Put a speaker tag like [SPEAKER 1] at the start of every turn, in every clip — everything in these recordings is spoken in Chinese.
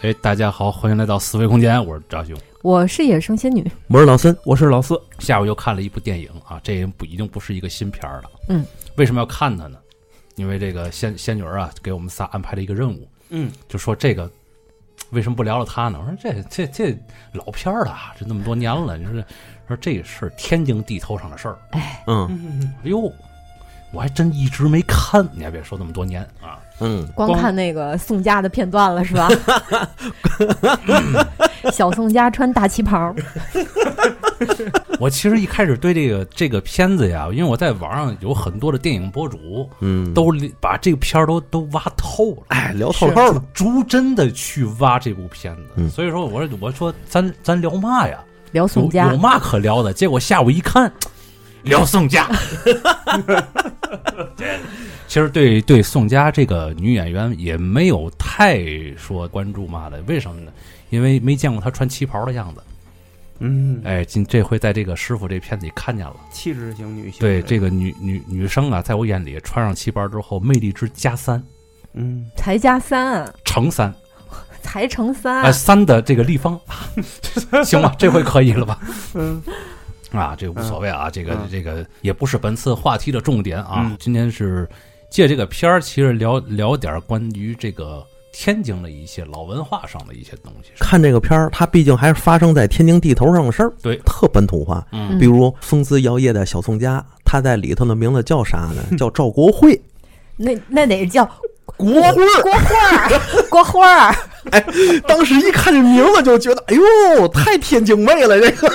[SPEAKER 1] 哎，大家好，欢迎来到思维空间，我是赵兄。
[SPEAKER 2] 我是野生仙女，
[SPEAKER 3] 我是老森，我是老四。
[SPEAKER 1] 下午又看了一部电影啊，这也不已经不是一个新片儿了。
[SPEAKER 2] 嗯，
[SPEAKER 1] 为什么要看它呢？因为这个仙仙女儿啊，给我们仨安排了一个任务，
[SPEAKER 3] 嗯，
[SPEAKER 1] 就说这个为什么不聊聊它呢？我说这这这老片儿了啊，这那么多年了，你说说这是天经地头上的事儿。
[SPEAKER 3] 嗯
[SPEAKER 1] 哎呦，我还真一直没看，你还别说那么多年啊。
[SPEAKER 3] 嗯，
[SPEAKER 2] 光
[SPEAKER 1] 光
[SPEAKER 2] 看那个宋佳的片段了是吧？ 小宋佳穿大旗袍，
[SPEAKER 1] 我其实一开始对这个这个片子呀，因为我在网上有很多的电影博主，
[SPEAKER 3] 嗯
[SPEAKER 1] 都把这个片儿都都挖透了，
[SPEAKER 3] 哎聊透透了。
[SPEAKER 1] 逐真的去挖这部片子。
[SPEAKER 3] 嗯
[SPEAKER 1] 所以说，我说我说咱咱聊嘛呀？
[SPEAKER 2] 聊
[SPEAKER 1] 有
[SPEAKER 2] 宋佳
[SPEAKER 1] 有，嘛可聊的？结果下午一看，聊宋佳。其实对对宋佳这个女演员也没有太说关注嘛的，为什么呢？因为没见过她穿旗袍的样子。
[SPEAKER 4] 嗯，
[SPEAKER 1] 哎，今这回在这个师傅这片子里看见了。
[SPEAKER 4] 气质型女性。
[SPEAKER 1] 对这个女女女生啊，在我眼里穿上旗袍之后，魅力值加三
[SPEAKER 4] 嗯，
[SPEAKER 2] 才加三啊，
[SPEAKER 1] 乘三。
[SPEAKER 2] 才乘
[SPEAKER 1] 啊、
[SPEAKER 2] 三
[SPEAKER 3] 哎
[SPEAKER 2] 啊，
[SPEAKER 1] 三的这个立 方，行吧，这回可以了吧？ 嗯，啊，这无所谓啊，这个
[SPEAKER 4] 嗯
[SPEAKER 1] 这个也不是本次话题的重点啊。
[SPEAKER 4] 嗯
[SPEAKER 1] 今天是借这个片儿，其实聊聊点儿关于这个天津的一些老文化上的一些东西。
[SPEAKER 3] 看这个片儿，它毕竟还是发生在天津地头上的事儿，
[SPEAKER 1] 对
[SPEAKER 3] 特本土化。
[SPEAKER 1] 嗯
[SPEAKER 3] 比如风姿摇曳的小宋佳，她在里头的名字叫啥呢？叫赵国辉。
[SPEAKER 2] 那那得叫
[SPEAKER 3] 国辉，
[SPEAKER 2] 郭花儿，郭花 儿，
[SPEAKER 3] 当时一看这名字就觉得，哎呦，太天津卫了，这个。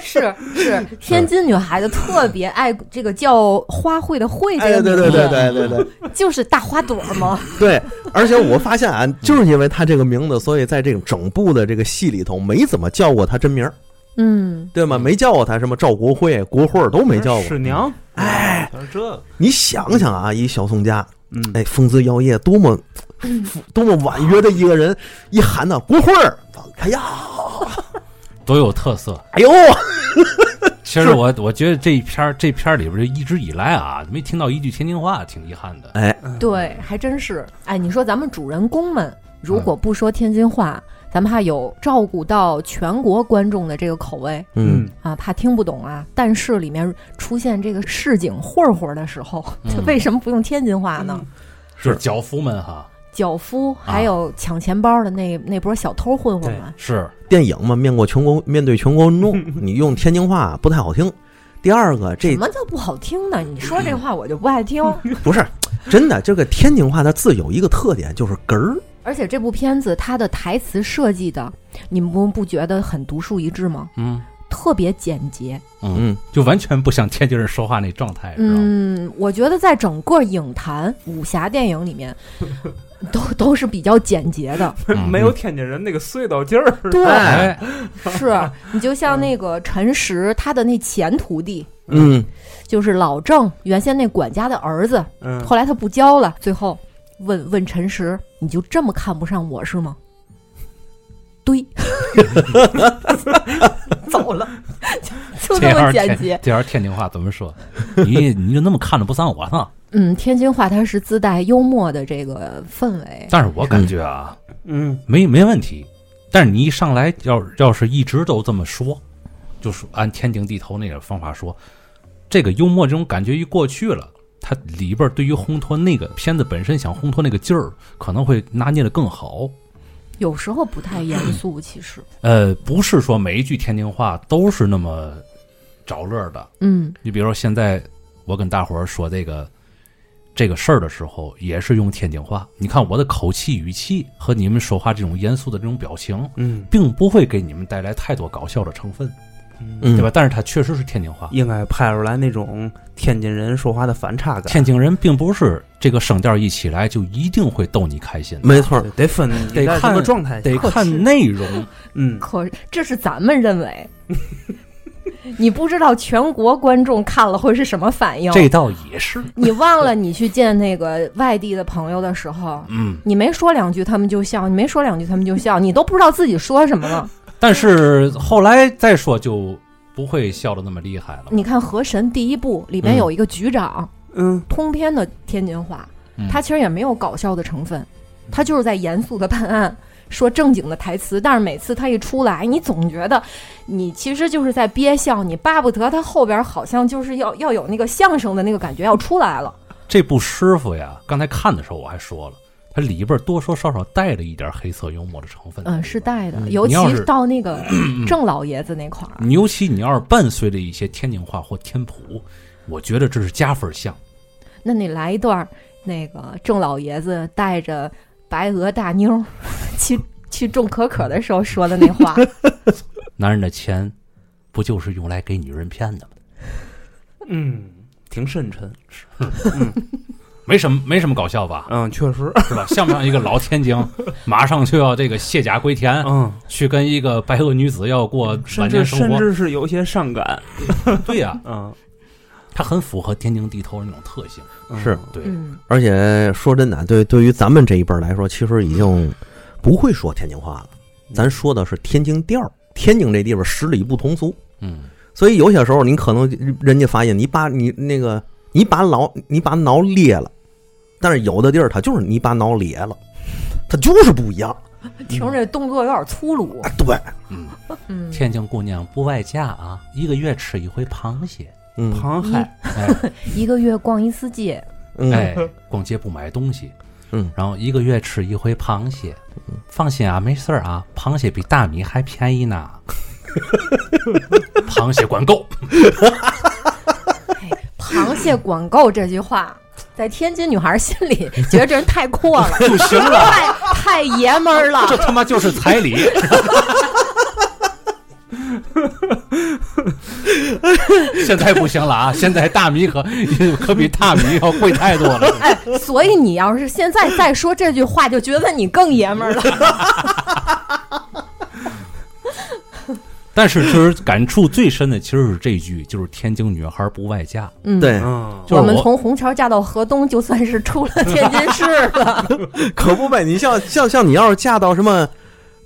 [SPEAKER 2] 是是，
[SPEAKER 3] 嗯
[SPEAKER 2] 天津女孩子特别爱这个叫花卉的卉这
[SPEAKER 3] 哎，
[SPEAKER 2] 个
[SPEAKER 3] 对对
[SPEAKER 2] 名
[SPEAKER 3] 对
[SPEAKER 2] 字，
[SPEAKER 3] 对对对
[SPEAKER 2] 就是大花朵嘛，
[SPEAKER 3] 对。而且我发现啊，就是因为他这个名字，所以在这个整部的这个戏里头没怎么叫过他真名儿，
[SPEAKER 2] 嗯，
[SPEAKER 3] 对吗？没叫过他什么赵国辉、国辉儿都没叫过。
[SPEAKER 4] 是娘。哎，全是这个。
[SPEAKER 3] 你想想啊，一小宋佳，
[SPEAKER 4] 嗯，
[SPEAKER 3] 哎，风姿摇曳，多么
[SPEAKER 2] 嗯
[SPEAKER 3] 多么婉约的一个人，一喊呢，国辉儿，哎呀，
[SPEAKER 1] 多有特色。
[SPEAKER 3] 哎呦，
[SPEAKER 2] 嗯
[SPEAKER 1] 其实我我觉得这一片儿这片儿里边就一直以来啊，没听到一句天津话，挺遗憾的。
[SPEAKER 3] 哎，
[SPEAKER 2] 对，还真是。哎，你说咱们主人公们如果不说天津话，咱们还有照顾到全国观众的这个口味
[SPEAKER 3] 嗯，
[SPEAKER 2] 啊，怕听不懂啊。但是里面出现这个市井混混的时候，
[SPEAKER 1] 嗯
[SPEAKER 2] 这 为什么不用天津话
[SPEAKER 4] 嗯
[SPEAKER 2] 呢？
[SPEAKER 1] 是脚夫们哈，
[SPEAKER 2] 脚夫还有抢钱包的那那波小偷混混们，
[SPEAKER 1] 是
[SPEAKER 3] 电影嘛，面过全国，面对全国 观众，你用天津话不太好听。第二个，这
[SPEAKER 2] 什么叫不好听呢？你说这话我就不爱听。
[SPEAKER 3] 不是真的，这个天津话它自有一个特点，就是哏儿。
[SPEAKER 2] 而且这部片子它的台词设计的，你们不不觉得很独树一帜吗？
[SPEAKER 1] 嗯，
[SPEAKER 2] 特别简洁，
[SPEAKER 3] 嗯，
[SPEAKER 1] 就完全不像天津人说话那状态，知道吗？
[SPEAKER 2] 嗯，我觉得在整个影坛武侠电影里 面，都都是比较简洁的。
[SPEAKER 1] 嗯
[SPEAKER 4] 没有天津人那个碎叨劲儿。
[SPEAKER 2] 对，
[SPEAKER 1] 哎，
[SPEAKER 2] 是啊你就像那个陈实，他的那前徒弟
[SPEAKER 3] 嗯，
[SPEAKER 2] 就是老郑，原先那管家的儿子，
[SPEAKER 4] 嗯，
[SPEAKER 2] 后来他不教了，最后问问陈实，你就这么看不上我是吗？ 对，走了，就就
[SPEAKER 1] 这
[SPEAKER 2] 这么
[SPEAKER 1] 样
[SPEAKER 2] 简
[SPEAKER 1] 天
[SPEAKER 2] 洁。
[SPEAKER 1] 这样天津话怎么说？你你就那么看着不上我呢？
[SPEAKER 2] 嗯，天津话它是自带幽默的这个氛围。
[SPEAKER 1] 但是我感觉啊，
[SPEAKER 4] 嗯，
[SPEAKER 1] 没没问题。但是你一上来要要是一直都这么说，就是按天津地头那个方法说，这个幽默这种感觉一过去了，它里边对于烘托那个片子本身想烘托那个劲儿，可能会拿捏的更好。
[SPEAKER 2] 有时候不太严肃，其实，
[SPEAKER 1] 呃，不是说每一句天津话都是那么找乐的，
[SPEAKER 2] 嗯，
[SPEAKER 1] 你比如说现在我跟大伙儿说这个这个事儿的时候，也是用天津话。你看我的口气、语气和你们说话这种严肃的这种表情，
[SPEAKER 4] 嗯，
[SPEAKER 1] 并不会给你们带来太多搞笑的成分，
[SPEAKER 3] 嗯
[SPEAKER 1] 对吧？但是它确实是天津话。
[SPEAKER 4] 应该拍出来那种天津人说话的反差感。
[SPEAKER 1] 天津人并不是这个声调一起来就一定会逗你开心的，
[SPEAKER 3] 没错儿，
[SPEAKER 4] 对
[SPEAKER 2] 嗯
[SPEAKER 4] 得分
[SPEAKER 1] 得
[SPEAKER 4] 你在
[SPEAKER 1] 看
[SPEAKER 4] 什么状态下。
[SPEAKER 1] 得看内容。
[SPEAKER 4] 嗯，
[SPEAKER 2] 可这是咱们认为， 你不知道全国观众看了会是什么反应。
[SPEAKER 1] 这倒也是，
[SPEAKER 2] 你忘了你去见那个外地的朋友的时候，
[SPEAKER 1] 嗯。
[SPEAKER 2] 你没说两句他们就笑，你没说两句他们就笑，你都不知道自己说什么了。
[SPEAKER 1] 但是后来再说就不会笑的那么厉害了。
[SPEAKER 2] 你看《河神》第一部里面有一个局长，
[SPEAKER 4] 嗯，
[SPEAKER 2] 通篇的天津话
[SPEAKER 1] 嗯，
[SPEAKER 2] 他其实也没有搞笑的成分，他就是在严肃的办案，说正经的台词，但是每次他一出来，哎你总觉得你其实就是在憋笑，你巴不得他后边好像就是要要有那个相声的那个感觉要出来了。
[SPEAKER 1] 这部师傅呀，刚才看的时候我还说了，它里边多多少少带了一点黑色幽默的成分。
[SPEAKER 2] 嗯，是带的，
[SPEAKER 4] 嗯
[SPEAKER 2] 尤
[SPEAKER 1] 你要
[SPEAKER 2] 其
[SPEAKER 1] 是嗯
[SPEAKER 2] 到那个郑老爷子那块儿，
[SPEAKER 1] 你尤其你要是伴随着一些天津话或天普，我觉得这是加分项。
[SPEAKER 2] 那你来一段儿那个郑老爷子带着白俄大妞儿去去种可可的时候说的那 话，
[SPEAKER 1] 男人的钱，不就是用来给女人骗的吗？
[SPEAKER 4] 嗯，挺深沉，
[SPEAKER 1] 没什么，没什么搞笑吧？
[SPEAKER 4] 嗯，确实，
[SPEAKER 1] 是吧？像不像一个老天津，马上就要这个卸甲归田，
[SPEAKER 4] 嗯，
[SPEAKER 1] 去跟一个白俄女子要过晚
[SPEAKER 4] 甚
[SPEAKER 1] 年
[SPEAKER 4] 至
[SPEAKER 1] 生
[SPEAKER 4] 甚
[SPEAKER 1] 活？
[SPEAKER 4] 至是有一些伤感，
[SPEAKER 1] 对 呀、
[SPEAKER 4] 嗯，
[SPEAKER 1] 它很符合天津地头那种特性。
[SPEAKER 4] 嗯
[SPEAKER 3] 是
[SPEAKER 1] 对，
[SPEAKER 2] 嗯，
[SPEAKER 3] 而且说真的啊，对对于咱们这一辈儿来说，其实已经不会说天津话了，咱说的是天津调儿。天津这地方十里不同俗，
[SPEAKER 1] 嗯，
[SPEAKER 3] 所以有些时候你可能人家发现你把你那个你把脑你把脑裂了，但是有的地儿它就是你把脑裂了，它就是不一样。
[SPEAKER 2] 听着这动作有点粗鲁，
[SPEAKER 3] 哎对，
[SPEAKER 2] 嗯，
[SPEAKER 1] 天津姑娘不外嫁啊，一个月吃一回螃蟹。
[SPEAKER 3] 嗯
[SPEAKER 4] 螃蟹，
[SPEAKER 1] 哎，
[SPEAKER 2] 一个月逛一次街，
[SPEAKER 3] 嗯，
[SPEAKER 1] 哎，逛街不买东西，
[SPEAKER 3] 嗯，
[SPEAKER 1] 然后一个月吃一回螃蟹，放心啊，没事儿啊，螃蟹比大米还便宜 呢。螃蟹管够，
[SPEAKER 2] 哎螃蟹管够这句话。在天津女孩心里，觉得这人太阔了，不行了，
[SPEAKER 1] 啊
[SPEAKER 2] 太太爷们儿了
[SPEAKER 1] 这。他妈就是彩 礼。现在不行了啊！现在大米可可比大米要贵太多了。
[SPEAKER 2] 哎，所以你要是现在再说这句话，就觉得你更爷们儿了。
[SPEAKER 1] 但是其实感触最深的其实是这句，就是天津女孩不外嫁。
[SPEAKER 2] 嗯，
[SPEAKER 3] 对，
[SPEAKER 4] 嗯，
[SPEAKER 1] 就是
[SPEAKER 2] 我们
[SPEAKER 1] 我
[SPEAKER 2] 从虹桥嫁到河东，就算是出了天津市了。
[SPEAKER 3] 可不呗。你像像像你要是嫁到什么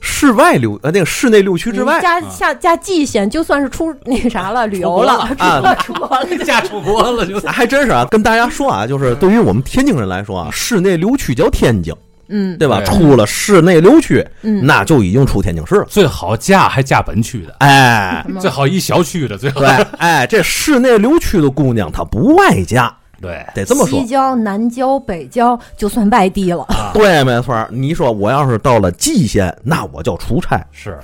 [SPEAKER 3] 市外六呃那个市内六区之外，
[SPEAKER 2] 加
[SPEAKER 1] 啊
[SPEAKER 2] 下加蓟县，就算是出那个啥了，旅游了，出
[SPEAKER 3] 啊
[SPEAKER 2] 国出国了。
[SPEAKER 1] 嫁出国了 就
[SPEAKER 3] 还真是啊。跟大家说啊，就是对于我们天津人来说啊，市内六区叫天津，
[SPEAKER 2] 嗯
[SPEAKER 3] 对吧？
[SPEAKER 1] 对
[SPEAKER 3] 出了市内六区，
[SPEAKER 2] 嗯，
[SPEAKER 3] 那就已经出天津市了。
[SPEAKER 1] 最好嫁还嫁本区的，
[SPEAKER 3] 哎，
[SPEAKER 2] 什么
[SPEAKER 1] 最好一小区的最好
[SPEAKER 3] 对。，哎，这市内六区的姑娘她不外嫁，
[SPEAKER 1] 对，
[SPEAKER 3] 得这么说
[SPEAKER 2] 西。郊、南郊、北郊，就算外地了。
[SPEAKER 3] 对，没错儿。你说我要是到了蓟县，那我就出差。
[SPEAKER 1] 是。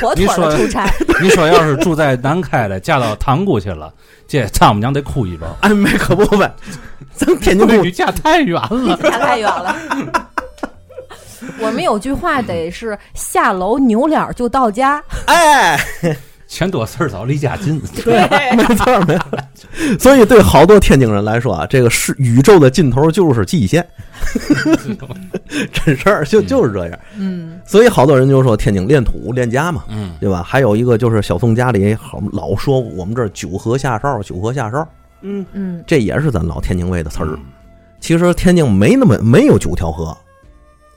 [SPEAKER 2] 妥妥的出差。
[SPEAKER 1] 你说要是住在南开的，嫁到塘沽去了，这丈母娘得哭一包。
[SPEAKER 3] 哎，没可不呗，咱天津
[SPEAKER 1] 那
[SPEAKER 3] 姑
[SPEAKER 1] 你嫁太远了，
[SPEAKER 2] 差 太远了。我们有句话得是下楼扭脸就到家，
[SPEAKER 3] 哎，
[SPEAKER 1] 钱多事儿少，离家 近。
[SPEAKER 3] 没错儿没错儿。所以对好多天津人来说啊，这个是宇宙的尽头就是蓟县，真事儿就就是这样。
[SPEAKER 2] 嗯，
[SPEAKER 3] 所以好多人就说天津恋土恋家嘛，
[SPEAKER 1] 嗯，
[SPEAKER 3] 对吧？还有一个就是小宋家里好老说我们这儿九河下哨，九河下哨，
[SPEAKER 4] 嗯，
[SPEAKER 2] 嗯，
[SPEAKER 3] 这也是咱老天津卫的词儿。其实天津没那么没有九条河，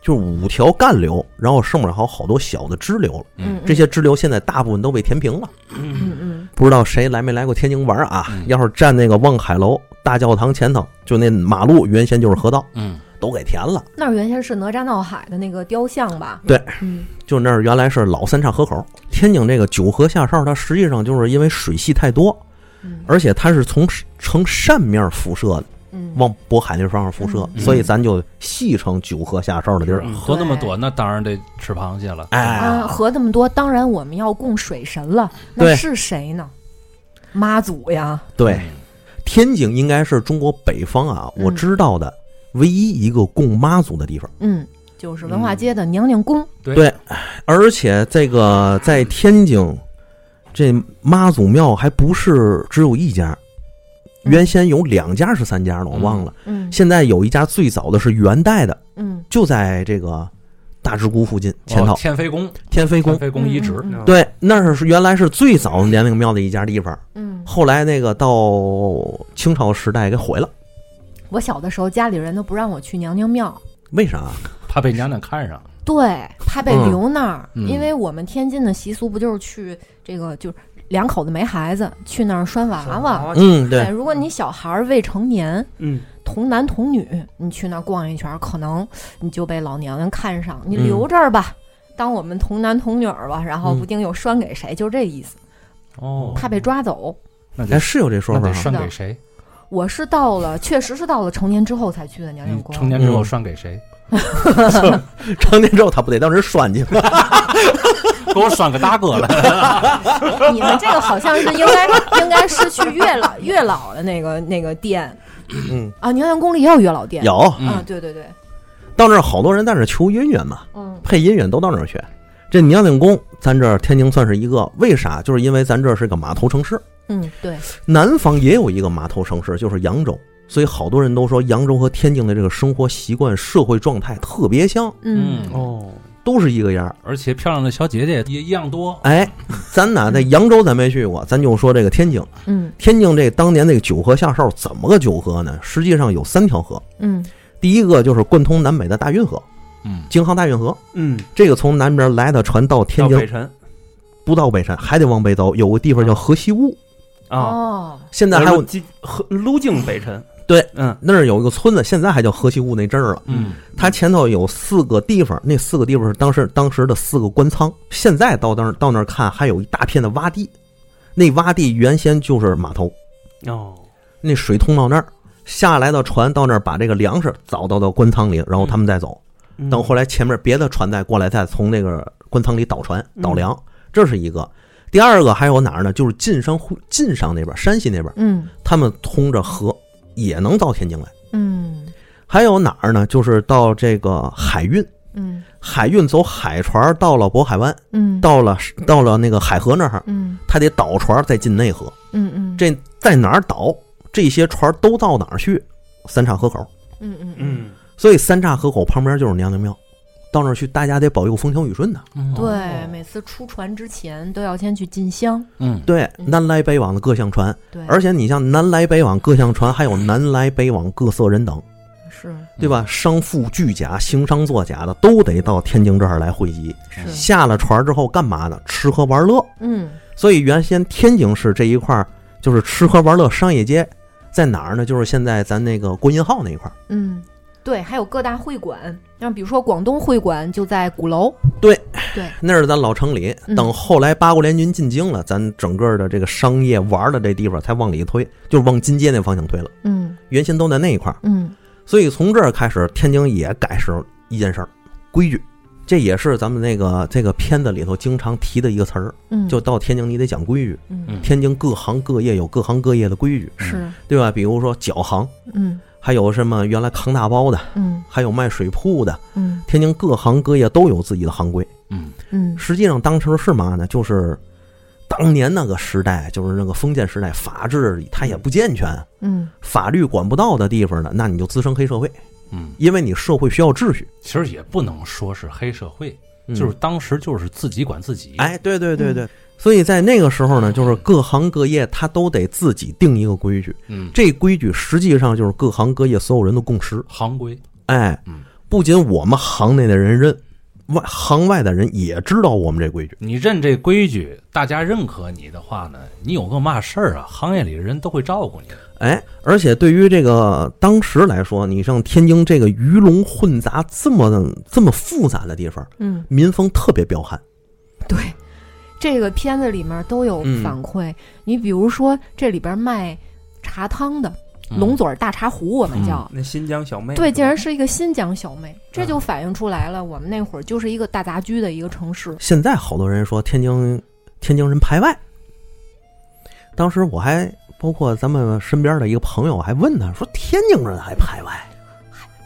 [SPEAKER 3] 就是五条干流，然后上面还有好多小的支流了。
[SPEAKER 2] 嗯，
[SPEAKER 3] 这些支流现在大部分都被填平了。
[SPEAKER 2] 嗯，嗯
[SPEAKER 3] 不知道谁来没来过天津玩啊
[SPEAKER 1] 嗯？
[SPEAKER 3] 要是站那个望海楼大教堂前头，就那马路原先就是河道，
[SPEAKER 1] 嗯，
[SPEAKER 3] 都给填了。
[SPEAKER 2] 嗯，那儿原先是哪吒闹海的那个雕像吧？
[SPEAKER 3] 对，
[SPEAKER 2] 嗯，
[SPEAKER 3] 就那儿原来是老三岔河口。天津这个九河下哨，它实际上就是因为水系太多
[SPEAKER 2] 嗯，
[SPEAKER 3] 而且它是从呈扇面辐射的，
[SPEAKER 2] 嗯，
[SPEAKER 3] 往渤海那方向辐射，
[SPEAKER 2] 嗯
[SPEAKER 3] 所以咱就戏称九河下哨的地儿。
[SPEAKER 4] 嗯
[SPEAKER 1] 喝那么多，那当然得吃螃蟹了。
[SPEAKER 3] 哎
[SPEAKER 2] 啊，河这么多，当然我们要供水神了，那
[SPEAKER 3] 对
[SPEAKER 2] 是谁呢？妈祖呀，
[SPEAKER 3] 对，
[SPEAKER 1] 嗯
[SPEAKER 3] 天津应该是中国北方啊，
[SPEAKER 2] 嗯
[SPEAKER 3] 我知道的唯一一个供妈祖的地方。
[SPEAKER 2] 嗯，就是文化街的娘娘宫，
[SPEAKER 1] 对
[SPEAKER 3] 对，而且这个在天津，这妈祖庙还不是只有一家，
[SPEAKER 2] 嗯
[SPEAKER 3] 原先有两家是三家的，我忘了。
[SPEAKER 2] 嗯
[SPEAKER 3] 现在有一家最早的是元代的，
[SPEAKER 2] 嗯，
[SPEAKER 3] 就在这个大直姑附近前
[SPEAKER 1] 哦
[SPEAKER 3] 头
[SPEAKER 1] 天妃宫，
[SPEAKER 3] 天妃宫
[SPEAKER 1] 天。妃宫遗址，
[SPEAKER 2] 嗯嗯
[SPEAKER 3] 对，那是原来是最早年那个庙的一家地方，
[SPEAKER 2] 嗯，
[SPEAKER 3] 后来那个到清朝时代给毁了，
[SPEAKER 2] 我小的时候家里人都不让我去娘娘庙，
[SPEAKER 3] 为啥？啊
[SPEAKER 2] 嗯
[SPEAKER 1] 怕被娘娘看上。
[SPEAKER 2] 对，怕被
[SPEAKER 3] 嗯
[SPEAKER 2] 留那儿，
[SPEAKER 1] 嗯
[SPEAKER 2] 因为我们天津的习俗不就是去这个，就是两口子没孩子去那儿拴娃娃。
[SPEAKER 4] 娃，
[SPEAKER 3] 嗯，
[SPEAKER 2] 对，
[SPEAKER 3] 对，
[SPEAKER 2] 如果你小孩儿未成年，
[SPEAKER 4] 嗯，
[SPEAKER 2] 童男童女，你去那儿逛一圈，可能你就被老年人看上，你留这儿吧，当我们童男童女儿吧，然后
[SPEAKER 3] 嗯
[SPEAKER 2] 不定又拴给谁，就这意思，
[SPEAKER 1] 哦，
[SPEAKER 2] 怕被抓走。
[SPEAKER 1] 那
[SPEAKER 3] 哎，
[SPEAKER 1] 得
[SPEAKER 3] 是有这说
[SPEAKER 1] 那
[SPEAKER 3] 法
[SPEAKER 1] 得
[SPEAKER 3] 啊，
[SPEAKER 1] 算给谁？
[SPEAKER 2] 我是到了，确实是到了成年之后才去的娘娘
[SPEAKER 1] 你
[SPEAKER 2] 宫。
[SPEAKER 1] 成年之后
[SPEAKER 3] 嗯
[SPEAKER 1] 算给谁？
[SPEAKER 3] 成年之后他不得让人拴去吗？
[SPEAKER 1] 嗯给我拴个大哥来。
[SPEAKER 2] 你们这个好像是应该应该是去月老月老的那个那个店
[SPEAKER 3] 嗯，
[SPEAKER 2] 啊，娘娘宫里也有月老店。
[SPEAKER 3] 有
[SPEAKER 2] 啊，
[SPEAKER 1] 嗯，
[SPEAKER 2] 对对对，
[SPEAKER 3] 到那儿好多人在那儿求姻缘嘛，
[SPEAKER 2] 嗯
[SPEAKER 3] 配姻缘都到那儿去。这娘娘宫，咱这儿天津算是一个，为啥？就是因为咱这儿是个码头城市，
[SPEAKER 2] 嗯，对，
[SPEAKER 3] 南方也有一个码头城市，就是扬州，所以好多人都说扬州和天津的这个生活习惯、社会状态特别像，
[SPEAKER 1] 嗯
[SPEAKER 4] 哦，
[SPEAKER 3] 都是一个样儿。
[SPEAKER 1] 而且漂亮的小姐姐也一样多。
[SPEAKER 3] 哎，咱哪在扬州咱没去过，咱就说这个天津。
[SPEAKER 2] 嗯
[SPEAKER 3] 天津这当年这个九河下哨怎么个九河呢？实际上有三条河，
[SPEAKER 2] 嗯
[SPEAKER 3] 第一个就是贯通南北的大运河，
[SPEAKER 1] 嗯，
[SPEAKER 3] 京杭大运河。
[SPEAKER 4] 嗯，
[SPEAKER 3] 这个从南边来的船到天
[SPEAKER 4] 到北
[SPEAKER 3] 津，
[SPEAKER 4] 辰
[SPEAKER 3] 不到北辰，还得往北走，有个地方叫河西坞。
[SPEAKER 4] 啊，
[SPEAKER 2] 哦，
[SPEAKER 3] 现在还有
[SPEAKER 4] 基和路径北辰，
[SPEAKER 3] 对，
[SPEAKER 4] 嗯
[SPEAKER 3] 那儿有一个村子，现在还叫河西坞那镇儿了。
[SPEAKER 1] 嗯，
[SPEAKER 3] 它前头有四个地方，那四个地方是当时当时的四个官仓。现在到那儿到那儿看，还有一大片的洼地，那洼地原先就是码头，
[SPEAKER 4] 哦，
[SPEAKER 3] 那水通到那儿，下来的船到那儿把这个粮食找到到官仓里，然后他们再走。
[SPEAKER 4] 嗯
[SPEAKER 3] 等后来前面别的船再过来，再从那个官仓里倒船倒粮，这是一个。第二个还有哪儿呢？就是晋商会晋商那边，山西那边，
[SPEAKER 2] 嗯
[SPEAKER 3] 他们通着河也能到天津来。
[SPEAKER 2] 嗯
[SPEAKER 3] 还有哪儿呢？就是到这个海运，
[SPEAKER 2] 嗯
[SPEAKER 3] 海运走海船到了渤海湾，
[SPEAKER 2] 嗯，
[SPEAKER 3] 到了到了那个海河那儿，
[SPEAKER 2] 嗯
[SPEAKER 3] 他得倒船再进内河。
[SPEAKER 2] 嗯嗯，
[SPEAKER 3] 这在哪儿倒？这些船都到哪儿去？三岔河口。
[SPEAKER 2] 嗯嗯嗯，
[SPEAKER 4] 嗯，
[SPEAKER 3] 所以三岔河口旁边就是娘娘庙，到那儿去大家得保佑风调雨顺的。
[SPEAKER 1] 嗯
[SPEAKER 2] 对，
[SPEAKER 4] 哦
[SPEAKER 2] 每次出船之前都要先去进香，
[SPEAKER 1] 嗯，
[SPEAKER 3] 对，
[SPEAKER 2] 嗯
[SPEAKER 3] 南来北往的各项船，
[SPEAKER 2] 对，
[SPEAKER 3] 而且你像南来北往各项船，还有南来北往各色人
[SPEAKER 2] 嗯
[SPEAKER 3] 等，
[SPEAKER 2] 是
[SPEAKER 3] 对吧？商妇巨甲、行商作假的都得到天津这儿来汇集。
[SPEAKER 2] 是，
[SPEAKER 3] 下了船之后干嘛呢？吃喝玩乐。
[SPEAKER 2] 嗯
[SPEAKER 3] 所以原先天津市这一块儿就是吃喝玩乐商业街，在哪儿呢？就是现在咱那个国音号那一块儿。
[SPEAKER 2] 嗯，对，还有各大会馆，像比如说广东会馆就在鼓楼，
[SPEAKER 3] 那是咱老城里
[SPEAKER 2] 嗯。
[SPEAKER 3] 等后来八国联军进京了，咱整个的这个商业玩的这地方才往里推，就是往金街那方向推了。
[SPEAKER 2] 嗯
[SPEAKER 3] 原先都在那一块儿，
[SPEAKER 2] 嗯
[SPEAKER 3] 所以从这儿开始，天津也改是一件事儿，规矩。这也是咱们那个这个片子里头经常提的一个词儿，
[SPEAKER 2] 嗯，
[SPEAKER 3] 就到天津你得讲规矩。
[SPEAKER 2] 嗯
[SPEAKER 1] 嗯
[SPEAKER 3] 天津各行各业有各行各业的规矩，
[SPEAKER 2] 是
[SPEAKER 3] 对吧？比如说脚行，
[SPEAKER 2] 嗯
[SPEAKER 3] 还有什么原来扛大包的，
[SPEAKER 2] 嗯
[SPEAKER 3] 还有卖水铺的，
[SPEAKER 2] 嗯
[SPEAKER 3] 天津各行各业都有自己的行规。
[SPEAKER 1] 嗯
[SPEAKER 2] 嗯
[SPEAKER 3] 实际上当时是嘛呢？就是当年那个时代，就是那个封建时代，法制它也不健全，
[SPEAKER 2] 嗯
[SPEAKER 3] 法律管不到的地方呢，那你就滋生黑社会，
[SPEAKER 1] 嗯，
[SPEAKER 3] 因为你社会需要秩序。
[SPEAKER 1] 其实也不能说是黑社会，
[SPEAKER 3] 嗯
[SPEAKER 1] 就是当时就是自己管自己。，
[SPEAKER 3] 哎，对对对对。所以在那个时候呢，就是各行各业它都得自己定一个规矩，
[SPEAKER 1] 嗯，
[SPEAKER 3] 这规矩实际上就是各行各业所有人的共识。
[SPEAKER 1] 行规。
[SPEAKER 3] 哎
[SPEAKER 1] 嗯，
[SPEAKER 3] 不仅我们行内的人认，外行外的人也知道我们这规矩。
[SPEAKER 1] 你认这规矩，大家认可你的话呢，你有个嘛事儿啊，行业里人都会照顾你。
[SPEAKER 3] 哎，而且对于这个当时来说，你像天津这个鱼龙混杂、这么这么复杂的地方，
[SPEAKER 2] 嗯，
[SPEAKER 3] 民风特别彪悍。
[SPEAKER 2] 对，这个片子里面都有
[SPEAKER 3] 嗯
[SPEAKER 2] 反馈。你比如说，这里边卖茶汤的、
[SPEAKER 3] 嗯
[SPEAKER 2] 龙
[SPEAKER 1] 嗯
[SPEAKER 2] 嘴儿大茶壶，我们叫、
[SPEAKER 4] 那新疆
[SPEAKER 3] 哎
[SPEAKER 4] 小妹
[SPEAKER 2] 对，
[SPEAKER 4] 是吧
[SPEAKER 2] 竟然是一个新疆小妹，这
[SPEAKER 3] 嗯
[SPEAKER 2] 就反映出来了。我们那会儿就是一个大杂居的一个城市。
[SPEAKER 3] 现在好多人说天津天津人排外，当时我还包括咱们身边的一个朋友还问他说：“天津人还排外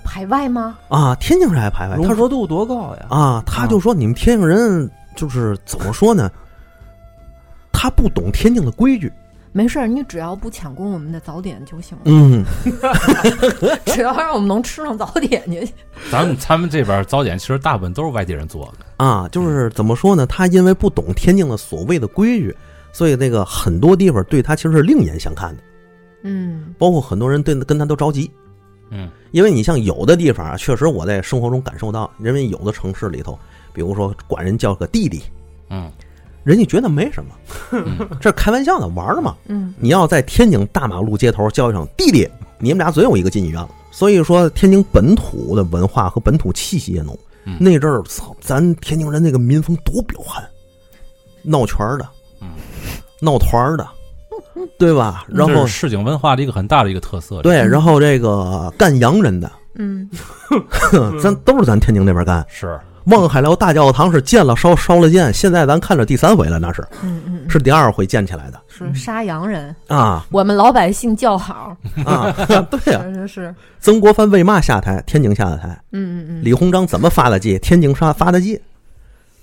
[SPEAKER 2] 排外吗？
[SPEAKER 3] 啊？天津人还排外？”他
[SPEAKER 4] 融
[SPEAKER 3] 说
[SPEAKER 4] 合度多高呀？：“
[SPEAKER 3] 啊，他就说你们天津人就是怎么说呢？他不懂天津的规矩。
[SPEAKER 2] 没事儿，你只要不抢攻我们的早点就行了，
[SPEAKER 3] 嗯，
[SPEAKER 2] 只要让我们能吃上早点就行。
[SPEAKER 1] 咱们咱们这边早点其实大部分都是外地人做的。
[SPEAKER 3] 啊，就是怎么说呢？他因为不懂天津的所谓的规矩，所以那个很多地方对他其实是另眼相看的，
[SPEAKER 2] 嗯
[SPEAKER 3] 包括很多人对跟他都着急。
[SPEAKER 1] 嗯
[SPEAKER 3] 因为你像有的地方啊，确实我在生活中感受到，因为有的城市里头，比如说管人叫个弟弟，
[SPEAKER 1] 嗯
[SPEAKER 3] 人家觉得没什么，
[SPEAKER 1] 嗯
[SPEAKER 3] 这是开玩笑的，玩儿嘛。
[SPEAKER 2] 嗯
[SPEAKER 3] 你要在天津大马路街头叫一声“弟弟”，你们俩准有一个进医院了。所以说，天津本土的文化和本土气息也浓。
[SPEAKER 1] 嗯
[SPEAKER 3] 那阵儿，操，咱天津人那个民风多彪悍，闹圈儿的
[SPEAKER 1] 嗯，
[SPEAKER 3] 闹团儿的，对吧？然
[SPEAKER 1] 这
[SPEAKER 3] 后
[SPEAKER 1] 是市井文化的一个很大的一个特色。
[SPEAKER 3] 对，然后这个干洋人的，
[SPEAKER 2] 嗯，
[SPEAKER 3] 咱都是咱天津那边干。
[SPEAKER 1] 是
[SPEAKER 3] 望海楼大教堂是建了烧，烧了建，现在咱看着第三回了，那是
[SPEAKER 2] 嗯嗯，
[SPEAKER 3] 是第二回建起来的
[SPEAKER 2] 是杀洋人，
[SPEAKER 3] 啊
[SPEAKER 2] 我们老百姓叫好，
[SPEAKER 3] 啊！ 对呀、
[SPEAKER 2] 是是是，
[SPEAKER 3] 曾国藩为嘛下台？天津下的台。
[SPEAKER 2] 嗯嗯嗯，
[SPEAKER 3] 李鸿章怎么发的迹，天津发发的迹，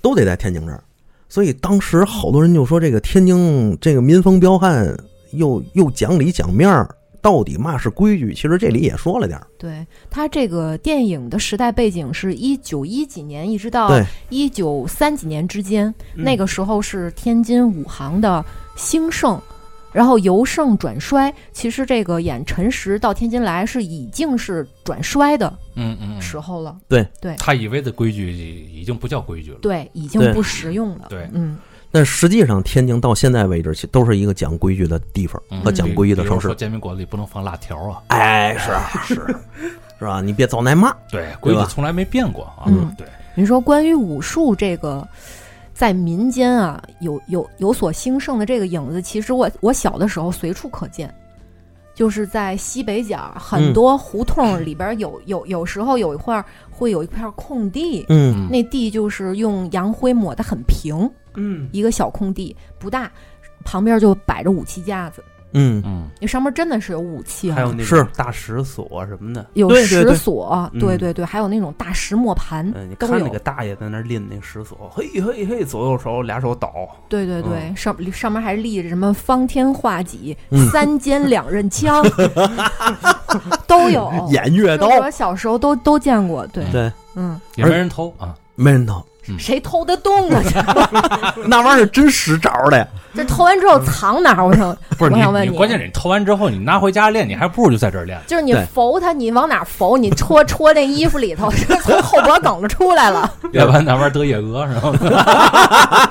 [SPEAKER 3] 都得在天津这儿。所以当时好多人就说，这个天津这个民风彪悍，又又讲理讲面儿，到底嘛是规矩？其实这里也说了点儿，
[SPEAKER 2] 对他这个电影的时代背景是一九一几年一直到
[SPEAKER 3] 对
[SPEAKER 2] 一九三几年之间，
[SPEAKER 4] 嗯
[SPEAKER 2] 那个时候是天津武行的兴盛，然后由盛转衰。其实这个演陈实到天津来是已经是转衰的
[SPEAKER 1] 嗯嗯，
[SPEAKER 2] 时候了，
[SPEAKER 1] 他以为的规矩已经不叫规矩了。
[SPEAKER 2] 对，已经
[SPEAKER 3] 对
[SPEAKER 2] 不实用了。
[SPEAKER 1] 对
[SPEAKER 2] 嗯，
[SPEAKER 3] 但实际上天津到现在为止，其都是一个讲规矩的地方
[SPEAKER 1] 嗯
[SPEAKER 3] 和讲规矩的
[SPEAKER 1] 比如
[SPEAKER 3] 城
[SPEAKER 1] 说
[SPEAKER 3] 市。
[SPEAKER 1] 煎饼果子里不能放辣条啊。
[SPEAKER 3] 哎，是是是吧？你别早挨骂。
[SPEAKER 1] 对，规矩
[SPEAKER 3] 吧
[SPEAKER 1] 从来没变过啊。
[SPEAKER 2] 嗯
[SPEAKER 1] 对，
[SPEAKER 2] 你说关于武术这个，在民间啊有有有所兴盛的这个影子，其实我我小的时候随处可见，就是在西北角很
[SPEAKER 3] 嗯
[SPEAKER 2] 多胡同里边有、有有时候有一块儿会有一块空地，
[SPEAKER 3] 嗯
[SPEAKER 2] 那地就是用洋灰抹得很平，
[SPEAKER 4] 嗯
[SPEAKER 2] 一个小空地不大，旁边就摆着武器架子，
[SPEAKER 3] 嗯，
[SPEAKER 1] 嗯，
[SPEAKER 2] 那上面真的是有武器、啊，
[SPEAKER 4] 还有那
[SPEAKER 3] 是
[SPEAKER 4] 种大石锁什么的，
[SPEAKER 2] 有
[SPEAKER 3] 对对
[SPEAKER 2] 石
[SPEAKER 3] 对
[SPEAKER 2] 锁，
[SPEAKER 4] 嗯
[SPEAKER 2] 对对对，还有那种大石磨盘
[SPEAKER 4] 嗯，你
[SPEAKER 2] 都
[SPEAKER 4] 看那
[SPEAKER 2] 有
[SPEAKER 4] 个。大爷在那儿拎那石锁，嘿嘿嘿，左右手俩手倒，
[SPEAKER 2] 对对对，
[SPEAKER 4] 嗯
[SPEAKER 2] 上上面还立着什么方天画戟、
[SPEAKER 3] 嗯
[SPEAKER 2] 三尖两刃枪，都有。
[SPEAKER 3] 偃
[SPEAKER 2] 这
[SPEAKER 3] 月刀
[SPEAKER 2] 是，我小时候都都见过。对，
[SPEAKER 3] 对，
[SPEAKER 2] 嗯，
[SPEAKER 1] 也没人偷啊。
[SPEAKER 3] 没人偷，
[SPEAKER 2] 谁偷得动啊？
[SPEAKER 3] 那玩意儿真使招儿的。
[SPEAKER 2] 这偷完之后藏哪儿？我想，
[SPEAKER 1] 不是
[SPEAKER 2] 我想问
[SPEAKER 1] 你，关键是你偷完之后，你拿回家练，你还不如就在这儿练。
[SPEAKER 2] 就是你
[SPEAKER 3] 对
[SPEAKER 2] 缝它，你往哪儿缝？你戳戳那衣服里头， 从后脖梗子出来了。
[SPEAKER 1] 要不然那玩意儿得野鹅是吧？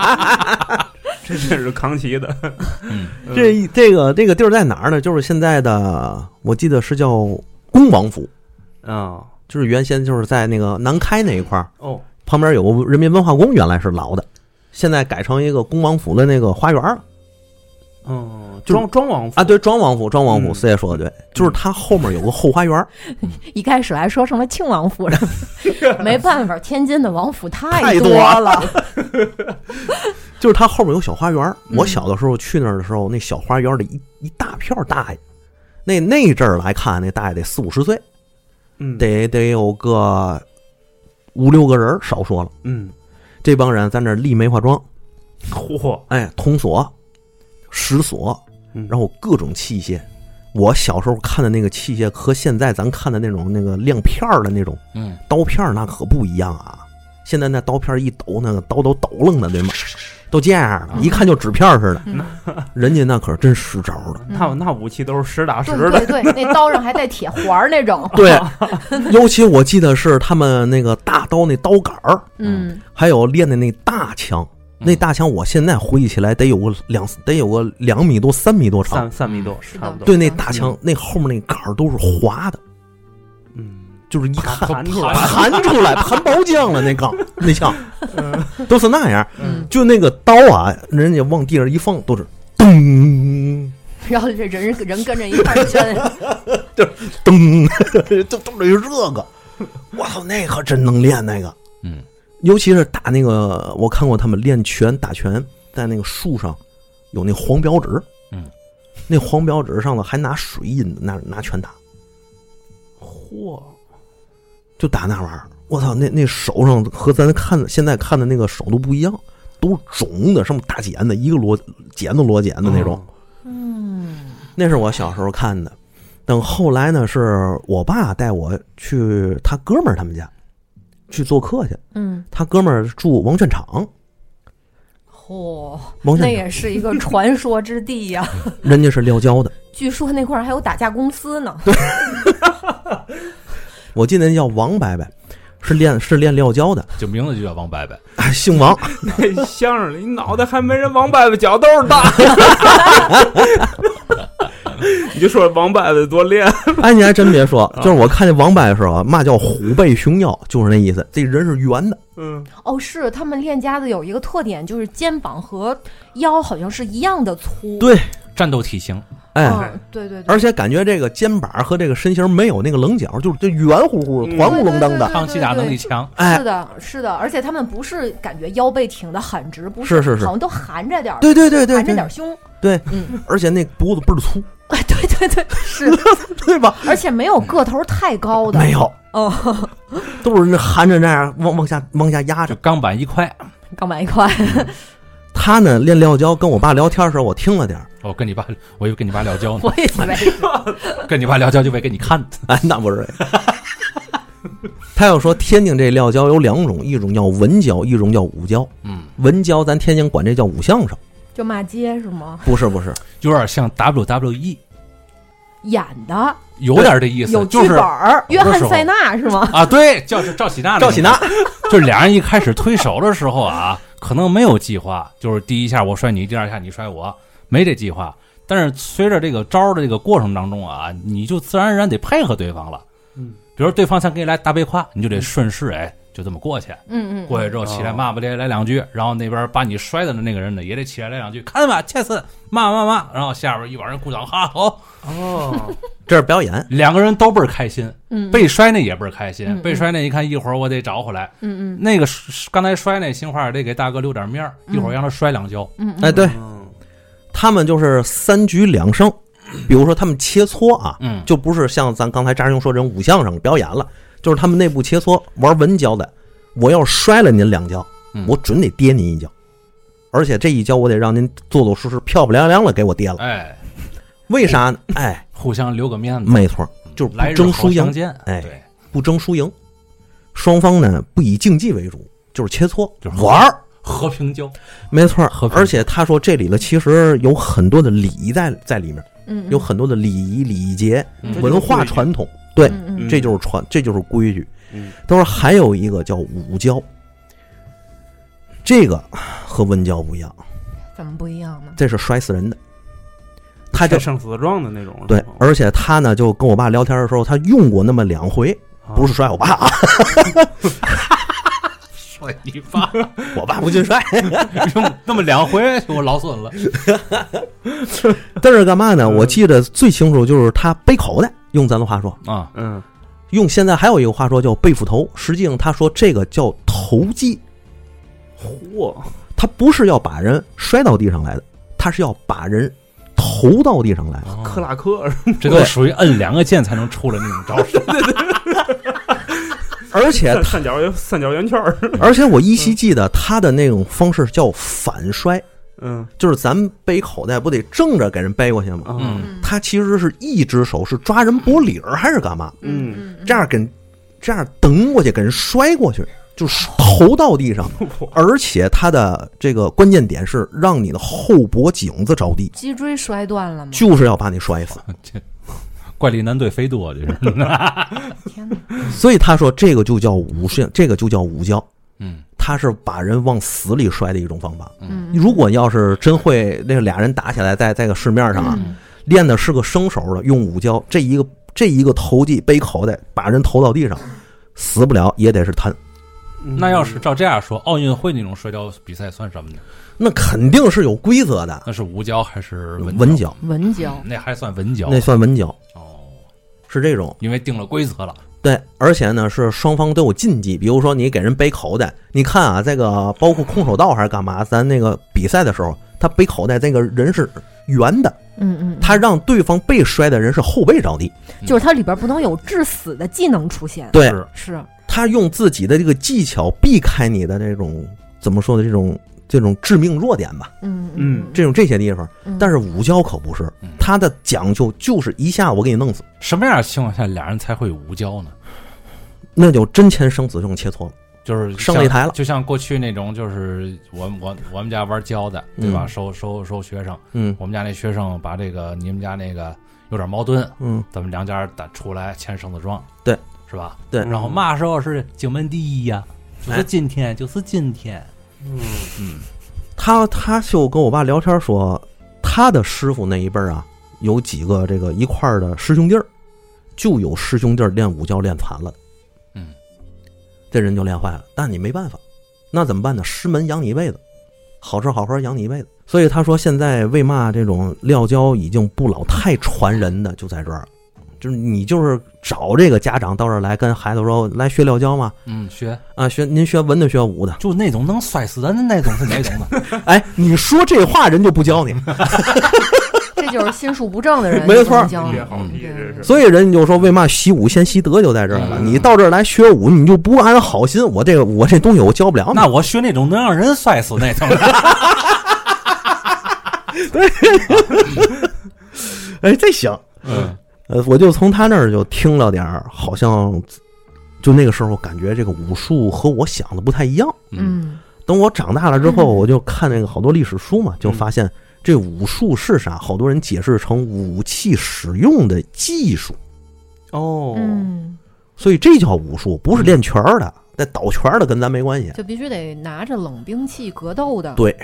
[SPEAKER 4] 这真是扛旗的。 嗯
[SPEAKER 3] 这这个这个地儿在哪儿呢？就是现在的，我记得是叫恭王府，
[SPEAKER 4] 啊
[SPEAKER 3] 就是原先就是在那个南开那一块儿，
[SPEAKER 4] 哦，
[SPEAKER 3] 旁边有个人民文化宫，原来是老的，现在改成一个恭王府的那个花园了
[SPEAKER 4] 嗯，
[SPEAKER 3] 就
[SPEAKER 4] 庄庄王府
[SPEAKER 3] 啊。对，庄王府，庄王府，
[SPEAKER 4] 嗯
[SPEAKER 3] 四爷说的对，就是它后面有个后花园，
[SPEAKER 2] 一开始还说成了庆王府了， 没办法，天津的王府
[SPEAKER 3] 太
[SPEAKER 2] 太
[SPEAKER 3] 多
[SPEAKER 2] 了。
[SPEAKER 3] 就是它后面有小花园。
[SPEAKER 2] 嗯
[SPEAKER 3] 我小的时候去那儿的时候，那小花园里一一大票大爷，那那阵儿来看，那大爷得四五十岁，
[SPEAKER 4] 嗯
[SPEAKER 3] 得得有个五六个人儿，少说了。
[SPEAKER 4] 嗯，
[SPEAKER 3] 这帮人在那儿立梅花桩，
[SPEAKER 4] 嚯，
[SPEAKER 3] 哎，铜锁、石锁，
[SPEAKER 4] 然
[SPEAKER 3] 然后各种器械。我小时候看的那个器械和现在咱看的那种那个亮片儿的那种
[SPEAKER 1] 嗯，
[SPEAKER 3] 刀片儿那可不一样啊！现在那刀片儿一抖，那个刀都抖楞的，对吗？都这样了，一看就纸片儿似
[SPEAKER 2] 嗯
[SPEAKER 3] 的。 人家那可真实招 的，
[SPEAKER 4] 那那武器都是实打实
[SPEAKER 2] 对
[SPEAKER 4] 的，
[SPEAKER 2] 对对，那刀上还带铁环儿那种。
[SPEAKER 3] 对。尤其我记得是他们那个大刀那刀杆儿，
[SPEAKER 2] 嗯。
[SPEAKER 3] 还有练的那大枪，
[SPEAKER 4] 嗯
[SPEAKER 3] 那大枪我现在回忆起来得有个两得有个两米多三米多长，
[SPEAKER 4] 三三米多
[SPEAKER 2] 嗯是的
[SPEAKER 4] 差不多。
[SPEAKER 3] 对，那大枪那后面那杆儿都是滑的，
[SPEAKER 4] 嗯，
[SPEAKER 3] 就是一看
[SPEAKER 4] 弹出来，
[SPEAKER 3] 弹出来盘包浆了那杠那枪，都是那样。
[SPEAKER 2] 嗯，
[SPEAKER 3] 就那个刀啊，人家往地上一放都是咚
[SPEAKER 2] 然后这人人跟着一块儿震，
[SPEAKER 3] 咚， 就这么一这 个，我操，那可真能练那个。
[SPEAKER 1] 嗯，
[SPEAKER 3] 尤其是打那个，我看过他们练拳打拳，在那个树上有那黄标纸，
[SPEAKER 1] 嗯，
[SPEAKER 3] 那黄标纸上头还拿水印子，拿拿拳打，
[SPEAKER 4] 嚯，
[SPEAKER 3] 就打那玩意儿。我操，那那手上和咱看现在看的那个手都不一样，都是肿的，上面大茧子，一个螺茧子螺茧子那种。
[SPEAKER 2] 嗯
[SPEAKER 3] 那是我小时候看的。等后来呢，是我爸带我去他哥们儿他们家去做客去。
[SPEAKER 2] 嗯，
[SPEAKER 3] 他哥们儿住王劝场，
[SPEAKER 2] 嚯，那
[SPEAKER 3] 王劝场
[SPEAKER 2] 也是一个传说之地呀、
[SPEAKER 3] 人家是撂跤的，
[SPEAKER 2] 据说那块儿还有打架公司呢。
[SPEAKER 3] 我记得那叫王伯伯，是练是练撂跤的，
[SPEAKER 1] 就名字就叫王伯伯。
[SPEAKER 3] 哎姓王，
[SPEAKER 4] 那相声里脑袋还没人王伯伯脚豆儿大， 你就说王伯伯多练，
[SPEAKER 3] 哎，你还真别说，就是我看见王八的时候啊，嘛叫虎背熊腰，就是那意思，这人是圆的，
[SPEAKER 4] 嗯，
[SPEAKER 2] 哦，是他们练家子有一个特点，就是肩膀和腰好像是一样的粗。
[SPEAKER 3] 对，
[SPEAKER 1] 战斗体型，
[SPEAKER 3] 哎，
[SPEAKER 2] 嗯对对对，
[SPEAKER 3] 而且感觉这个肩膀和这个身形没有那个棱角，就是这圆乎乎、
[SPEAKER 4] 嗯
[SPEAKER 3] 团乎隆
[SPEAKER 2] 对
[SPEAKER 3] 登
[SPEAKER 2] 对
[SPEAKER 3] 的，
[SPEAKER 1] 抗击打能力强，
[SPEAKER 3] 哎
[SPEAKER 2] 是，的，是的，而且他们不是感觉腰背挺得很直，不
[SPEAKER 3] 是是是
[SPEAKER 2] 好像都含着点儿，
[SPEAKER 3] 对哎对对对
[SPEAKER 2] 含着点
[SPEAKER 3] 对
[SPEAKER 2] 儿胸。
[SPEAKER 3] 对
[SPEAKER 2] 嗯，
[SPEAKER 3] 而且那脖子倍儿粗，
[SPEAKER 2] 对对对，是，
[SPEAKER 3] 对吧？
[SPEAKER 2] 而且没有个头太高的，
[SPEAKER 3] 没有，
[SPEAKER 2] 哦，
[SPEAKER 3] 都是那含着那样往往下往下压
[SPEAKER 1] 就
[SPEAKER 3] 着。
[SPEAKER 1] 钢板一 块。
[SPEAKER 2] 刚买一块，
[SPEAKER 3] 他呢练撂跤，跟我爸聊天的时候，我听了点儿，
[SPEAKER 1] 我跟你爸，我以为跟你爸聊交呢
[SPEAKER 2] 我，也以为
[SPEAKER 1] 跟你爸聊交就为给你看的。
[SPEAKER 3] 哎， 那不是。他要说天津这撂跤有两种，一种叫文跤，一种叫武跤。
[SPEAKER 1] 嗯，
[SPEAKER 3] 文跤咱天津管这叫武相声，
[SPEAKER 2] 就骂街是吗？
[SPEAKER 3] 不是不是，
[SPEAKER 1] 有点像 WWE，
[SPEAKER 2] 演的
[SPEAKER 1] 有点这意思
[SPEAKER 2] 有，剧
[SPEAKER 1] 就是
[SPEAKER 2] 本儿，
[SPEAKER 1] 有
[SPEAKER 2] 约
[SPEAKER 1] 的
[SPEAKER 2] 翰
[SPEAKER 1] 时候
[SPEAKER 2] 塞纳是吗？
[SPEAKER 1] 啊，对，就是赵喜娜那个，
[SPEAKER 3] 赵喜娜
[SPEAKER 1] 就是俩人一开始推手的时候啊，可能没有计划，就是第一下我摔你，第二下你摔我，没这计划。但是随着这个招儿的这个过程当中啊，你就自然而然得配合对方了。
[SPEAKER 4] 嗯，
[SPEAKER 1] 比如对方想给你来大背胯，你就得顺势哎，就这么过去。
[SPEAKER 2] 嗯嗯，
[SPEAKER 1] 过去之后起来
[SPEAKER 4] 哦
[SPEAKER 1] 骂不咧咧来两句，然后那边把你摔的那个人呢也得起来来两句，看吧，这次骂骂骂，然后下边一帮人鼓掌，哈好，
[SPEAKER 4] 哦，
[SPEAKER 3] 这是表演，
[SPEAKER 1] 两个人都倍儿开心，
[SPEAKER 2] 嗯，
[SPEAKER 1] 被摔那也倍儿开心，
[SPEAKER 2] 嗯
[SPEAKER 1] 被摔那一看一会儿我得找回来，
[SPEAKER 2] 嗯嗯
[SPEAKER 1] 那个是刚才摔那新花儿得给大哥留点面儿，一会儿让他摔两跤，
[SPEAKER 2] 嗯，嗯
[SPEAKER 3] 哎，，对，
[SPEAKER 4] 嗯
[SPEAKER 3] 他们就是三局两胜，比如说他们切磋啊，
[SPEAKER 1] 嗯，
[SPEAKER 3] 就不是像咱刚才扎兄说这种武相声表演了，就是他们内部切磋玩文跤的，我要摔了您两跤
[SPEAKER 1] 嗯，
[SPEAKER 3] 我准得跌您一跤，而且这一跤我得让您做做实实、漂漂亮亮的给我跌了，
[SPEAKER 1] 哎，
[SPEAKER 3] 为啥呢？哎，
[SPEAKER 1] 互相留个面子，
[SPEAKER 3] 没错，就是
[SPEAKER 1] 来
[SPEAKER 3] 不
[SPEAKER 1] 日
[SPEAKER 3] 争
[SPEAKER 1] 好
[SPEAKER 3] 输
[SPEAKER 1] 相
[SPEAKER 3] 赢，
[SPEAKER 1] 见，
[SPEAKER 3] 哎
[SPEAKER 1] 对，
[SPEAKER 3] 不争输赢，双方呢不以竞技为主，就是切磋
[SPEAKER 1] 就是
[SPEAKER 3] 玩儿，
[SPEAKER 1] 和平交，
[SPEAKER 3] 没错
[SPEAKER 1] 和。平
[SPEAKER 3] 而且他说这里了，其实有很多的礼仪在在里面，
[SPEAKER 2] 嗯嗯
[SPEAKER 3] 有很多的礼仪、礼节、
[SPEAKER 1] 嗯
[SPEAKER 4] 这就
[SPEAKER 3] 文
[SPEAKER 4] 是
[SPEAKER 3] 化
[SPEAKER 4] 规矩
[SPEAKER 3] 传统，对，
[SPEAKER 2] 嗯嗯
[SPEAKER 4] 嗯
[SPEAKER 3] 这就是传，这就是规矩。
[SPEAKER 4] 嗯，
[SPEAKER 3] 他说还有一个叫武教，这个和文教不一样，
[SPEAKER 2] 怎么不一样呢？
[SPEAKER 3] 这是摔死人的。他就
[SPEAKER 4] 这生死状的那哦种，
[SPEAKER 3] 对，而且他呢，就跟我爸聊天的时候，他用过那么两回，不是摔我爸 啊，
[SPEAKER 1] 摔你爸，
[SPEAKER 3] 我爸不禁 摔，
[SPEAKER 1] 那么两回我劳损了，
[SPEAKER 3] 但是干嘛呢？
[SPEAKER 4] 嗯
[SPEAKER 3] 我记得最清楚就是他背口袋，用咱的话说，
[SPEAKER 1] 啊，
[SPEAKER 4] 嗯，
[SPEAKER 3] 用现在还有一个话说叫背斧头，实际上他说这个叫投击，
[SPEAKER 4] 嚯，
[SPEAKER 3] 他不是要把人摔到地上来的，他是要把人投到地上来的。
[SPEAKER 1] 嗯
[SPEAKER 4] 克拉克，
[SPEAKER 1] 这都属于摁两个键才能出来那种招式，
[SPEAKER 3] 而且
[SPEAKER 4] 三三角圆三角圆圈儿，
[SPEAKER 3] 而且我依稀记得他的那种方式叫反摔，
[SPEAKER 4] 嗯
[SPEAKER 3] 就是咱们背口袋不得正着给人背过去吗？
[SPEAKER 4] 啊
[SPEAKER 1] 嗯，
[SPEAKER 3] 他其实是一只手是抓人脖领儿还是干嘛？
[SPEAKER 4] 嗯，
[SPEAKER 3] 这样给人这样蹬过去，给人摔过去，就是头到地
[SPEAKER 4] 哦
[SPEAKER 3] 上。而且他的这个关键点是让你的后脖颈子着地，
[SPEAKER 2] 脊椎摔断了吗？
[SPEAKER 3] 就是要把你摔死。
[SPEAKER 1] 这怪力男对飞多这是，
[SPEAKER 2] 天哪！
[SPEAKER 3] 所以他说这个就叫武训，这个就叫武教，
[SPEAKER 1] 嗯
[SPEAKER 3] 他是把人往死里摔的一种方法。
[SPEAKER 2] 嗯，
[SPEAKER 3] 如果要是真会那俩人打起来，在在个市面上啊，
[SPEAKER 2] 嗯
[SPEAKER 3] 练的是个生手的，用武交这一个这一个投技背口袋，把人投到地
[SPEAKER 2] 嗯
[SPEAKER 3] 上，死不了也得是瘫。
[SPEAKER 1] 嗯那要是照这样说，奥运会那种摔跤比赛算什么呢？
[SPEAKER 3] 那肯定是有规则的，
[SPEAKER 1] 那是无跤还是
[SPEAKER 3] 文
[SPEAKER 1] 文
[SPEAKER 3] 脚
[SPEAKER 2] 文交，
[SPEAKER 1] 那还算文跤
[SPEAKER 3] 那算文脚，
[SPEAKER 1] 哦，
[SPEAKER 3] 是这种。
[SPEAKER 1] 因为定了规则了，
[SPEAKER 3] 对，而且呢是双方都有禁忌，比如说你给人背口袋，你看啊，这个包括空手道还是干嘛，咱那个比赛的时候，他背口袋这个人是圆的，
[SPEAKER 2] 嗯嗯，
[SPEAKER 3] 他让对方被摔的人是后背着地，
[SPEAKER 2] 就是它里边不能有致死的技能出现，
[SPEAKER 3] 对，
[SPEAKER 1] 是
[SPEAKER 2] 是，
[SPEAKER 3] 他用自己的这个技巧避开你的这种怎么说的这种这种致命弱点吧，
[SPEAKER 2] 嗯
[SPEAKER 4] 嗯
[SPEAKER 3] 这种这些地方。
[SPEAKER 2] 嗯
[SPEAKER 3] 但是武交可不是
[SPEAKER 1] 嗯，
[SPEAKER 3] 他的讲究就是一下我给你弄死，
[SPEAKER 1] 什么样的情况下俩人才会无交呢？
[SPEAKER 3] 那就真前生死这种切磋了。
[SPEAKER 1] 就是
[SPEAKER 3] 上
[SPEAKER 1] 像
[SPEAKER 3] 擂台了
[SPEAKER 1] 就像过去那种，就是我我我们家玩教的，对吧？
[SPEAKER 3] 嗯
[SPEAKER 1] 收收收学生，
[SPEAKER 3] 嗯
[SPEAKER 1] 我们家那学生把这个你们家那个有点矛盾，
[SPEAKER 3] 嗯，
[SPEAKER 1] 咱们两家打出来签生死状，
[SPEAKER 3] 对，
[SPEAKER 1] 是吧？
[SPEAKER 3] 对
[SPEAKER 1] 然后嘛时候是荆门第一呀，就是
[SPEAKER 3] 哎
[SPEAKER 1] 今天，就是今天。
[SPEAKER 4] 嗯
[SPEAKER 1] 嗯，
[SPEAKER 3] 他他就跟我爸聊天说，他的师傅那一辈儿啊，有几个这个一块儿的师兄弟儿，就有师兄弟儿练武教练残了，
[SPEAKER 1] 嗯，
[SPEAKER 3] 这人就练坏了。但你没办法，那怎么办呢？师门养你一辈子，好吃好喝养你一辈子。所以他说，现在为嘛这种撂跤已经不老太传人的，就在这儿，就是你就是找这个家长到这儿来跟孩子说来学撂跤嘛，
[SPEAKER 1] 嗯，学
[SPEAKER 3] 啊，学您学文的学武的，
[SPEAKER 1] 就那种能摔死人的那种是哪种呢？
[SPEAKER 3] 哎，你说这话人就不教你。
[SPEAKER 2] 这就是心术不正的人，
[SPEAKER 3] 没错
[SPEAKER 2] 这么教
[SPEAKER 5] 别
[SPEAKER 2] 的
[SPEAKER 5] 好地，这是。
[SPEAKER 3] 所以人家就说，为嘛习武先习德就在这儿了？
[SPEAKER 1] 嗯
[SPEAKER 3] 你到这儿来学武，你就不安好心，我这个我这东西我教不了你。
[SPEAKER 1] 那我学那种能让人摔死 那种的。
[SPEAKER 3] 哎，这行，
[SPEAKER 1] 嗯
[SPEAKER 3] 呃，我就从他那儿就听了点儿，好像就那个时候感觉这个武术和我想的不太一样。
[SPEAKER 1] 嗯
[SPEAKER 2] 嗯
[SPEAKER 3] 等我长大了之后，
[SPEAKER 2] 嗯
[SPEAKER 3] 我就看那个好多历史书嘛，
[SPEAKER 1] 嗯
[SPEAKER 3] 就发现这武术是啥，好多人解释成武器使用的技术，
[SPEAKER 4] 哦，
[SPEAKER 2] 嗯，
[SPEAKER 3] 所以这叫武术，不是练拳儿的，那倒拳儿的跟咱没关系。
[SPEAKER 2] 就必须得拿着冷兵器格斗的。
[SPEAKER 3] 对，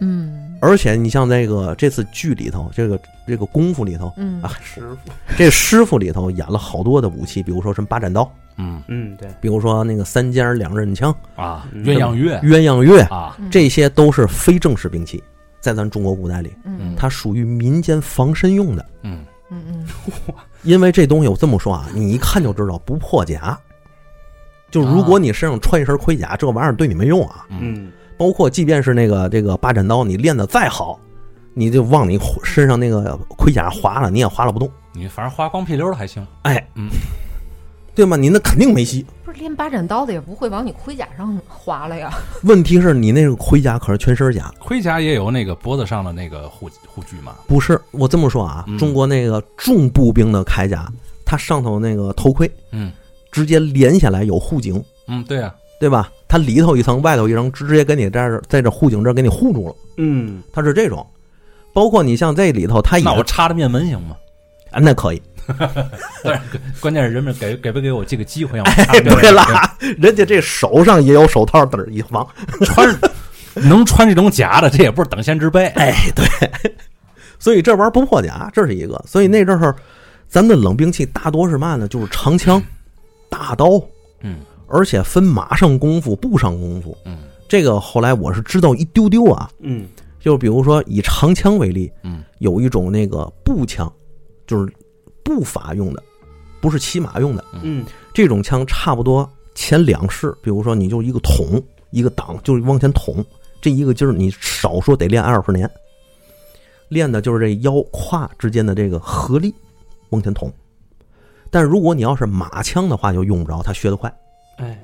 [SPEAKER 2] 嗯
[SPEAKER 3] 而且你像那个这次剧里头，这个这个功夫里头，
[SPEAKER 2] 嗯
[SPEAKER 3] 啊
[SPEAKER 5] 师傅，
[SPEAKER 3] 这师傅里头演了好多的武器，比如说什么八斩刀，
[SPEAKER 1] 嗯
[SPEAKER 4] 嗯，对，
[SPEAKER 3] 比如说那个三尖儿两刃枪、
[SPEAKER 1] 啊，
[SPEAKER 4] 嗯
[SPEAKER 1] 鸳鸯月
[SPEAKER 3] 鸳鸯钺，
[SPEAKER 1] 啊，
[SPEAKER 2] 嗯
[SPEAKER 3] 这些都是非正式兵器，在咱中国古代里，
[SPEAKER 2] 嗯
[SPEAKER 3] 它属于民间防身用的。
[SPEAKER 1] 嗯
[SPEAKER 2] 嗯嗯
[SPEAKER 3] 因为这东西我这么说啊，你一看就知道不破甲。就如果你身上穿一身盔甲，这玩意儿对你没用啊。
[SPEAKER 1] 嗯
[SPEAKER 4] 嗯，
[SPEAKER 3] 包括即便是那个这个八斩刀，你练的再好，你就往你身上那个盔甲划了，你也划拉不动，
[SPEAKER 1] 你反正花光屁溜的还行。
[SPEAKER 3] 哎，
[SPEAKER 1] 嗯，
[SPEAKER 3] 对吗？你那肯定没戏。
[SPEAKER 2] 嗯，不是练八斩刀的也不会往你盔甲上划了呀。
[SPEAKER 3] 问题是你那个盔甲可是全身甲，
[SPEAKER 1] 盔甲也有那个脖子上的那个护护具嘛。
[SPEAKER 3] 不是我这么说啊
[SPEAKER 1] 嗯，
[SPEAKER 3] 中国那个重步兵的铠甲，它上头那个头盔
[SPEAKER 1] 嗯
[SPEAKER 3] 直接连下来有护颈，
[SPEAKER 1] 嗯，对啊，
[SPEAKER 3] 对吧？它里头一层，外头一层，直接给你在这在这护颈这儿给你护住了，
[SPEAKER 4] 嗯，
[SPEAKER 3] 它是这种。包括你像这里头，它也
[SPEAKER 1] 哎那我插着面门行吗？
[SPEAKER 3] 啊那可以，
[SPEAKER 1] 关键是人们给给不给我这个机会 让我插着面门？
[SPEAKER 3] 对了， 人家这手上也有手套，嘚儿一防，
[SPEAKER 1] 穿能穿这种假的，这也不是等闲之辈。哎，
[SPEAKER 3] 所以这玩意儿不破甲，这是一个。所以那阵儿，咱们的冷兵器大多是嘛呢？就是长枪、大刀，
[SPEAKER 1] 嗯
[SPEAKER 3] 而且分马上功夫、步上功夫。
[SPEAKER 1] 嗯
[SPEAKER 3] 这个后来我是知道一丢丢啊，
[SPEAKER 4] 嗯，
[SPEAKER 3] 就比如说以长枪为例，
[SPEAKER 1] 嗯
[SPEAKER 3] 有一种那个步枪，就是步法用的，不是骑马用的。
[SPEAKER 4] 嗯，
[SPEAKER 3] 这种枪差不多前两式，比如说你就一个捅一个挡，就是往前捅，这一个劲儿你少说得练二十年，练的就是这腰胯之间的这个合力往前捅。但如果你要是马枪的话，就用不着，它学得快，
[SPEAKER 4] 哎，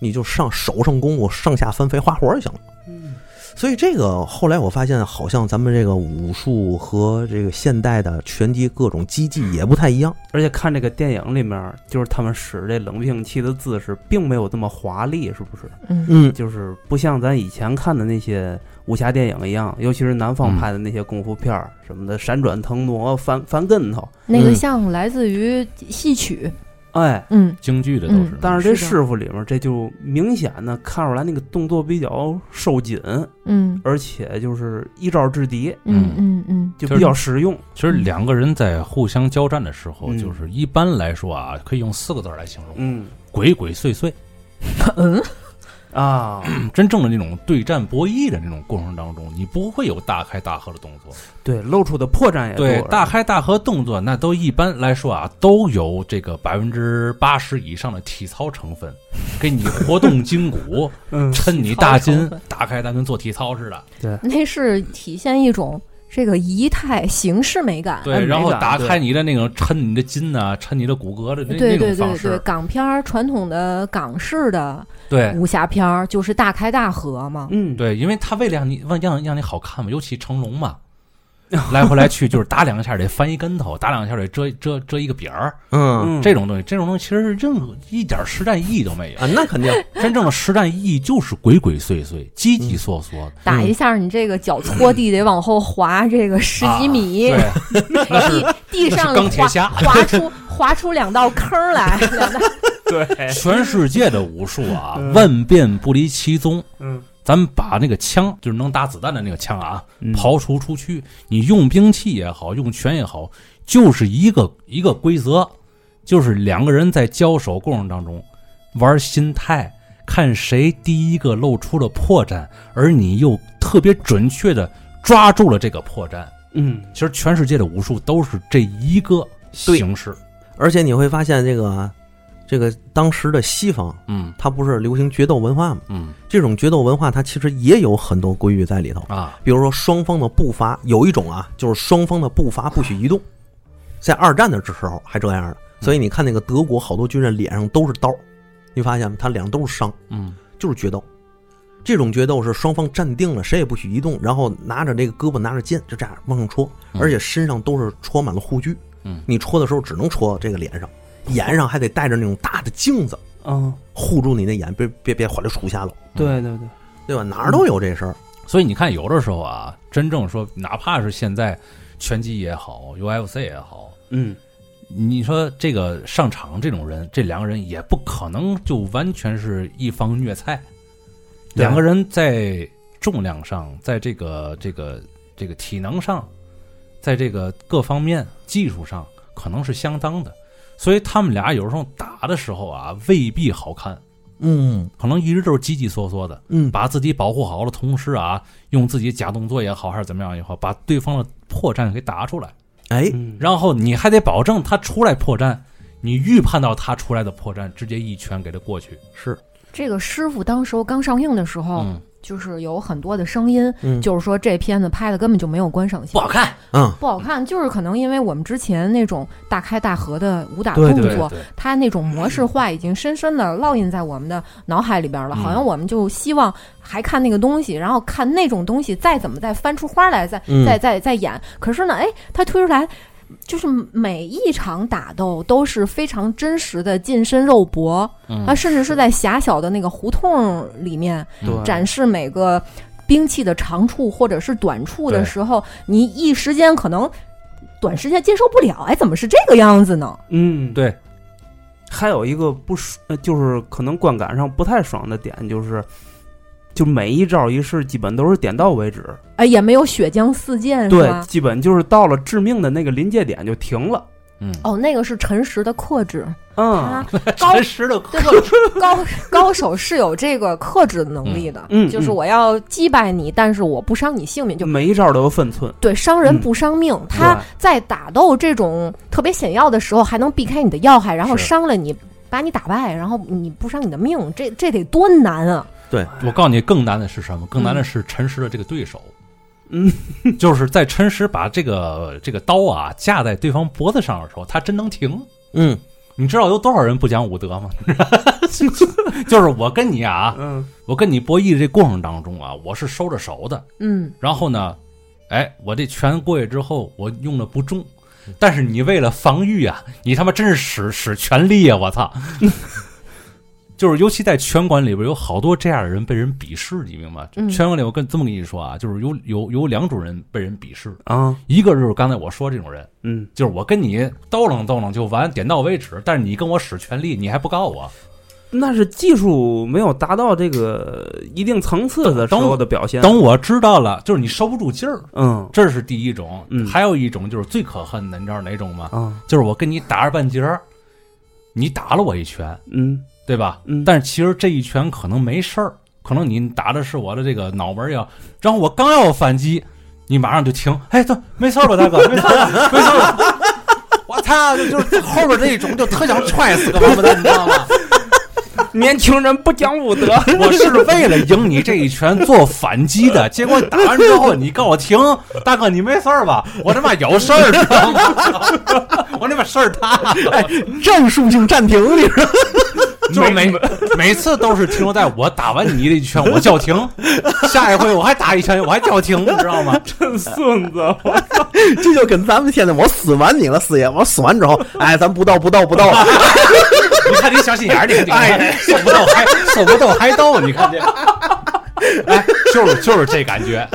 [SPEAKER 3] 你就上手上功夫，上下翻飞花活就行了。
[SPEAKER 4] 嗯，
[SPEAKER 3] 所以这个后来我发现，好像咱们这个武术和这个现代的拳击各种击技也不太一样。
[SPEAKER 4] 而且看这个电影里面，就是他们使这冷兵器的姿势，并没有这么华丽，是不是？
[SPEAKER 2] 嗯
[SPEAKER 3] 嗯，
[SPEAKER 4] 就是不像咱以前看的那些武侠电影一样，尤其是南方拍的那些功夫片儿、什么的，闪转腾挪、翻翻跟头，
[SPEAKER 2] 那个
[SPEAKER 3] 嗯
[SPEAKER 2] 像来自于戏曲，
[SPEAKER 4] 哎。
[SPEAKER 2] 嗯
[SPEAKER 1] 京剧的都是。
[SPEAKER 4] 但是这
[SPEAKER 2] 是的
[SPEAKER 4] 师傅里面，这就明显的看出来那个动作比较收紧，
[SPEAKER 2] 嗯
[SPEAKER 4] 而且就是一招制敌，
[SPEAKER 2] 嗯嗯嗯
[SPEAKER 4] 就
[SPEAKER 1] 就是
[SPEAKER 4] 比较实用。
[SPEAKER 1] 其实两个人在互相交战的时候，
[SPEAKER 4] 嗯
[SPEAKER 1] 就是一般来说啊，可以用四个字儿来形容：
[SPEAKER 4] 嗯
[SPEAKER 1] 鬼鬼祟祟。
[SPEAKER 2] 嗯，
[SPEAKER 4] 啊，
[SPEAKER 1] 真正的那种对战博弈的那种过程当中，你不会有大开大合的动作。
[SPEAKER 4] 对，露出的破绽也多
[SPEAKER 1] 对
[SPEAKER 4] 了。，
[SPEAKER 1] 大开大合动作，那都一般来说啊，都有这个百分之八十以上的体操成分，给你活动筋骨，
[SPEAKER 4] 嗯，
[SPEAKER 1] 趁你大
[SPEAKER 2] 体操
[SPEAKER 1] 筋
[SPEAKER 2] 成分
[SPEAKER 1] 大开大跟做体操似的。
[SPEAKER 2] 那是体现一种这个仪态形式美感。
[SPEAKER 1] 对，
[SPEAKER 4] 哎
[SPEAKER 1] 然后
[SPEAKER 4] 没感
[SPEAKER 1] 打
[SPEAKER 4] 对
[SPEAKER 1] 开你的那种抻你的筋呐、抻你的骨骼的那
[SPEAKER 2] 对
[SPEAKER 1] 那种
[SPEAKER 2] 对对
[SPEAKER 1] 方
[SPEAKER 2] 对，
[SPEAKER 1] 式。
[SPEAKER 2] 港片儿传统的港式的
[SPEAKER 1] 对
[SPEAKER 2] 武侠片儿就是大开大合嘛。
[SPEAKER 4] 嗯，
[SPEAKER 1] 对，因为他为了让你让让让你好看嘛，尤其成龙嘛。来回来去就是打两下得翻一跟头，打两下得遮遮遮一个饼儿，
[SPEAKER 3] 嗯
[SPEAKER 4] 嗯，
[SPEAKER 1] 这种东西，这种东西其实是任何一点实战意义都没有。
[SPEAKER 3] 啊，那 肯定。
[SPEAKER 1] 真正的实战意义就是鬼鬼祟祟、鸡鸡嗦嗦的。
[SPEAKER 2] 打一下，你这个脚搓地得往后滑这个十几米，
[SPEAKER 1] 啊对，那是
[SPEAKER 2] 地地上
[SPEAKER 1] 那是钢铁
[SPEAKER 2] 滑
[SPEAKER 1] 侠
[SPEAKER 2] 滑出划出两道坑儿来， 两道
[SPEAKER 4] 对，
[SPEAKER 1] 全世界的武术啊，万变不离其宗。
[SPEAKER 4] 嗯，
[SPEAKER 1] 咱们把那个枪，就是能打子弹的那个枪啊，
[SPEAKER 4] 嗯
[SPEAKER 1] 刨除出去。你用兵器也好，用拳也好，就是一个一个规则，就是两个人在交手过程当中玩心态，看谁第一个露出了破绽，而你又特别准确的抓住了这个破绽。
[SPEAKER 4] 嗯，
[SPEAKER 1] 其实全世界的武术都是这一个
[SPEAKER 4] 对
[SPEAKER 1] 形式。
[SPEAKER 3] 而且你会发现，这个这个当时的西方，
[SPEAKER 1] 嗯
[SPEAKER 3] 它不是流行决斗文化吗？
[SPEAKER 1] 嗯
[SPEAKER 3] 这种决斗文化，它其实也有很多规矩在里头。
[SPEAKER 1] 啊，
[SPEAKER 3] 比如说双方的步伐，有一种啊，就是双方的步伐不许移动，在二战的时候还这样呢。所以你看那个德国好多军人脸上都是刀，你发现吗？他脸上都是伤，
[SPEAKER 1] 嗯
[SPEAKER 3] 就是决斗。这种决斗是双方站定了，谁也不许移动，然后拿着这个胳膊拿着剑就这样往上戳，
[SPEAKER 1] 嗯
[SPEAKER 3] 而且身上都是戳满了护具。
[SPEAKER 1] 嗯
[SPEAKER 3] 你戳的时候只能戳这个脸上，眼上还得带着那种大的镜子
[SPEAKER 4] 啊，
[SPEAKER 3] 护住你的眼，别别别划溜杵瞎了，
[SPEAKER 4] 对对对，
[SPEAKER 3] 对吧？哪儿都有这事儿。
[SPEAKER 1] 所以你看，有的时候啊，真正说，哪怕是现在拳击也好，UFC 也好，
[SPEAKER 4] 嗯，
[SPEAKER 1] 你说这个上场这种人，这两个人也不可能就完全是一方虐菜，
[SPEAKER 4] 对
[SPEAKER 1] 两个人在重量上，在这个这个这个体能上，在这个各方面技术上，可能是相当的，所以他们俩有时候打的时候啊，未必好看，
[SPEAKER 3] 嗯
[SPEAKER 1] 可能一直都是叽叽嗦嗦的。
[SPEAKER 3] 嗯，
[SPEAKER 1] 把自己保护好了，同时啊，用自己假动作也好，还是怎么样也好，把对方的破绽给打出来。
[SPEAKER 3] 哎，
[SPEAKER 4] 嗯
[SPEAKER 1] 然后你还得保证他出来破绽，你预判到他出来的破绽，直接一拳给他过去。
[SPEAKER 3] 是，
[SPEAKER 2] 这个师傅当时候刚上映的时候，
[SPEAKER 1] 嗯，
[SPEAKER 2] 就是有很多的声音，
[SPEAKER 3] 嗯
[SPEAKER 2] 就是说这片子拍的根本就没有观赏性，
[SPEAKER 1] 看。
[SPEAKER 3] 嗯，
[SPEAKER 2] 不好看，就是可能因为我们之前那种大开大合的武打动
[SPEAKER 4] 对
[SPEAKER 2] 作，
[SPEAKER 4] 对
[SPEAKER 1] 对对，
[SPEAKER 2] 它那种模式化已经深深的烙印在我们的脑海里边了，
[SPEAKER 1] 嗯
[SPEAKER 2] 好像我们就希望还看那个东西，然后看那种东西再怎么再翻出花来，再、
[SPEAKER 3] 嗯
[SPEAKER 2] 再再再演。可是呢，哎，它推出来。就是每一场打斗都是非常真实的近身肉搏，
[SPEAKER 1] 嗯
[SPEAKER 2] 啊，甚至是在狭小的那个胡同里面，
[SPEAKER 4] 对，
[SPEAKER 2] 展示每个兵器的长处或者是短处的
[SPEAKER 1] 对
[SPEAKER 2] 时候，你一时间可能短时间接受不了，哎，怎么是这个样子呢？
[SPEAKER 4] 嗯，
[SPEAKER 1] 对，
[SPEAKER 4] 还有一个不爽，呃就是可能观感上不太爽的点就是，就每一招一式基本都是点到为止，
[SPEAKER 2] 哎，也没有血浆四溅，是
[SPEAKER 4] 对，
[SPEAKER 2] 吧？
[SPEAKER 4] 基本就是到了致命的那个临界点就停了。
[SPEAKER 1] 嗯，
[SPEAKER 2] 哦，那个是陈实的克制，
[SPEAKER 4] 嗯
[SPEAKER 2] 他啊 高
[SPEAKER 1] 实的
[SPEAKER 2] 对不高高手是有这个克制能力的，
[SPEAKER 4] 嗯嗯
[SPEAKER 2] 就是我要击败你，但是我不伤你性命，就
[SPEAKER 4] 就每一招都有分寸，
[SPEAKER 2] 对伤人
[SPEAKER 4] 嗯
[SPEAKER 2] 不伤命。他在打斗这种特别险要的时候，还能避开你的要害，然后
[SPEAKER 1] 是
[SPEAKER 2] 伤了你，把你打败，然后你不伤你的命，这这得多难啊！
[SPEAKER 1] 我告诉你，更难的是什么？更难的是陈实的这个对手。
[SPEAKER 4] 嗯，
[SPEAKER 1] 就是在陈实把这个这个刀啊架在对方脖子上的时候，他真能停。
[SPEAKER 3] 嗯，
[SPEAKER 1] 你知道有多少人不讲武德吗？ 就是我跟你啊，
[SPEAKER 4] 嗯
[SPEAKER 1] 我跟你博弈这过程当中啊，我是收着手的，
[SPEAKER 2] 嗯，
[SPEAKER 1] 然后呢，哎，我这拳过去之后，我用的不重，但是你为了防御啊，你他妈真是使使全力啊！我操，就是尤其在拳馆里边有好多这样的人被人鄙视，你明白吗？
[SPEAKER 2] 嗯
[SPEAKER 1] 拳馆里我跟这么跟你说啊，就是有有有两种人被人鄙视，
[SPEAKER 4] 啊
[SPEAKER 1] 一个就是刚才我说这种人，
[SPEAKER 4] 嗯，
[SPEAKER 1] 就是我跟你叨楞叨楞就完，点到为止，但是你跟我使全力，你还不告我。
[SPEAKER 4] 那是技术没有达到这个一定层次的时候的表现。
[SPEAKER 1] 等我知道了，就是你收不住劲儿，
[SPEAKER 4] 嗯
[SPEAKER 1] 这是第一种。
[SPEAKER 4] 嗯
[SPEAKER 1] 还有一种就是最可恨的，你知道哪种吗？
[SPEAKER 4] 啊
[SPEAKER 1] 就是我跟你打着半截儿，你打了我一拳，
[SPEAKER 4] 嗯
[SPEAKER 1] 对吧？
[SPEAKER 4] 嗯，
[SPEAKER 1] 但是其实这一拳可能没事儿，可能你打的是我的这个脑门儿呀，然后我刚要反击，你马上就停，哎，对，没事儿吧，大哥，没事儿吧，没事儿吧。我操，就就是后边这一种就特想踹死个王八蛋，你知道吗？
[SPEAKER 4] 年轻人不讲武德。
[SPEAKER 1] 我是为了赢你这一拳做反击 的，结果打完之后你告我停，大哥你没事儿吧？我他妈有事儿，知道吗？ 我他妈事儿大了，
[SPEAKER 3] 哎战术性暂停，你说
[SPEAKER 1] 就是每每次都是停留在我打完你这一拳我叫停，下一回我还打一拳我还叫停，你知道吗？
[SPEAKER 4] 孙子，
[SPEAKER 3] 这就跟咱们现在我死完你了，四爷，我死完之后，哎，咱不斗不斗不斗，
[SPEAKER 1] 你看你小心眼儿，你看你看，哎手不动 还手不动还动，你看这。哎，就是就是这感觉，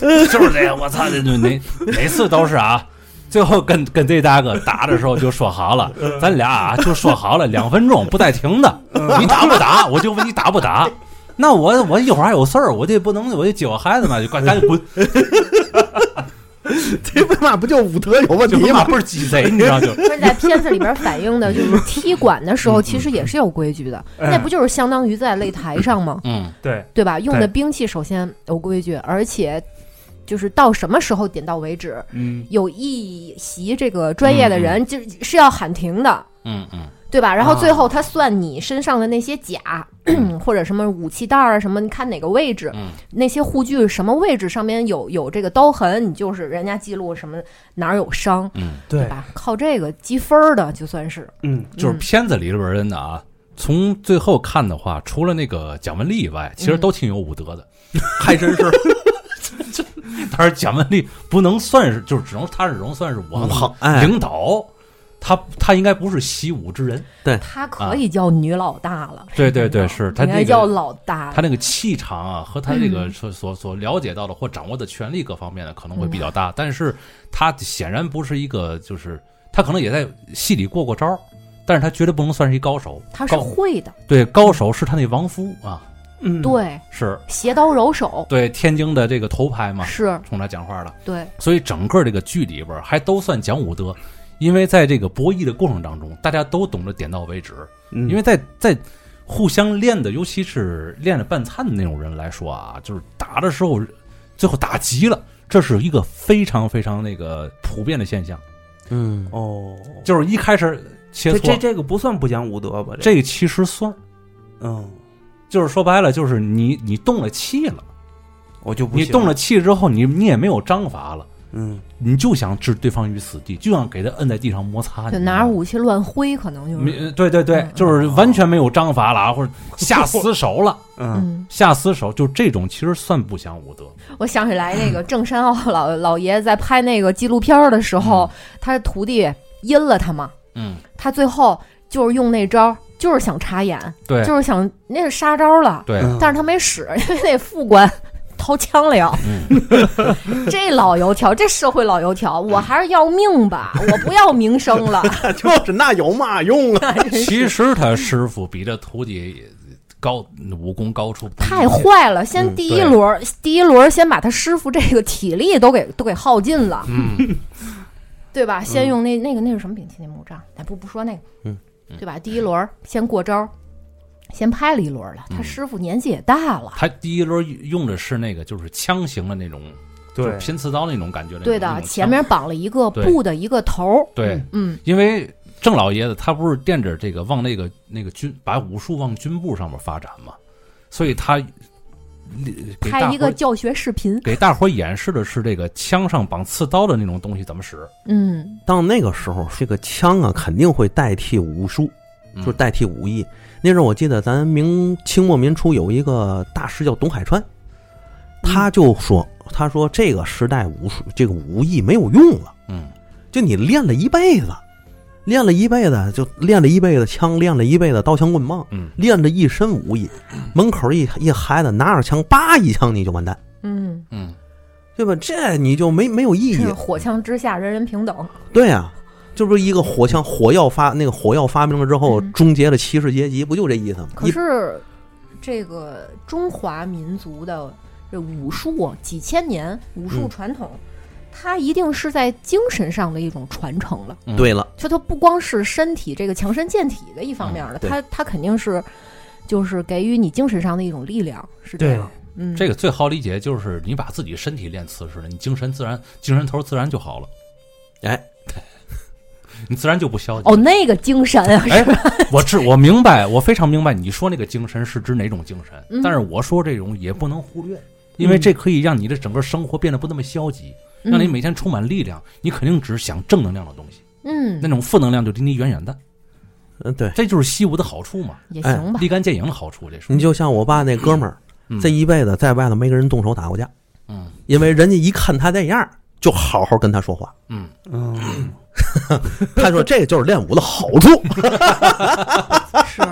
[SPEAKER 1] 就是这个，我操，这这每每次都是啊，最后跟跟这大哥打的时候就说好了，咱俩啊就说好了，两分钟不带停的，你打不打？我就问你打不打？那我我一会儿还有事儿，我这不能，我得接我孩子嘛，就赶赶 紧滚，
[SPEAKER 3] 这他妈不就武德有问
[SPEAKER 1] 就他
[SPEAKER 3] 题
[SPEAKER 1] 妈
[SPEAKER 3] 吗？
[SPEAKER 1] 倍儿鸡贼，你知道就
[SPEAKER 2] 不是在片子里边反映的， 就是踢馆的时候其实也是有规矩的，
[SPEAKER 4] 嗯
[SPEAKER 2] 那不就是相当于在擂台上吗？
[SPEAKER 1] 嗯
[SPEAKER 4] 对，
[SPEAKER 2] 对吧？用的
[SPEAKER 4] 对
[SPEAKER 2] 兵器首先有规矩，而且就是到什么时候点到为止，
[SPEAKER 4] 嗯，
[SPEAKER 2] 有一席这个专业的人就是要喊停的，
[SPEAKER 1] 嗯嗯
[SPEAKER 2] 对吧？然后最后他算你身上的那些甲 或者什么武器袋儿啊什么，你看哪个位置，
[SPEAKER 1] 嗯
[SPEAKER 2] 那些护具什么位置上面有有这个刀痕，你就是人家记录什么哪儿有伤，
[SPEAKER 1] 嗯，
[SPEAKER 2] 对
[SPEAKER 4] 对，
[SPEAKER 2] 吧？靠这个积分儿的就算是，
[SPEAKER 4] 嗯，
[SPEAKER 1] 就是
[SPEAKER 2] 嗯
[SPEAKER 1] 片子里边人的啊。从最后看的话，除了那个蒋雯丽以外，
[SPEAKER 2] 嗯
[SPEAKER 1] 其实都挺有武德的， 还真 是。但是蒋雯丽不能算是，就是只能她只能算是我
[SPEAKER 3] 好，哎，
[SPEAKER 1] 领导，他他应该不是习武之人。
[SPEAKER 2] 她可以叫女老大了。
[SPEAKER 1] 对对对，是他
[SPEAKER 2] 应该
[SPEAKER 1] 那
[SPEAKER 2] 叫
[SPEAKER 1] 个
[SPEAKER 2] 老大，
[SPEAKER 1] 他那个气场啊，和他这
[SPEAKER 2] 嗯
[SPEAKER 1] 个所所所了解到的或掌握的权力各方面的可能会比
[SPEAKER 2] 嗯
[SPEAKER 1] 较大，但是他显然不是一个，就是他可能也在戏里过过招儿，但是他绝对不能算是一高手。
[SPEAKER 2] 他是
[SPEAKER 1] 高
[SPEAKER 2] 会的，
[SPEAKER 1] 对高手是他那亡夫啊，
[SPEAKER 4] 嗯，
[SPEAKER 2] 对，
[SPEAKER 1] 是
[SPEAKER 2] 携刀柔手
[SPEAKER 1] 对天津的这个头牌嘛，
[SPEAKER 2] 是
[SPEAKER 1] 冲他讲话了。
[SPEAKER 2] 对，
[SPEAKER 1] 所以整个这个剧里边儿还都算讲武德，因为在这个博弈的过程当中，大家都懂得点到为止。
[SPEAKER 4] 嗯，
[SPEAKER 1] 因为在在互相练的，尤其是练了半残的那种人来说啊，就是打的时候最后打急了，这是一个非常非常那个普遍的现象，
[SPEAKER 3] 嗯，
[SPEAKER 4] 哦，
[SPEAKER 1] 就是一开始切
[SPEAKER 4] 这
[SPEAKER 1] 磋，
[SPEAKER 4] 这这个不算不讲武德吧？
[SPEAKER 1] 这个其实算，
[SPEAKER 4] 嗯，
[SPEAKER 1] 就是说白了，就是你你动了气了，
[SPEAKER 4] 我就不
[SPEAKER 1] 你
[SPEAKER 4] 行
[SPEAKER 1] 动了，气之后，你你也没有章法了。
[SPEAKER 4] 嗯，
[SPEAKER 1] 你就想置对方于死地，就想给他摁在地上摩擦，
[SPEAKER 2] 就
[SPEAKER 1] 你
[SPEAKER 2] 拿
[SPEAKER 1] 知
[SPEAKER 2] 着
[SPEAKER 1] 道吗
[SPEAKER 2] 武器乱挥，可能就
[SPEAKER 1] 没
[SPEAKER 2] 是，
[SPEAKER 1] 呃对对对
[SPEAKER 2] 嗯，
[SPEAKER 1] 就是完全没有章法 了，或者下死手了，
[SPEAKER 4] 嗯，
[SPEAKER 2] 嗯，
[SPEAKER 1] 下死手，就这种其实算不讲武德。
[SPEAKER 2] 我想起来 那个郑山傲老老爷在拍那个纪录片儿的时候，他徒弟阴了他嘛，
[SPEAKER 1] 嗯，
[SPEAKER 2] 他最后就是用那招儿，就是想插眼，
[SPEAKER 1] 对
[SPEAKER 2] 就是想那是杀招了，
[SPEAKER 1] 对，
[SPEAKER 4] 嗯
[SPEAKER 2] 但是他没使，因为那副官。掏枪了要，
[SPEAKER 1] 嗯
[SPEAKER 2] 这老油条，这社会老油条，我还是要 命吧，我不要名声了。
[SPEAKER 3] 就是那有嘛用啊？
[SPEAKER 1] 其实他师傅比这徒弟高武功高出不一
[SPEAKER 2] 太
[SPEAKER 1] 截
[SPEAKER 2] 坏了！先第一
[SPEAKER 1] 嗯对
[SPEAKER 2] 轮儿，第一轮儿先把他师傅这个体力都给都给耗尽了，
[SPEAKER 1] 嗯，
[SPEAKER 2] 对吧？先用那那个那是什么兵器？那木杖？咱不不说那个，
[SPEAKER 3] 嗯，
[SPEAKER 2] 对吧？第一轮儿先过招儿，先拍了一轮儿
[SPEAKER 1] 嗯
[SPEAKER 2] 了。他师傅年纪也大了，
[SPEAKER 1] 他第一轮用的是那个就是枪型的那种，就是
[SPEAKER 4] 对，
[SPEAKER 1] 拼刺刀那种感觉的。
[SPEAKER 2] 对
[SPEAKER 1] 那种
[SPEAKER 2] 的，
[SPEAKER 1] 枪
[SPEAKER 2] 前面绑了一个
[SPEAKER 1] 对
[SPEAKER 2] 布的一个头儿，
[SPEAKER 1] 对，
[SPEAKER 2] 嗯，
[SPEAKER 1] 因为郑老爷子他不是惦着这个往那个那个军把武术往军部上面发展嘛，所以他呃给大
[SPEAKER 2] 拍一
[SPEAKER 1] 伙
[SPEAKER 2] 个
[SPEAKER 1] 儿
[SPEAKER 2] 教学视频，
[SPEAKER 1] 给大伙儿演示的是这个枪上绑刺刀的那种东西怎么使，
[SPEAKER 2] 嗯，
[SPEAKER 3] 到那个时候，这个枪啊肯定会代替武术，
[SPEAKER 1] 嗯
[SPEAKER 3] 就是代替武艺。那时候我记得咱明清末民初有一个大师叫董海川，他就说，他说这个时代武术这个武艺没有用了，
[SPEAKER 1] 嗯
[SPEAKER 3] 就你练了一辈子，练了一辈子就练了一辈子枪，练了一辈子刀枪棍棒，
[SPEAKER 1] 嗯
[SPEAKER 3] 练了一身武艺，门口一一孩子拿着枪，叭一枪你就完蛋，
[SPEAKER 2] 嗯，
[SPEAKER 1] 嗯，
[SPEAKER 3] 对吧？这你就没没有意义
[SPEAKER 2] 是。啊火枪之下人人平等，
[SPEAKER 3] 对呀、这不是一个火枪火药发那个火药发明了之后，
[SPEAKER 2] 嗯
[SPEAKER 3] 终结了骑士阶级，不就这意思吗？
[SPEAKER 2] 可是这个中华民族的这武术啊几千年武术
[SPEAKER 3] 嗯
[SPEAKER 2] 传统，它一定是在精神上的一种传承了。
[SPEAKER 3] 一对了，
[SPEAKER 2] 就它不光是身体这个强身健体的一方面了，
[SPEAKER 3] 嗯对
[SPEAKER 2] 它它肯定是就是给予你精神上的一种力量，是这
[SPEAKER 4] 对
[SPEAKER 2] 样。嗯，
[SPEAKER 1] 这
[SPEAKER 2] 个
[SPEAKER 1] 个最好理解就是你把自己身体练瓷实了，你精神自然精神头自然就好了，
[SPEAKER 3] 哎，
[SPEAKER 1] 你自然就不消极。
[SPEAKER 2] 哦，那个精神 啊，
[SPEAKER 1] 哎，我知我明白，我非常明白你说那个精神是指哪种精神，
[SPEAKER 2] 嗯
[SPEAKER 1] 但是我说这种也不能忽略，因为这可以让你的整个生活变得不那么消极，
[SPEAKER 2] 嗯
[SPEAKER 1] 让你每天充满力量。你肯定只想正能量的东西，
[SPEAKER 2] 嗯
[SPEAKER 1] 那种负能量就离你远远的。
[SPEAKER 3] 嗯，对，
[SPEAKER 1] 这就是习武的好处嘛，
[SPEAKER 2] 也
[SPEAKER 3] 哎
[SPEAKER 2] 行吧。
[SPEAKER 1] 立竿见影的好处。这是
[SPEAKER 3] 你就像我爸那哥们儿，
[SPEAKER 1] 嗯
[SPEAKER 3] 这一辈子在外头没跟人动手打过架，
[SPEAKER 1] 嗯
[SPEAKER 3] 因为人家一看他那样儿，就好好跟他说话。
[SPEAKER 1] 嗯，
[SPEAKER 4] 嗯，
[SPEAKER 3] 他说这就是练武的好处，
[SPEAKER 2] 是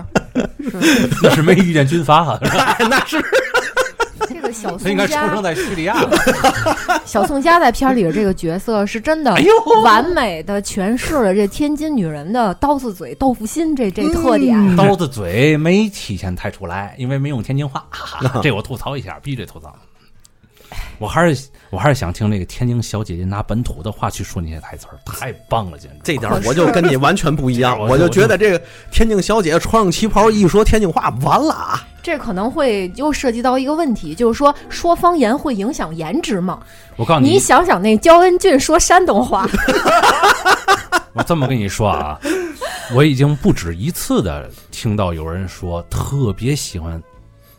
[SPEAKER 2] 是，
[SPEAKER 1] 那是没遇见军阀啊。
[SPEAKER 3] 哎那是
[SPEAKER 2] 这个小
[SPEAKER 1] 他
[SPEAKER 2] 宋
[SPEAKER 1] 应该出生
[SPEAKER 2] 家，
[SPEAKER 1] 在叙利亚吧。
[SPEAKER 2] 小宋佳在片儿里的这个角色是真的
[SPEAKER 1] 哎呦，
[SPEAKER 2] 完美的诠释了这天津女人的刀子嘴豆腐心这这特点。
[SPEAKER 1] 刀子嘴没体现太出来，因为没用天津话。哈哈这我吐槽一下，必须得吐槽。我还是我还是想听这个天津小姐姐拿本土的话去说那些台词儿，太棒了，简直！
[SPEAKER 3] 这点儿我就跟你完全不一样，
[SPEAKER 1] 可是
[SPEAKER 3] 我就觉得这个天津小姐穿上旗袍一说天津话，完了啊！
[SPEAKER 2] 这可能会又涉及到一个问题，就是说说方言会影响颜值吗？
[SPEAKER 1] 我告诉
[SPEAKER 2] 你想想那焦恩俊说山东话，
[SPEAKER 1] 我这么跟你说 啊，我已经不止一次的听到有人说特别喜欢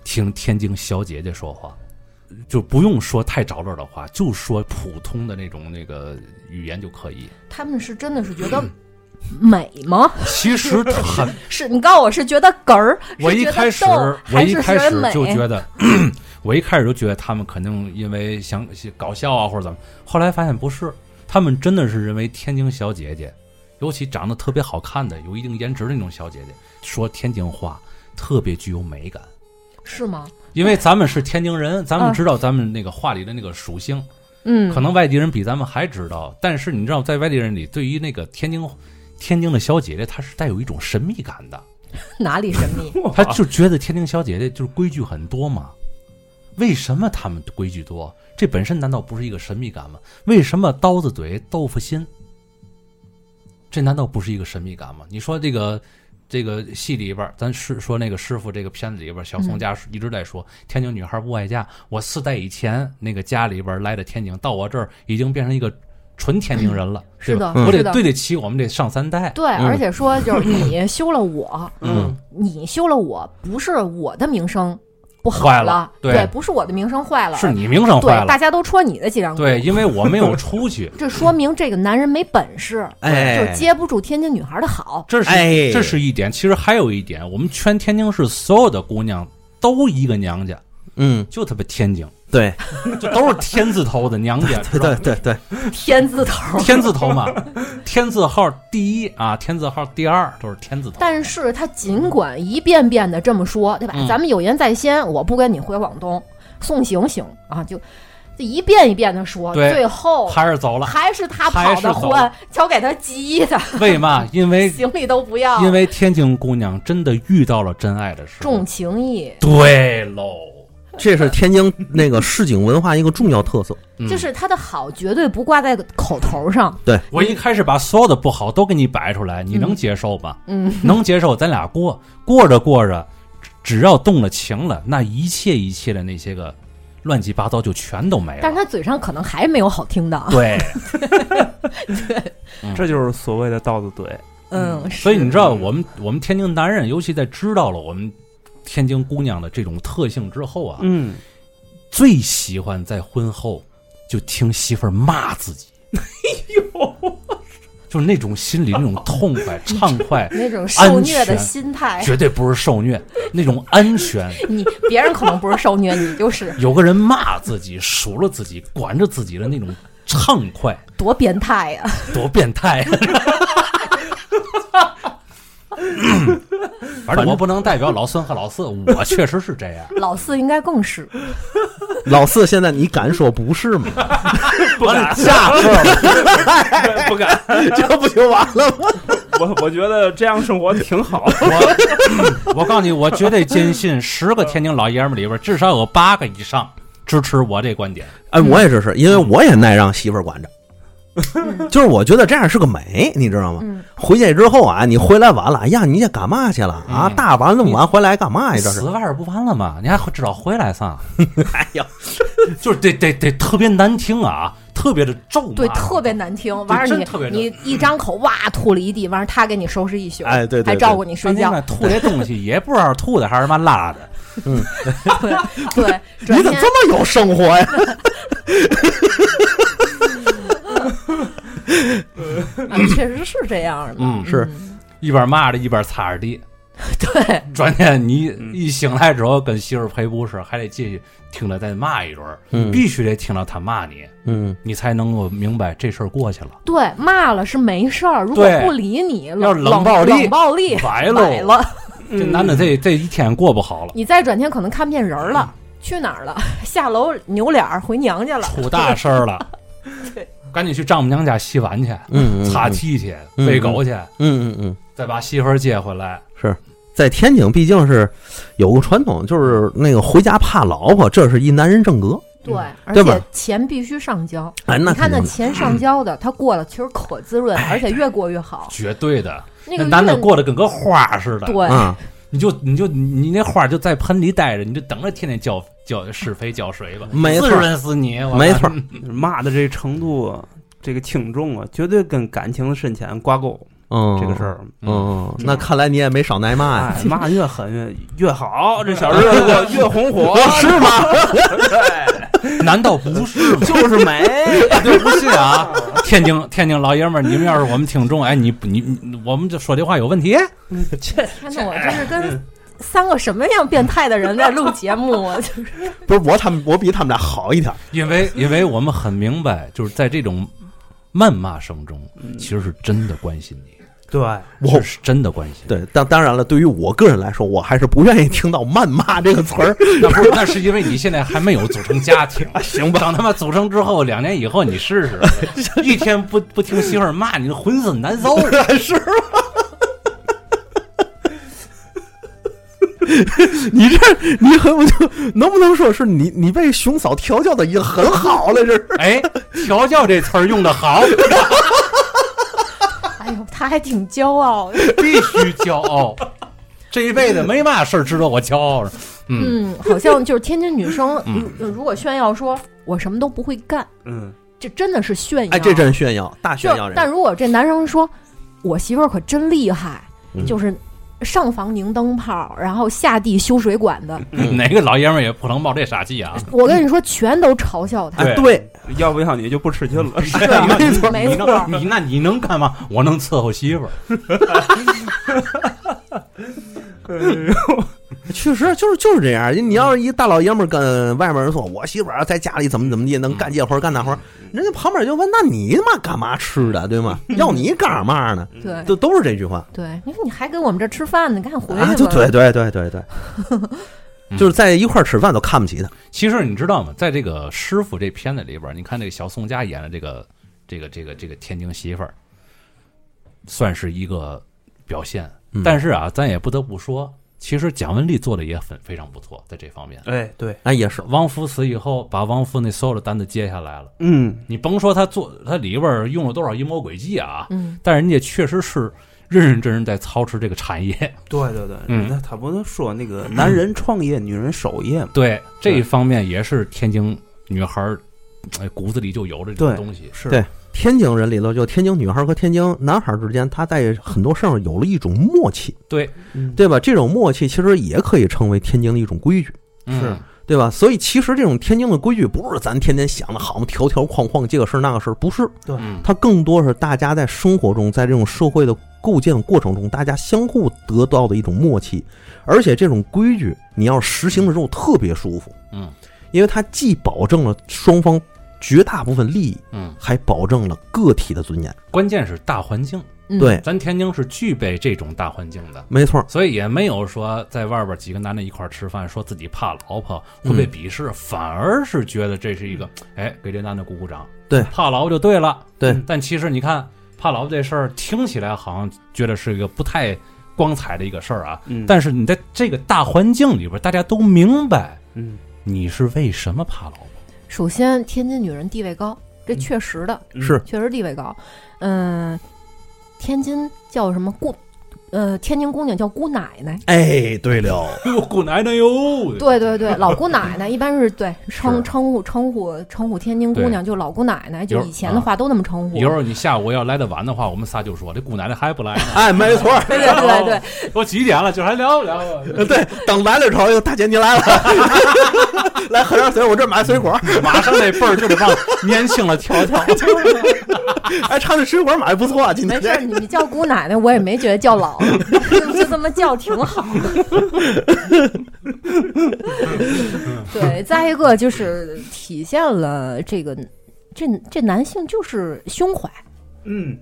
[SPEAKER 1] 听天津小姐姐说话，就不用说太着落的话，就说普通的那种那个语言就可以。
[SPEAKER 2] 他们是真的是觉得美吗？
[SPEAKER 1] 其实很，
[SPEAKER 2] 是你告诉我是觉得哏儿，
[SPEAKER 1] 我
[SPEAKER 2] 是
[SPEAKER 1] 一
[SPEAKER 2] 觉得
[SPEAKER 1] 开始
[SPEAKER 2] 逗，
[SPEAKER 1] 我
[SPEAKER 2] 还
[SPEAKER 1] 一
[SPEAKER 2] 是
[SPEAKER 1] 开始
[SPEAKER 2] 美？
[SPEAKER 1] 就觉得， 我一开始就觉得他们肯定因为想搞笑啊或者怎么，后来发现不是，他们真的是认为天津小姐姐，尤其长得特别好看的、有一定颜值的那种小姐姐，说天津话特别具有美感。
[SPEAKER 2] 是吗？
[SPEAKER 1] 因为咱们是天津人，咱
[SPEAKER 2] 啊
[SPEAKER 1] 们知道咱们那个话里的那个属性，
[SPEAKER 2] 嗯
[SPEAKER 1] 可，能外地人比咱们还知道。但是你知道，在外地人里，对于那个天津天津的小姐姐，她是带有一种神秘感的。
[SPEAKER 2] 哪里神 秘？
[SPEAKER 1] 他就觉得天津小姐姐就是规矩很多嘛。为什么他们规矩多？这本身难道不是一个神秘感吗？为什么刀子嘴豆腐心？这难道不是一个神秘感吗？你说这个这个戏里边儿，咱是说那个师傅这个片子里边儿，小宋家一直在说、
[SPEAKER 2] 嗯
[SPEAKER 1] 天津女孩不爱嫁。我四代以前那个家里边儿来的天津，到我这儿已经变成一个纯天津人了，
[SPEAKER 2] 嗯是的
[SPEAKER 1] 对吧我
[SPEAKER 2] 是
[SPEAKER 1] 得
[SPEAKER 2] 的
[SPEAKER 1] 对嗯得起我们这上三代。
[SPEAKER 2] 对，而且说就是你休了我，
[SPEAKER 1] 嗯，
[SPEAKER 2] 你休了我，不是我的名声不好
[SPEAKER 1] 坏了
[SPEAKER 2] 对
[SPEAKER 1] 对
[SPEAKER 2] 不是我的名声坏了，
[SPEAKER 1] 是你名声
[SPEAKER 2] 对
[SPEAKER 1] 坏了
[SPEAKER 2] 大，家都戳你的脊梁骨。
[SPEAKER 1] 对，因为我没有出去。
[SPEAKER 2] 这说明这个男人没本事，
[SPEAKER 3] 哎
[SPEAKER 2] 就是接不住天津女孩的好。
[SPEAKER 1] 这是、
[SPEAKER 3] 哎
[SPEAKER 1] 这是一点，其实还有一点，我们全天津市所有的姑娘都一个娘家，
[SPEAKER 3] 嗯，
[SPEAKER 1] 就他妈天津，
[SPEAKER 3] 对，
[SPEAKER 1] 就都是天字头的娘家，
[SPEAKER 3] 对对对对，
[SPEAKER 2] 天字头，
[SPEAKER 1] 天字头嘛， 天字号第一啊，天字号第二都是天字头。
[SPEAKER 2] 但是他尽管一遍遍的这么说，对吧？
[SPEAKER 1] 嗯
[SPEAKER 2] 咱们有言在先，我不跟你回广东，送行行啊，就这一遍一遍的说，
[SPEAKER 1] 对
[SPEAKER 2] 最后
[SPEAKER 1] 还是走了，
[SPEAKER 2] 还是他
[SPEAKER 1] 还
[SPEAKER 2] 跑
[SPEAKER 1] 是
[SPEAKER 2] 的
[SPEAKER 1] 走
[SPEAKER 2] 欢，交给他急的，
[SPEAKER 1] 为嘛？因为
[SPEAKER 2] 行李都不要，
[SPEAKER 1] 因为天津姑娘真的遇到了真爱的时候
[SPEAKER 2] 重，情义。
[SPEAKER 1] 对喽，
[SPEAKER 3] 这是天津那个市井文化一个重要特色。
[SPEAKER 1] 嗯
[SPEAKER 2] 就是他的好绝对不挂在口头上，
[SPEAKER 1] 我一开始把所有的不好都给你摆出来，你能接受吗？
[SPEAKER 2] 嗯，
[SPEAKER 1] 能接受，咱俩过过着过着，只要动了情了，那一切一切的那些个乱七八糟就全都没了。
[SPEAKER 2] 但是他嘴上可能还没有好听的，
[SPEAKER 1] 对，
[SPEAKER 4] 这就是所谓的刀子嘴。
[SPEAKER 2] 嗯，
[SPEAKER 1] 所以你知道，
[SPEAKER 2] 是
[SPEAKER 1] 我们我们天津男人，尤其在知道了我们天津姑娘的这种特性之后啊，
[SPEAKER 4] 嗯，
[SPEAKER 1] 最喜欢在婚后就听媳妇儿骂自己。哎呦，就是那种心里那种痛快、畅快，
[SPEAKER 2] 那种受虐的
[SPEAKER 1] 安全
[SPEAKER 2] 心态，
[SPEAKER 1] 绝对不是受虐，那种安全。
[SPEAKER 2] 你别人可能不是受虐，你就是
[SPEAKER 1] 有个人骂自己、数落自己、管着自己的那种畅 快，
[SPEAKER 2] 多变态啊呀、
[SPEAKER 1] 多变态！啊反正我不能代表老孙和老四，我确实是这样。
[SPEAKER 2] 老四应该更是，
[SPEAKER 3] 老四，现在你敢说不是吗？
[SPEAKER 4] 不敢，
[SPEAKER 3] 下课
[SPEAKER 4] 不敢。
[SPEAKER 3] 这不就完了吗？
[SPEAKER 4] 我我觉得这样生活挺 好。
[SPEAKER 1] 我我告诉你，我绝对坚信，十个天津老爷们儿里边，至少有八个以上支持我这观点。
[SPEAKER 3] 哎，我也是，是因为我也耐让媳妇儿管着。就是我觉得这样是个美，你知道吗？
[SPEAKER 2] 嗯
[SPEAKER 3] 回去之后啊，你回来晚了呀，你这干嘛去了啊？
[SPEAKER 1] 嗯
[SPEAKER 3] 大晚那么晚回来干嘛呀？这
[SPEAKER 1] 死
[SPEAKER 3] 是
[SPEAKER 1] 外边不完了吗？你还至少回来撒，
[SPEAKER 3] 哎呀，
[SPEAKER 1] 就是得得得特别难听啊，特别的咒骂，
[SPEAKER 2] 对，特别难听。完事
[SPEAKER 1] 真
[SPEAKER 2] 你
[SPEAKER 1] 特别难
[SPEAKER 2] 你一张口哇吐了一地，完事他给你收拾一宿，
[SPEAKER 3] 哎对对
[SPEAKER 2] 还照顾你睡
[SPEAKER 1] 关键
[SPEAKER 2] 觉
[SPEAKER 1] 呢，，吐这东西也不知道是吐的还是嘛拉的。
[SPEAKER 2] 对对。
[SPEAKER 3] 你
[SPEAKER 2] 转
[SPEAKER 3] 怎么
[SPEAKER 2] 天
[SPEAKER 3] 这么有生活呀？
[SPEAKER 2] 啊确实是这样的，
[SPEAKER 1] 嗯
[SPEAKER 3] 是
[SPEAKER 1] 一边骂着一边擦着地。
[SPEAKER 2] 对，
[SPEAKER 1] 转天你
[SPEAKER 3] 嗯
[SPEAKER 1] 一醒来之后跟媳妇儿赔不是，还得继续听着再骂一轮儿，
[SPEAKER 3] 嗯
[SPEAKER 1] 必须得听到他骂你，
[SPEAKER 3] 嗯，
[SPEAKER 1] 你才能够明白这事儿过去了。
[SPEAKER 2] 对，骂了是没事儿，如果
[SPEAKER 1] 对
[SPEAKER 2] 不理你，
[SPEAKER 1] 要
[SPEAKER 2] 冷
[SPEAKER 1] 冷暴力
[SPEAKER 2] 冷暴力，
[SPEAKER 1] 完
[SPEAKER 2] 崴
[SPEAKER 3] 哦
[SPEAKER 1] 了，
[SPEAKER 2] 哎了，
[SPEAKER 4] 嗯
[SPEAKER 3] 嗯
[SPEAKER 1] 这男的这这一天过不好了。
[SPEAKER 2] 你再转天可能看不见人儿了。去哪儿了？下楼扭脸儿回娘家了。
[SPEAKER 1] 出大事儿了
[SPEAKER 2] 对，
[SPEAKER 1] 赶紧去丈母娘家洗碗去，
[SPEAKER 3] 嗯，嗯
[SPEAKER 1] 擦，漆去，
[SPEAKER 3] 嗯
[SPEAKER 1] 喂狗去，
[SPEAKER 3] 嗯嗯嗯，
[SPEAKER 1] 再把媳妇儿接回来。
[SPEAKER 3] 在天津毕竟是有个传统，就是那个回家怕老婆，这是一男人正格。
[SPEAKER 1] 嗯
[SPEAKER 2] 对，而
[SPEAKER 3] 对吧
[SPEAKER 2] 且钱必须上交。
[SPEAKER 3] 哎，那
[SPEAKER 2] 你看
[SPEAKER 3] 肯
[SPEAKER 2] 那
[SPEAKER 3] 定的
[SPEAKER 2] 钱上交的，他过了其实可滋润，而且越过越好。
[SPEAKER 1] 绝哎对的，那
[SPEAKER 2] 那个
[SPEAKER 1] 男的
[SPEAKER 2] 越
[SPEAKER 1] 过得跟嗯个花似的，
[SPEAKER 2] 对，
[SPEAKER 3] 啊，
[SPEAKER 1] 你就你就你那花就在盆里待着，你就等着天天浇浇施肥浇水吧，
[SPEAKER 3] 没错
[SPEAKER 1] 滋润死你，我
[SPEAKER 3] 没错，
[SPEAKER 4] 骂的这程度啊，这个轻重啊，绝对跟感情的深浅挂钩。
[SPEAKER 3] 嗯，
[SPEAKER 4] 这个事，儿，
[SPEAKER 3] 嗯，那看来你也没少挨骂呀，
[SPEAKER 4] 哎，骂越狠越越好，这小日子过越红火，
[SPEAKER 3] 是吗？
[SPEAKER 1] 难道不是吗？
[SPEAKER 4] 就是美。
[SPEAKER 1] 就不信啊！ 天津天津老爷们儿，你们要是我们听众，哎，你不你你我们就说这话有问题，
[SPEAKER 2] 天哪，我这
[SPEAKER 3] 哎
[SPEAKER 2] 是
[SPEAKER 3] 嗯
[SPEAKER 2] 跟三个什么样变态的人在录节目 啊？就是
[SPEAKER 3] 不是我，他们我比他们俩好一点。
[SPEAKER 1] 因为因为我们很明白，就是在这种谩骂声中，其实是真的关心你，
[SPEAKER 4] 对，
[SPEAKER 3] 我
[SPEAKER 1] 是真的关心你。
[SPEAKER 3] 对，当当然了，对于我个人来说，我还是不愿意听到“谩骂”这个词儿。
[SPEAKER 1] 那不是，那是因为你现在还没有组成家庭，行吧？等他妈组成之后，两年以后你试试，一天不不听媳妇儿骂你，浑身难受。
[SPEAKER 3] 你这，你很，我就能不能说是你，你被熊嫂调教的已经很好了？这是
[SPEAKER 1] 哎，调教这词儿用的 好，
[SPEAKER 2] 哎呦，他还挺骄傲
[SPEAKER 3] 嗯
[SPEAKER 2] 的。
[SPEAKER 1] 必须骄傲。这一辈子没嘛事儿值得我骄傲。嗯，
[SPEAKER 2] 嗯，好像就是天津女生，
[SPEAKER 3] 嗯
[SPEAKER 2] 如如果炫耀说我什么都不会干，
[SPEAKER 4] 嗯，
[SPEAKER 2] 这真的是炫耀。
[SPEAKER 3] 哎，这真炫耀，大
[SPEAKER 2] 就
[SPEAKER 3] 炫耀人。
[SPEAKER 2] 但如果这男生说，我媳妇儿可真厉害，
[SPEAKER 3] 嗯
[SPEAKER 2] 就是上房拧灯泡，然后下地修水管 的，
[SPEAKER 3] 嗯
[SPEAKER 1] 哪个老爷们儿也不能冒这傻气啊！
[SPEAKER 2] 我跟你说，全都嘲笑他。
[SPEAKER 3] 哎，对，
[SPEAKER 4] 要不要你就不吃劲了。
[SPEAKER 1] 哎呀
[SPEAKER 3] 没
[SPEAKER 1] 你
[SPEAKER 3] 错
[SPEAKER 1] 你
[SPEAKER 2] 没错
[SPEAKER 1] 能你那你能干嘛？我能伺候媳妇儿。，
[SPEAKER 3] 确实就是就是这样。你要是一大老爷们儿跟外面人说，我媳妇儿啊在家里怎么怎么地，能干这活儿干那活
[SPEAKER 2] 嗯
[SPEAKER 3] 儿，人家旁边就问，那你他妈干嘛吃的，对吗？要你干嘛呢？
[SPEAKER 2] 对
[SPEAKER 3] 都都是这句话。
[SPEAKER 2] 对，你说你还跟我们这儿吃饭呢，赶紧回去吧。嗯
[SPEAKER 3] 啊，就对对对对对 就是在一块儿吃饭都看不起他。
[SPEAKER 1] 其实你知道吗？在这个《师傅》这片子里边儿，你看这个小宋佳演的这个这个这个这个天津媳妇儿，算是一个表现。
[SPEAKER 3] 嗯
[SPEAKER 1] 但是啊，咱也不得不说，其实蒋雯丽做的也很非常不错，在这方面。
[SPEAKER 4] 哎，对，
[SPEAKER 3] 哎，也是，
[SPEAKER 1] 王福死以后，把王福那所有的单子接下来了。
[SPEAKER 4] 嗯，
[SPEAKER 1] 你甭说他做他里边儿用了多少阴谋诡计啊，
[SPEAKER 2] 嗯，
[SPEAKER 1] 但人家确实是认认真真在操持这个产业。
[SPEAKER 4] 对对对，
[SPEAKER 1] 嗯
[SPEAKER 4] 那他不能说那个男人创业，女人守业嘛？
[SPEAKER 1] 对这
[SPEAKER 4] 对
[SPEAKER 1] 一方面，也是天津女孩儿哎骨子里就有着这种
[SPEAKER 4] 对
[SPEAKER 1] 东西。
[SPEAKER 4] 是
[SPEAKER 3] 对天津人里头，就天津女孩和天津男孩之间，他在很多事儿上有了一种默契，
[SPEAKER 1] 对，
[SPEAKER 4] 嗯
[SPEAKER 3] 对吧？这种默契其实也可以成为天津的一种规矩，
[SPEAKER 1] 嗯
[SPEAKER 4] 是
[SPEAKER 3] 对吧？所以其实这种天津的规矩，不是咱天天想的好嘛，条条框框这个事儿那个事儿，不是，
[SPEAKER 1] 嗯，
[SPEAKER 3] 它更多是大家在生活中，在这种社会的构建过程中，大家相互得到的一种默契。而且这种规矩，你要实行了之后特别舒服，
[SPEAKER 1] 嗯，
[SPEAKER 3] 因为它既保证了双方绝大部分利益，
[SPEAKER 1] 嗯，
[SPEAKER 3] 还保证了个体的尊严。
[SPEAKER 1] 关键是大环境，
[SPEAKER 2] 嗯，
[SPEAKER 3] 对，
[SPEAKER 1] 咱天津是具备这种大环境的，
[SPEAKER 3] 没错，
[SPEAKER 1] 所以也没有说在外边几个男的一块儿吃饭，说自己怕老婆会
[SPEAKER 4] 嗯
[SPEAKER 1] 被鄙视，反而是觉得这是一个，哎，给这男的鼓鼓掌，
[SPEAKER 3] 对
[SPEAKER 1] 怕老婆就对了，
[SPEAKER 3] 对
[SPEAKER 1] 嗯但其实你看，怕老婆这事儿听起来好像觉得是一个不太光彩的一个事儿啊，
[SPEAKER 4] 嗯，
[SPEAKER 1] 但是你在这个大环境里边，大家都明白
[SPEAKER 4] 嗯，
[SPEAKER 1] 你是为什么怕老婆，
[SPEAKER 2] 首先天津女人地位高，这确实的，
[SPEAKER 4] 嗯
[SPEAKER 3] 是
[SPEAKER 2] 确实地位高。嗯，天津叫什么姑？呃，天津姑娘叫姑奶奶，
[SPEAKER 3] 哎，对了，
[SPEAKER 1] 哟，姑奶奶哟，
[SPEAKER 2] 对对对，老姑奶奶一般是对
[SPEAKER 1] 是
[SPEAKER 2] 称称呼称呼称呼天津姑娘就老姑奶奶，就
[SPEAKER 1] 有
[SPEAKER 2] 以前的话都那么称呼。
[SPEAKER 1] 一会儿你下午要来的晚的话，我们仨就说这姑奶奶还不来呢，
[SPEAKER 3] 哎，没错，
[SPEAKER 2] 对对对对，
[SPEAKER 1] 都几点了，今儿还聊不聊啊？
[SPEAKER 3] 对，等来了之后，大姐你来了， 来喝点水，我这买水果，
[SPEAKER 1] 马上那辈儿就得往年轻了调调。
[SPEAKER 3] 哎，他那水果买的不错，啊今
[SPEAKER 2] 没
[SPEAKER 3] 天
[SPEAKER 2] 事儿，你们叫姑奶奶，我也没觉得叫老，就这么叫挺好。对，再一个就是体现了这个这这男性就是胸怀，
[SPEAKER 4] 嗯，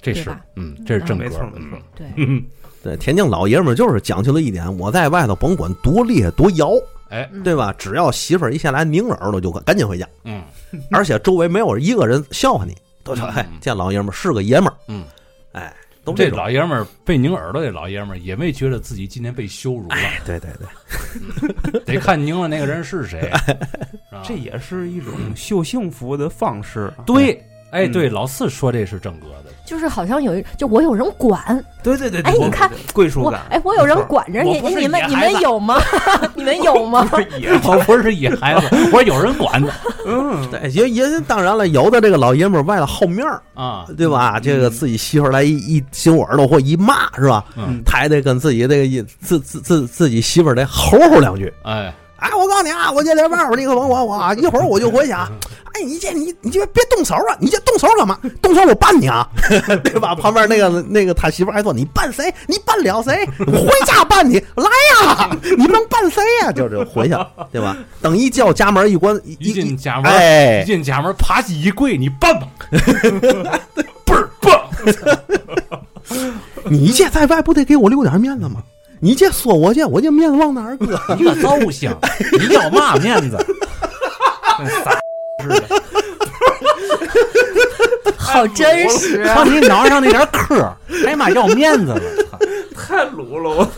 [SPEAKER 1] 这
[SPEAKER 2] 对
[SPEAKER 1] 是
[SPEAKER 2] 吧，
[SPEAKER 1] 嗯，这是正
[SPEAKER 4] 没
[SPEAKER 1] 歌
[SPEAKER 4] 错
[SPEAKER 1] 儿，
[SPEAKER 4] 没错
[SPEAKER 1] 嗯，
[SPEAKER 2] 对，
[SPEAKER 3] 对，天津老爷们儿就是讲究了一点，我在外头甭管多烈多摇，
[SPEAKER 1] 哎，
[SPEAKER 2] 嗯
[SPEAKER 3] 对吧？只要媳妇儿一下来，拧着耳朵就赶紧回家，
[SPEAKER 1] 嗯
[SPEAKER 3] 而且周围没有一个人笑话你，都说
[SPEAKER 1] 嗯
[SPEAKER 3] 哎，这老爷们儿是个爷们儿，
[SPEAKER 1] 嗯，
[SPEAKER 3] 哎，都
[SPEAKER 1] 这
[SPEAKER 3] 种，
[SPEAKER 1] 老爷们儿被拧耳朵，这老爷们儿也没觉得自己今天被羞辱了，
[SPEAKER 3] 哎对对对，
[SPEAKER 1] 得看拧了那个人是谁，是吧
[SPEAKER 4] 这也是一种秀幸福的方式啊。
[SPEAKER 1] 对，哎
[SPEAKER 4] 嗯
[SPEAKER 1] 对，老四说这是正格的，
[SPEAKER 2] 就是好像有一就我有人管
[SPEAKER 4] 对对对，
[SPEAKER 2] 哎
[SPEAKER 4] 对
[SPEAKER 2] 你看
[SPEAKER 4] 对对对归属
[SPEAKER 2] 我
[SPEAKER 4] 感，，
[SPEAKER 2] 哎，我有人管着
[SPEAKER 1] 我
[SPEAKER 2] 你
[SPEAKER 1] 不，是
[SPEAKER 2] 你们
[SPEAKER 1] 野
[SPEAKER 2] 你
[SPEAKER 1] 孩
[SPEAKER 2] 们
[SPEAKER 1] 子
[SPEAKER 2] 有吗？ 你们 有吗？
[SPEAKER 4] 也
[SPEAKER 1] 我不是野孩子，我是有人管的
[SPEAKER 4] 嗯，
[SPEAKER 3] 对也也当然了，有的这个老爷们儿为了好面儿，
[SPEAKER 1] 啊，
[SPEAKER 3] 对吧？这个自己媳妇儿来一一揪耳朵或一骂是吧？
[SPEAKER 1] 嗯
[SPEAKER 3] 他还得跟自己这个一自自自自己媳妇儿得吼吼两句。
[SPEAKER 1] 哎，
[SPEAKER 3] 哎，我告诉你啊，我这连外边你可甭管我啊，一会儿我就回去 啊。哎，你这你你这别动手啊！你这动手干嘛？动手我办你 啊，对吧？旁边那个那个他媳妇儿还说你办谁？你办了谁？回家办你来呀！你能办谁呀、就就回去，对吧？等一叫家门一关，一
[SPEAKER 1] 一进家门，
[SPEAKER 3] 哎
[SPEAKER 1] 一进家门，爬起一跪，你办吧，倍儿棒，
[SPEAKER 3] 你这在外不得给我留点面子吗？你这说我这，我这面子往哪儿搁？
[SPEAKER 1] 你可糟心，你要嘛面子？哎
[SPEAKER 2] 好真实，
[SPEAKER 1] 看你脑上那点磕儿，哎妈，要面子了，操
[SPEAKER 4] 太鲁了，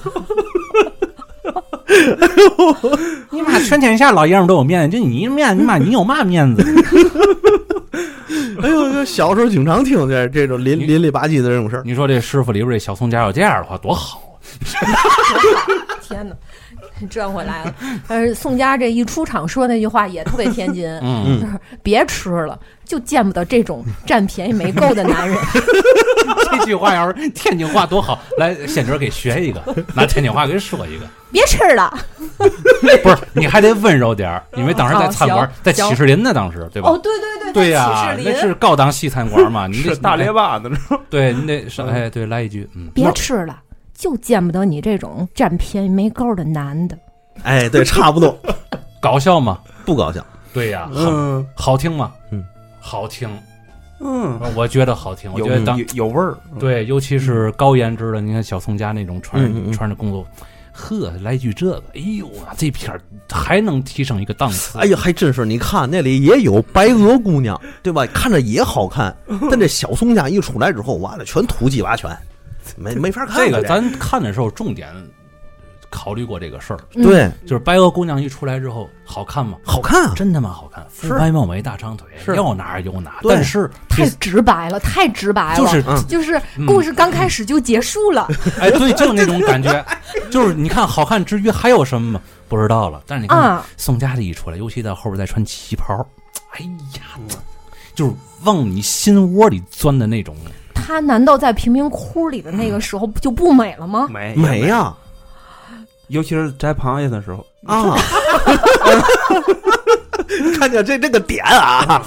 [SPEAKER 4] 我
[SPEAKER 1] 你妈全天下老爷们儿都有面子，就你面子，你妈你有嘛面子？
[SPEAKER 3] 哎呦，这小时候经常听这这种邻
[SPEAKER 1] 你
[SPEAKER 3] 邻里吧唧的这种事儿。
[SPEAKER 1] 你说这师傅里边这小宋家有这样的话多好
[SPEAKER 2] 天哪！转回来了，但是宋佳这一出场说那句话也特别天津，
[SPEAKER 1] 啊！嗯，
[SPEAKER 2] 别吃了，就见不得这种占便宜没够的男人。
[SPEAKER 1] 这句话要是天津话多好，来仙女儿给学一个，拿天津话给说一个。
[SPEAKER 2] 别吃了，
[SPEAKER 1] 不是，你还得温柔点儿，因为当时在餐馆
[SPEAKER 2] 哦，行
[SPEAKER 1] 在启士林呢，当 时对吧
[SPEAKER 2] 哦，？对对对，
[SPEAKER 1] 对呀
[SPEAKER 2] 呀，，
[SPEAKER 1] 那是高档西餐馆嘛，你得哎
[SPEAKER 4] 是大列巴的，
[SPEAKER 1] 对你得上哎，对，来一句，嗯，
[SPEAKER 2] 别吃了，就见不得你这种占便宜没够的男的。
[SPEAKER 3] 哎，对，差不多，
[SPEAKER 1] 搞笑吗？
[SPEAKER 3] 不搞笑。
[SPEAKER 1] 对呀，好
[SPEAKER 4] 嗯
[SPEAKER 1] 好听吗？
[SPEAKER 3] 嗯，
[SPEAKER 1] 好听，
[SPEAKER 4] 嗯，
[SPEAKER 1] 我觉得好听，我
[SPEAKER 4] 有
[SPEAKER 1] 觉得当
[SPEAKER 4] 有有味儿，嗯
[SPEAKER 1] 对，尤其是高颜值的，你看小宋家那种穿
[SPEAKER 3] 嗯嗯嗯
[SPEAKER 1] 穿着工作。呵，来一句这个，哎呦啊，这片儿还能提升一个档次。
[SPEAKER 3] 哎呀，还真是，你看那里也有白俄姑娘，对吧？看着也好看，但这小松家一出来之后，完了全土鸡巴拳，没没法看
[SPEAKER 1] 这个
[SPEAKER 3] 了
[SPEAKER 1] 咱看的时候重点考虑过这个事儿，
[SPEAKER 2] 嗯
[SPEAKER 3] 对
[SPEAKER 1] 就是白俄姑娘一出来之后，好看吗？
[SPEAKER 3] 好看啊，
[SPEAKER 1] 真他妈好看，肤白貌美大长腿，
[SPEAKER 3] 是
[SPEAKER 1] 要哪儿有哪儿。
[SPEAKER 3] 对
[SPEAKER 1] 但是
[SPEAKER 2] 太直白了，太直白了，
[SPEAKER 1] 就是
[SPEAKER 3] 嗯
[SPEAKER 2] 就是
[SPEAKER 1] 嗯
[SPEAKER 2] 故事刚开始就结束了。
[SPEAKER 1] 哎，对，就那种感觉，就是你看好看之余还有什么吗？不知道了。但是你看
[SPEAKER 2] 啊
[SPEAKER 1] 宋佳丽一出来，尤其在后边再穿旗袍，哎呀，就是往你心窝里钻的那种。
[SPEAKER 2] 她难道在贫民窟里的那个时候就不美了吗？
[SPEAKER 4] 美
[SPEAKER 3] 美，呀
[SPEAKER 4] 尤其是摘螃蟹的时候，
[SPEAKER 3] 啊！ 看见这这个点 啊，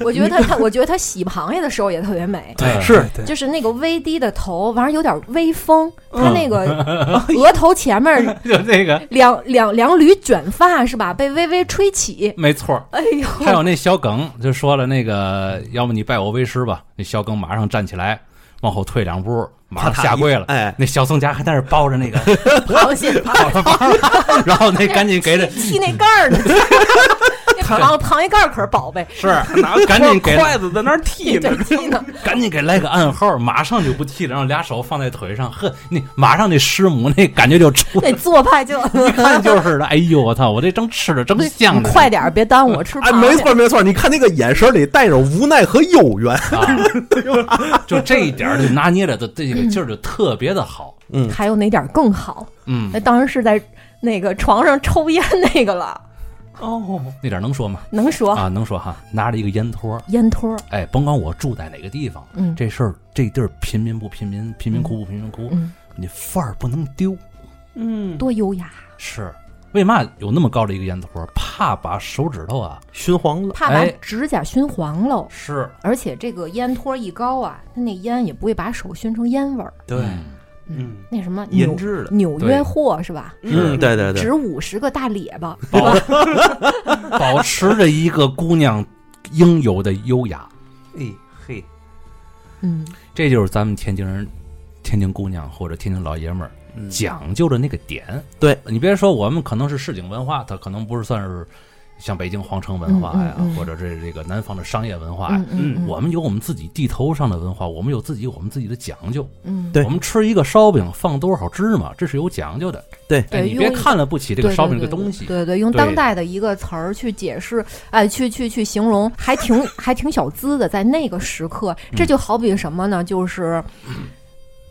[SPEAKER 2] 我觉得她，她我觉得她洗螃蟹的时候也特别美。
[SPEAKER 1] 哎
[SPEAKER 3] 是
[SPEAKER 4] 对
[SPEAKER 2] 就是那个微低的头，完了有点微风，
[SPEAKER 1] 嗯
[SPEAKER 2] 她那个 额头前面
[SPEAKER 1] 就那个，
[SPEAKER 2] 两两两缕卷发是吧？被微微吹起，
[SPEAKER 1] 没错儿。
[SPEAKER 2] 哎呦，
[SPEAKER 1] 还有那小耿就说了，那个要么你拜我为师吧。那小耿马上站起来，往后退两步，马上下跪了。
[SPEAKER 3] 哎，
[SPEAKER 1] 那小宋佳还在那儿抱着 那个
[SPEAKER 2] 螃蟹
[SPEAKER 1] 跑着跑着，然后那赶紧 给这
[SPEAKER 2] 踢那盖儿呢，那螃螃蟹盖儿可是宝贝，
[SPEAKER 1] 是
[SPEAKER 4] 拿着
[SPEAKER 1] 赶紧给
[SPEAKER 4] 筷子在那儿剃呢
[SPEAKER 2] 对，踢呢。
[SPEAKER 1] 赶紧给来个暗号，马上就不剃了，然后俩手放在腿上，呵，那马上那师母那感觉就出 来
[SPEAKER 2] 那做派就
[SPEAKER 1] 一看就是的，哎呦我操，我这正吃着正香
[SPEAKER 2] 你
[SPEAKER 1] 呢，
[SPEAKER 2] 快点儿，别耽误我吃
[SPEAKER 3] 哎，
[SPEAKER 2] 螃
[SPEAKER 3] 没
[SPEAKER 2] 蟹。
[SPEAKER 3] 错没错，你看那个眼神里带着无奈和幽怨，
[SPEAKER 1] 啊，就这一点儿就拿捏的，这个劲儿就特别的好，
[SPEAKER 2] 还有哪点儿更好？
[SPEAKER 1] 嗯
[SPEAKER 2] 那，当然是在那个床上抽烟那个了，
[SPEAKER 4] 哦，
[SPEAKER 1] 那点儿能说吗？
[SPEAKER 2] 能说、
[SPEAKER 1] 啊，能说哈，拿着一个烟托儿，
[SPEAKER 2] 烟托儿，
[SPEAKER 1] 哎，甭管我住在哪个地方，
[SPEAKER 2] 嗯
[SPEAKER 1] 这事儿这地儿贫民不贫民，贫民窟不贫民窟，
[SPEAKER 2] 嗯，
[SPEAKER 1] 你范儿不能丢，
[SPEAKER 4] 嗯，
[SPEAKER 2] 多优雅，
[SPEAKER 1] 是为嘛有那么高的一个烟托儿？怕把手指头啊，
[SPEAKER 3] 熏黄了。
[SPEAKER 2] 怕把
[SPEAKER 1] 哎
[SPEAKER 2] 指甲熏黄喽。
[SPEAKER 1] 是
[SPEAKER 2] 而且这个烟托儿一高啊，它那烟也不会把手熏成烟味儿。
[SPEAKER 4] 对，
[SPEAKER 1] 嗯
[SPEAKER 4] 嗯，
[SPEAKER 2] 那什么
[SPEAKER 4] 银
[SPEAKER 2] 纽
[SPEAKER 4] 质的，
[SPEAKER 2] 纽
[SPEAKER 1] 对
[SPEAKER 2] 约货是吧？
[SPEAKER 3] 嗯，对对对，
[SPEAKER 2] 指五十个大咧巴，
[SPEAKER 1] 保保持着一个姑娘应有的优雅，
[SPEAKER 4] 哎嘿，
[SPEAKER 2] 嗯，
[SPEAKER 1] 这就是咱们天津人、天津姑娘或者天津老爷们儿
[SPEAKER 4] 嗯
[SPEAKER 1] 讲究的那个点。
[SPEAKER 3] 对
[SPEAKER 1] 你别说我们可能是市井文化，它可能不是算是像北京皇城文化呀，
[SPEAKER 2] 嗯嗯嗯
[SPEAKER 1] 或者这这个南方的商业文化呀。
[SPEAKER 2] 嗯嗯嗯，
[SPEAKER 1] 哎我们有我们自己地头上的文化，我们有自己有我们自己的讲究。
[SPEAKER 2] 嗯
[SPEAKER 3] 对
[SPEAKER 1] 我们吃一个烧饼放多少芝麻，这是有讲究的。
[SPEAKER 3] 对
[SPEAKER 1] 哎
[SPEAKER 2] 对
[SPEAKER 1] 你别
[SPEAKER 2] 用
[SPEAKER 1] 看了不起这个
[SPEAKER 2] 对
[SPEAKER 1] 烧
[SPEAKER 2] 对
[SPEAKER 1] 饼这个
[SPEAKER 2] 对
[SPEAKER 1] 东西。
[SPEAKER 2] 对对，用
[SPEAKER 1] 对
[SPEAKER 2] 当代的一个词儿去解释，哎，去去去形容，还挺 还挺小资的，在那个时刻，这
[SPEAKER 1] 嗯
[SPEAKER 2] 就好比什么呢？就是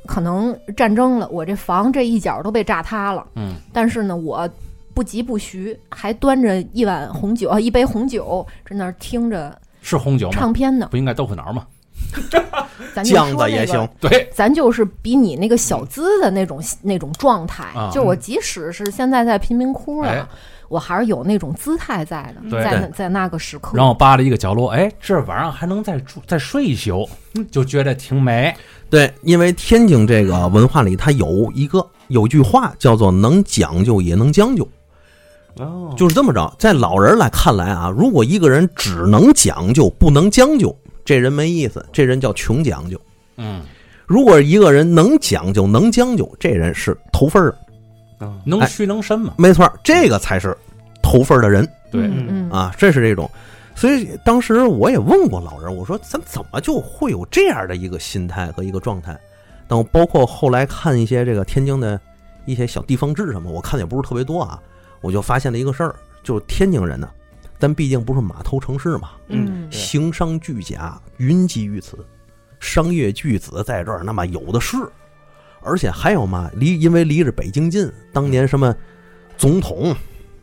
[SPEAKER 2] 可能战争了，我这房这一角都被炸塌了，
[SPEAKER 1] 嗯，
[SPEAKER 2] 但是呢，我不急不徐，还端着一碗红酒，啊一杯红酒，在那儿听着
[SPEAKER 1] 是红酒吗？
[SPEAKER 2] 唱片呢。
[SPEAKER 1] 不应该豆腐脑吗？
[SPEAKER 2] 咱就
[SPEAKER 3] 酱
[SPEAKER 2] 说
[SPEAKER 3] 子
[SPEAKER 2] 那
[SPEAKER 3] 也
[SPEAKER 2] 个
[SPEAKER 3] 行，，
[SPEAKER 1] 对，
[SPEAKER 2] 咱就是比你那个小资的那种那种状态
[SPEAKER 1] 嗯啊，
[SPEAKER 2] 就我即使是现在在贫民窟
[SPEAKER 1] 哎
[SPEAKER 2] 了，我还是有那种姿态在
[SPEAKER 1] 对
[SPEAKER 2] 的，在那在那个时刻
[SPEAKER 1] 然。后扒了一个角落，哎，这晚上还能再住再睡一宿，
[SPEAKER 2] 嗯
[SPEAKER 1] 就觉得挺美。
[SPEAKER 3] 对，因为天津这个文化里，它有一个有句话叫做“能讲究也能将就”，
[SPEAKER 4] 哦，
[SPEAKER 3] 就是这么着。在老人来看来啊，如果一个人只能讲究不能将就，这人没意思，这人叫穷讲究；
[SPEAKER 2] 哎
[SPEAKER 1] 嗯，
[SPEAKER 3] 如果一个人能讲究能将就，这人是投分儿的。
[SPEAKER 4] 啊
[SPEAKER 1] 能
[SPEAKER 3] 哎
[SPEAKER 1] 屈能伸嘛？
[SPEAKER 3] 没错儿，这个才是投分儿的人
[SPEAKER 1] 对，
[SPEAKER 2] 嗯嗯
[SPEAKER 3] 啊，这是这种。所以当时我也问过老人，我说咱怎么就会有这样的一个心态和一个状态？但我包括后来看一些这个天津的一些小地方志什么，我看的也不是特别多啊，我就发现了一个事儿，就是天津人呢，咱毕竟不是码头城市嘛，
[SPEAKER 4] 嗯
[SPEAKER 2] 嗯
[SPEAKER 4] 对
[SPEAKER 3] 行商巨贾云集于此，商业巨子在这儿那么有的是，而且还有嘛，离因为离着北京近，当年什么总统、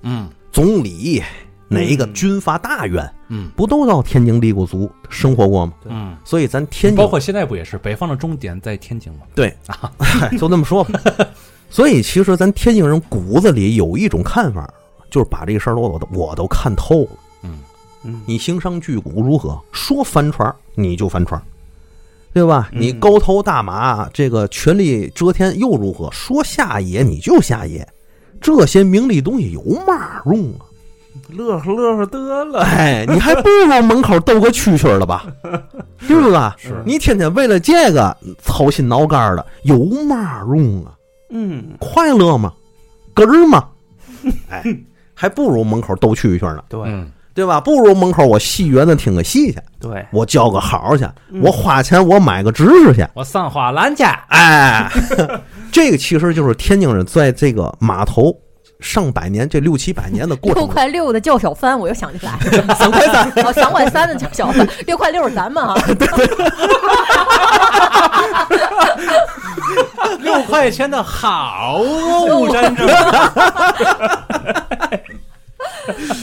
[SPEAKER 1] 嗯
[SPEAKER 3] 总理哪一个
[SPEAKER 4] 嗯
[SPEAKER 3] 军阀大员，
[SPEAKER 1] 嗯
[SPEAKER 3] 不都到天津帝国族生活过吗？
[SPEAKER 1] 嗯，
[SPEAKER 3] 所以咱天津
[SPEAKER 1] 包括现在不也是北方的终点在天津吗？
[SPEAKER 3] 哎就那么说吧。 所以其实咱天津人骨子里有一种看法，就是把这事儿我都我都看透了。
[SPEAKER 1] 嗯
[SPEAKER 4] 嗯
[SPEAKER 3] 你行商巨贾如何说翻船儿你就翻船儿，对吧？
[SPEAKER 4] 嗯
[SPEAKER 3] 你高头大马，这个权力遮天又如何？说下野你就下野，这些名利东西有嘛用啊？
[SPEAKER 4] 乐呵乐呵得了，
[SPEAKER 3] 哎，你还不如门口斗个蛐蛐儿了吧，对不吧？
[SPEAKER 1] 是
[SPEAKER 3] 你天天为了这个操心挠肝儿的，有嘛用啊？
[SPEAKER 4] 嗯，
[SPEAKER 3] 快乐吗？哏儿吗？哎，还不如门口斗蛐蛐儿呢，
[SPEAKER 4] 对
[SPEAKER 1] 嗯，
[SPEAKER 3] 对吧？不如门口我戏园子听个戏去。
[SPEAKER 4] 对，
[SPEAKER 3] 我交个好去，
[SPEAKER 4] 嗯
[SPEAKER 3] 我花钱我买个知识去。
[SPEAKER 1] 我上花篮去。
[SPEAKER 3] 哎， 这个其实就是天津人在这个码头上百年这六七百年的过
[SPEAKER 2] 六
[SPEAKER 3] 程中，
[SPEAKER 2] 块六的叫小三，我又想起来，
[SPEAKER 3] 三块三，
[SPEAKER 2] 哦，三块三的叫小三，六块六是咱们啊，
[SPEAKER 1] 六块钱的好 哦，真是。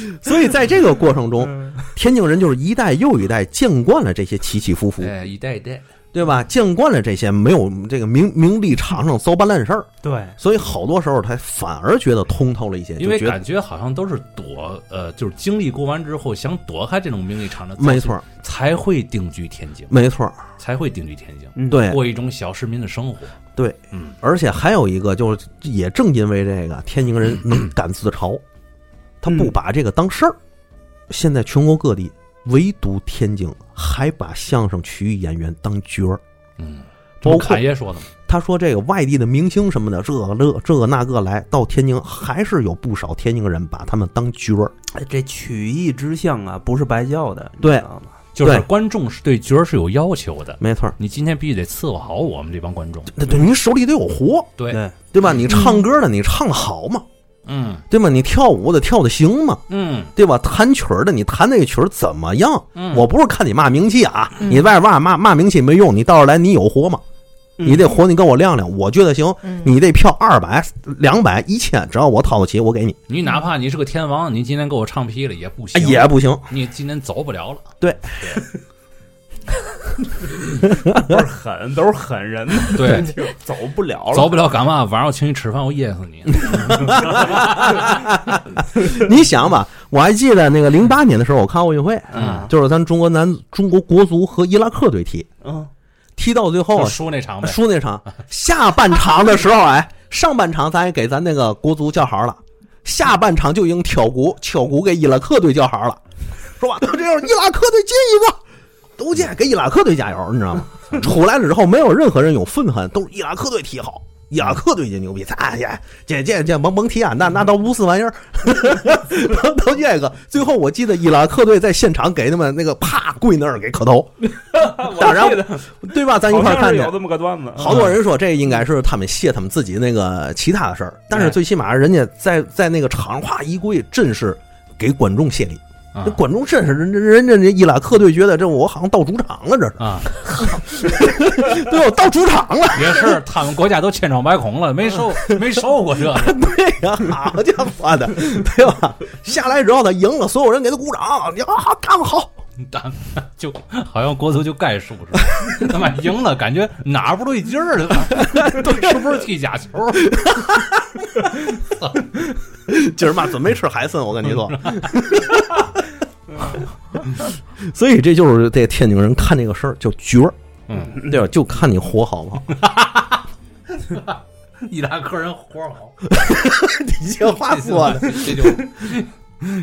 [SPEAKER 3] 所以在这个过程中，
[SPEAKER 1] 嗯
[SPEAKER 3] 天津人就是一代又一代见惯了这些起起伏伏，
[SPEAKER 1] 哎，一代一代，
[SPEAKER 3] 对吧？见惯了这些没有这个名名利场上糟吧烂事儿，
[SPEAKER 4] 对，
[SPEAKER 3] 所以好多时候他反而觉得通透了一些，
[SPEAKER 1] 因
[SPEAKER 3] 就
[SPEAKER 1] 为
[SPEAKER 3] 觉得
[SPEAKER 1] 感觉好像都是躲，呃，就是经历过完之后，想躲开这种名利场的，
[SPEAKER 3] 没错，
[SPEAKER 1] 才会定居天津，
[SPEAKER 3] 没错，
[SPEAKER 1] 才会定居天津，
[SPEAKER 4] 嗯，
[SPEAKER 3] 对。
[SPEAKER 1] 过一种小市民的生活。
[SPEAKER 3] 对，
[SPEAKER 1] 嗯，
[SPEAKER 3] 而且还有一个就是，也正因为这个，天津人能敢自嘲，他
[SPEAKER 1] 嗯
[SPEAKER 3] 不把这个当事儿。现在全国各地，唯独天津还把相声曲艺演员当角儿。
[SPEAKER 1] 嗯，这
[SPEAKER 3] 包
[SPEAKER 1] 不
[SPEAKER 3] 括
[SPEAKER 1] 侃爷说的吗？
[SPEAKER 3] 他说这个外地的明星什么的，这个那这个那个来到天津，还是有不少天津人把他们当角儿。
[SPEAKER 4] 哎这曲艺之乡啊，不是白叫的，你
[SPEAKER 3] 对
[SPEAKER 4] 知道吗？
[SPEAKER 1] 就是
[SPEAKER 3] 对
[SPEAKER 1] 观众是对角儿是有要求的，
[SPEAKER 3] 没错儿，
[SPEAKER 1] 你今天必须得伺候好我们这帮观众。
[SPEAKER 3] 对对，你手里得有活，
[SPEAKER 1] 对，
[SPEAKER 4] 对，
[SPEAKER 3] 对吧？你唱歌的你唱的好吗？
[SPEAKER 1] 嗯
[SPEAKER 3] 对吧？你跳舞的跳的行吗？
[SPEAKER 1] 嗯
[SPEAKER 3] 对吧？弹曲儿的你弹那个曲儿怎么样？
[SPEAKER 1] 嗯，
[SPEAKER 3] 我不是看你骂名气啊，
[SPEAKER 2] 嗯
[SPEAKER 3] 你外边骂骂骂名气没用，你到这儿来你有活吗？你这活你跟我亮亮，我觉得行。
[SPEAKER 2] 嗯
[SPEAKER 3] 你这票二百、两百、一千，只要我掏得起，我给你
[SPEAKER 1] 你哪怕你是个天王，你今天给我唱劈了也不行，
[SPEAKER 3] 也不行。
[SPEAKER 1] 你今天走不了了。
[SPEAKER 4] 都是狠，都是狠人，
[SPEAKER 1] 对，
[SPEAKER 4] 就走不了了，
[SPEAKER 1] 走不了干嘛？晚上我请你吃饭，我噎死 你。嗯
[SPEAKER 3] 你想吧，我还记得那个零八年的时候，我看奥运会，
[SPEAKER 1] 嗯
[SPEAKER 3] 就是咱中国男中国国足和伊拉克队踢，
[SPEAKER 4] 嗯，
[SPEAKER 3] 踢到最后
[SPEAKER 1] 就
[SPEAKER 3] 啊
[SPEAKER 1] 输那场呗。
[SPEAKER 3] 输那场，下半场的时候，哎，上半场咱也给咱那个国足叫好了，下半场就应挑骨，挑骨给伊拉克队叫好了，说吧，这样伊拉克队进一个， 都进，给伊拉克队加油，你知道吗？出来了之后，没有任何人有愤恨，都是伊拉克队踢好，雅克对这牛逼，咱哎呀，这这这甭甭提啊，那那都无四玩意儿， 都都这个。最后我记得伊拉克队在现场给他们那个啪跪那儿给磕头，当然
[SPEAKER 4] 我记得
[SPEAKER 3] 对吧？咱一块儿
[SPEAKER 4] 好像
[SPEAKER 3] 看
[SPEAKER 4] 是
[SPEAKER 3] 去
[SPEAKER 4] 有。这么个段子，
[SPEAKER 3] 好多人说这应该是他们谢他们自己那个其他的事儿，但是最起码人家在在那个场上哗一跪，真是给观众谢礼。
[SPEAKER 1] 啊
[SPEAKER 3] 这观众真是人人人家伊拉克队觉得这我好像到主场了，这是
[SPEAKER 1] 啊，
[SPEAKER 3] 对我到主场了，
[SPEAKER 1] 也是他们国家都千疮百孔了，没受没受过这个，
[SPEAKER 3] 对呀、好家伙的，对吧？下来之后他赢了，所有人给他鼓掌，呀，干得好！
[SPEAKER 1] 但就好像国足就该输似的， 他妈赢了感觉哪儿不对劲儿了， 对，是不是踢假球？
[SPEAKER 3] 今儿嘛准没吃海参，我跟你说。 所以这就是这天津人看这个事儿叫角儿，
[SPEAKER 1] 嗯，
[SPEAKER 3] 对吧？就看你活好不好。
[SPEAKER 1] 伊拉克人活儿好，
[SPEAKER 3] 你这话说的，
[SPEAKER 1] 这就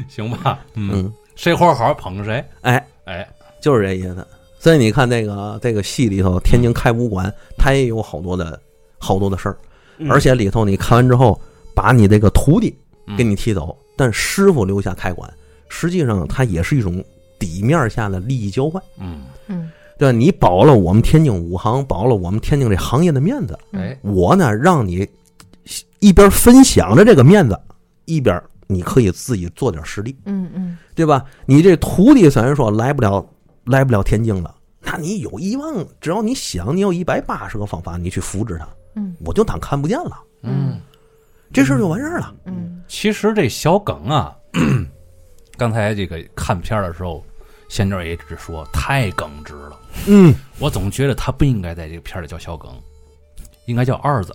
[SPEAKER 1] 行吧？嗯，
[SPEAKER 3] 嗯，
[SPEAKER 1] 谁活儿好捧谁，
[SPEAKER 3] 哎，
[SPEAKER 1] 哎，
[SPEAKER 3] 就是这意思。所以你看那个这个戏里头，天津开武馆，它也有好多的好多的事儿，
[SPEAKER 4] 嗯，
[SPEAKER 3] 而且里头你看完之后，把你这个徒弟
[SPEAKER 1] 嗯
[SPEAKER 3] 给你踢走，但师傅留下开馆，实际上它也是一种底面下的利益交换，
[SPEAKER 1] 嗯，
[SPEAKER 2] 嗯，
[SPEAKER 3] 对吧？你保了我们天津武行，保了我们天津这行业的面子，
[SPEAKER 1] 哎，
[SPEAKER 3] 我呢让你一边分享着这个面子，一边你可以自己做点实力。
[SPEAKER 2] 嗯嗯
[SPEAKER 3] 对吧？你这徒弟虽然说来不了，来不了天津了，那你有一万，只要你想，你有一百八十个方法，你去扶持他，
[SPEAKER 2] 嗯
[SPEAKER 3] 我就当看不见了，
[SPEAKER 1] 嗯，
[SPEAKER 3] 这事儿就完事儿了。
[SPEAKER 2] 嗯
[SPEAKER 1] 其实这小耿啊，刚才这个看片儿的时候，仙女儿也一直说太耿直了，
[SPEAKER 3] 嗯，
[SPEAKER 1] 我总觉得他不应该在这个片儿里叫小耿，应该叫二子，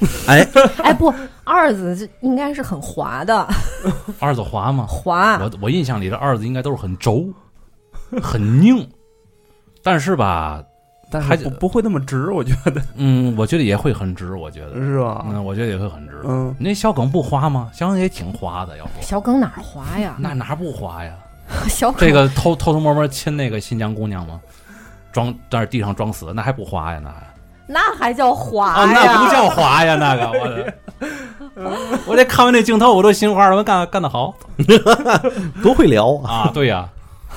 [SPEAKER 1] 嗯
[SPEAKER 2] 哎不，二子这应该是很滑的，
[SPEAKER 1] 二子华嘛，
[SPEAKER 2] 滑，
[SPEAKER 1] 我我印象里的二子应该都是很轴、很拧，但是吧，
[SPEAKER 4] 但
[SPEAKER 1] 还
[SPEAKER 4] 是不不会那么直，我觉得
[SPEAKER 1] 嗯，我觉得也会很直，我觉得，
[SPEAKER 4] 是吧？
[SPEAKER 1] 嗯，我觉得也会很直。
[SPEAKER 4] 嗯，
[SPEAKER 1] 那小耿不花吗？小耿也挺花的，要不
[SPEAKER 2] 小耿哪儿滑呀？
[SPEAKER 1] 那哪不花呀？
[SPEAKER 2] 小耿
[SPEAKER 1] 这个偷偷偷摸摸亲那个新疆姑娘吗？装在地上装死，那还不花呀？那还
[SPEAKER 2] 那还叫滑
[SPEAKER 1] 啊，
[SPEAKER 2] 呀？
[SPEAKER 1] 那不叫滑呀，那个我的，我这看完这镜头我都心花，我干干得好
[SPEAKER 3] 多会聊啊！
[SPEAKER 1] 啊！对呀、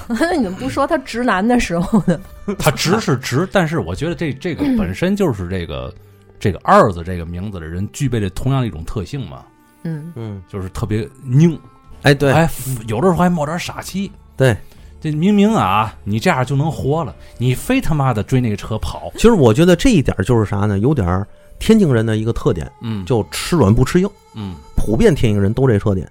[SPEAKER 2] 那 你们不说他直男的时候呢？
[SPEAKER 1] 他直是直， 但是我觉得这这个本身就是这个这个二子这个名字的人具备着同样的一种特性嘛，
[SPEAKER 2] 嗯
[SPEAKER 3] 嗯，
[SPEAKER 1] 就是特别拧，
[SPEAKER 3] 哎，对，
[SPEAKER 1] 哎，有的时候还冒点傻气。
[SPEAKER 3] 对，
[SPEAKER 1] 这明明啊，你这样就能活了，你非他妈的追那个车跑，
[SPEAKER 3] 其实我觉得这一点就是啥呢？有点儿天津人的一个特点，
[SPEAKER 1] 嗯，
[SPEAKER 3] 就吃软不吃硬，
[SPEAKER 1] 嗯
[SPEAKER 3] 普遍天津人都这特点。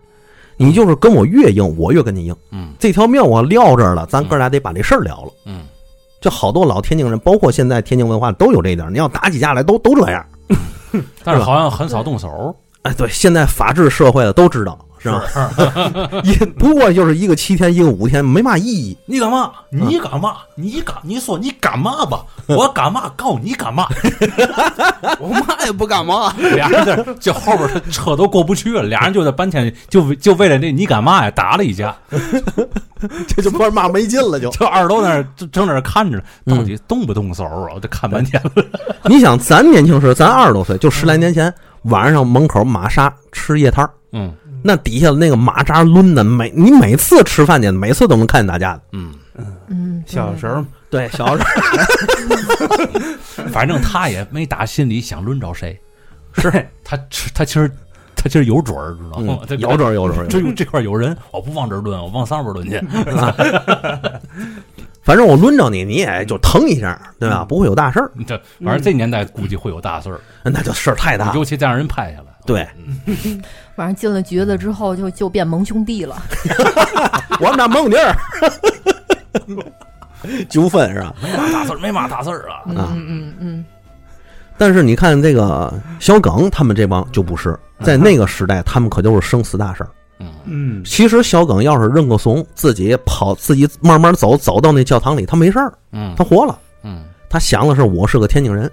[SPEAKER 3] 你就是跟我越硬，我越跟你硬。
[SPEAKER 1] 嗯
[SPEAKER 3] 这条命我撂这儿了，咱哥俩得把这事儿聊了。
[SPEAKER 1] 嗯，
[SPEAKER 3] 这好多老天津人，包括现在天津文化都有这一点儿。你要打起架来，都都这样。
[SPEAKER 1] 但是好像很少动手，
[SPEAKER 3] 哎，对，现在法治社会的都知道，是吧？ 也不过就是一个七天，一个五天，没嘛意 义。
[SPEAKER 1] 你干嘛？你干嘛？你干？你说你干嘛吧？我干嘛？告你干嘛？
[SPEAKER 4] 我嘛也不干
[SPEAKER 3] 啊
[SPEAKER 4] 嘛，
[SPEAKER 1] 俩人在就后边儿车都过不去了，俩人就在半天就为就为了那你干嘛呀打了一架，
[SPEAKER 3] 这就不是嘛没劲 了就。
[SPEAKER 1] 这二楼那儿正正在那儿看着，呢，到底动不动手啊？我这看半天了。
[SPEAKER 3] 你想，咱年轻时，咱二十多岁，就十来年前，晚上门口马杀吃夜摊儿，
[SPEAKER 1] 嗯
[SPEAKER 3] 那底下那个马扎抡的，每你每次吃饭去，每次都能看见打架的。
[SPEAKER 1] 嗯，
[SPEAKER 2] 嗯，
[SPEAKER 4] 小时候
[SPEAKER 3] 对，小时候
[SPEAKER 1] 反正他也没打心里想抡着谁，
[SPEAKER 4] 是
[SPEAKER 1] 他吃他其实他其实有嗯准儿，知
[SPEAKER 3] 嗯
[SPEAKER 1] 道吗？他
[SPEAKER 3] 有准儿有准儿
[SPEAKER 1] 哦
[SPEAKER 3] 有
[SPEAKER 1] 这
[SPEAKER 3] 准儿。
[SPEAKER 1] 这块儿有人，我不往这儿抡，我往上边儿抡 去。
[SPEAKER 3] 反正我抡着你，你也就疼一下，
[SPEAKER 1] 嗯
[SPEAKER 3] 对吧？不会有大事儿，
[SPEAKER 1] 这反正这年代估计会有大事儿，
[SPEAKER 3] 那就事儿太大了。
[SPEAKER 1] 尤其再让人拍下来。
[SPEAKER 3] 对
[SPEAKER 2] 晚上进了局子之后就就变盟兄弟了。
[SPEAKER 3] 我们家蒙地儿， 纠纷是吧？
[SPEAKER 1] 没嘛大事儿，没嘛大事儿啊。
[SPEAKER 3] 啊，
[SPEAKER 2] 嗯嗯
[SPEAKER 3] 但是你看这个小耿他们这帮就不是，在那个时代，他们可就是生死大事儿。
[SPEAKER 1] 嗯
[SPEAKER 4] 嗯
[SPEAKER 3] 其实小耿要是认个怂，自己跑，自己慢慢走，走到那教堂里，他没事儿，
[SPEAKER 1] 嗯
[SPEAKER 3] 他活了。
[SPEAKER 1] 嗯
[SPEAKER 3] 他想的是我是个天津人，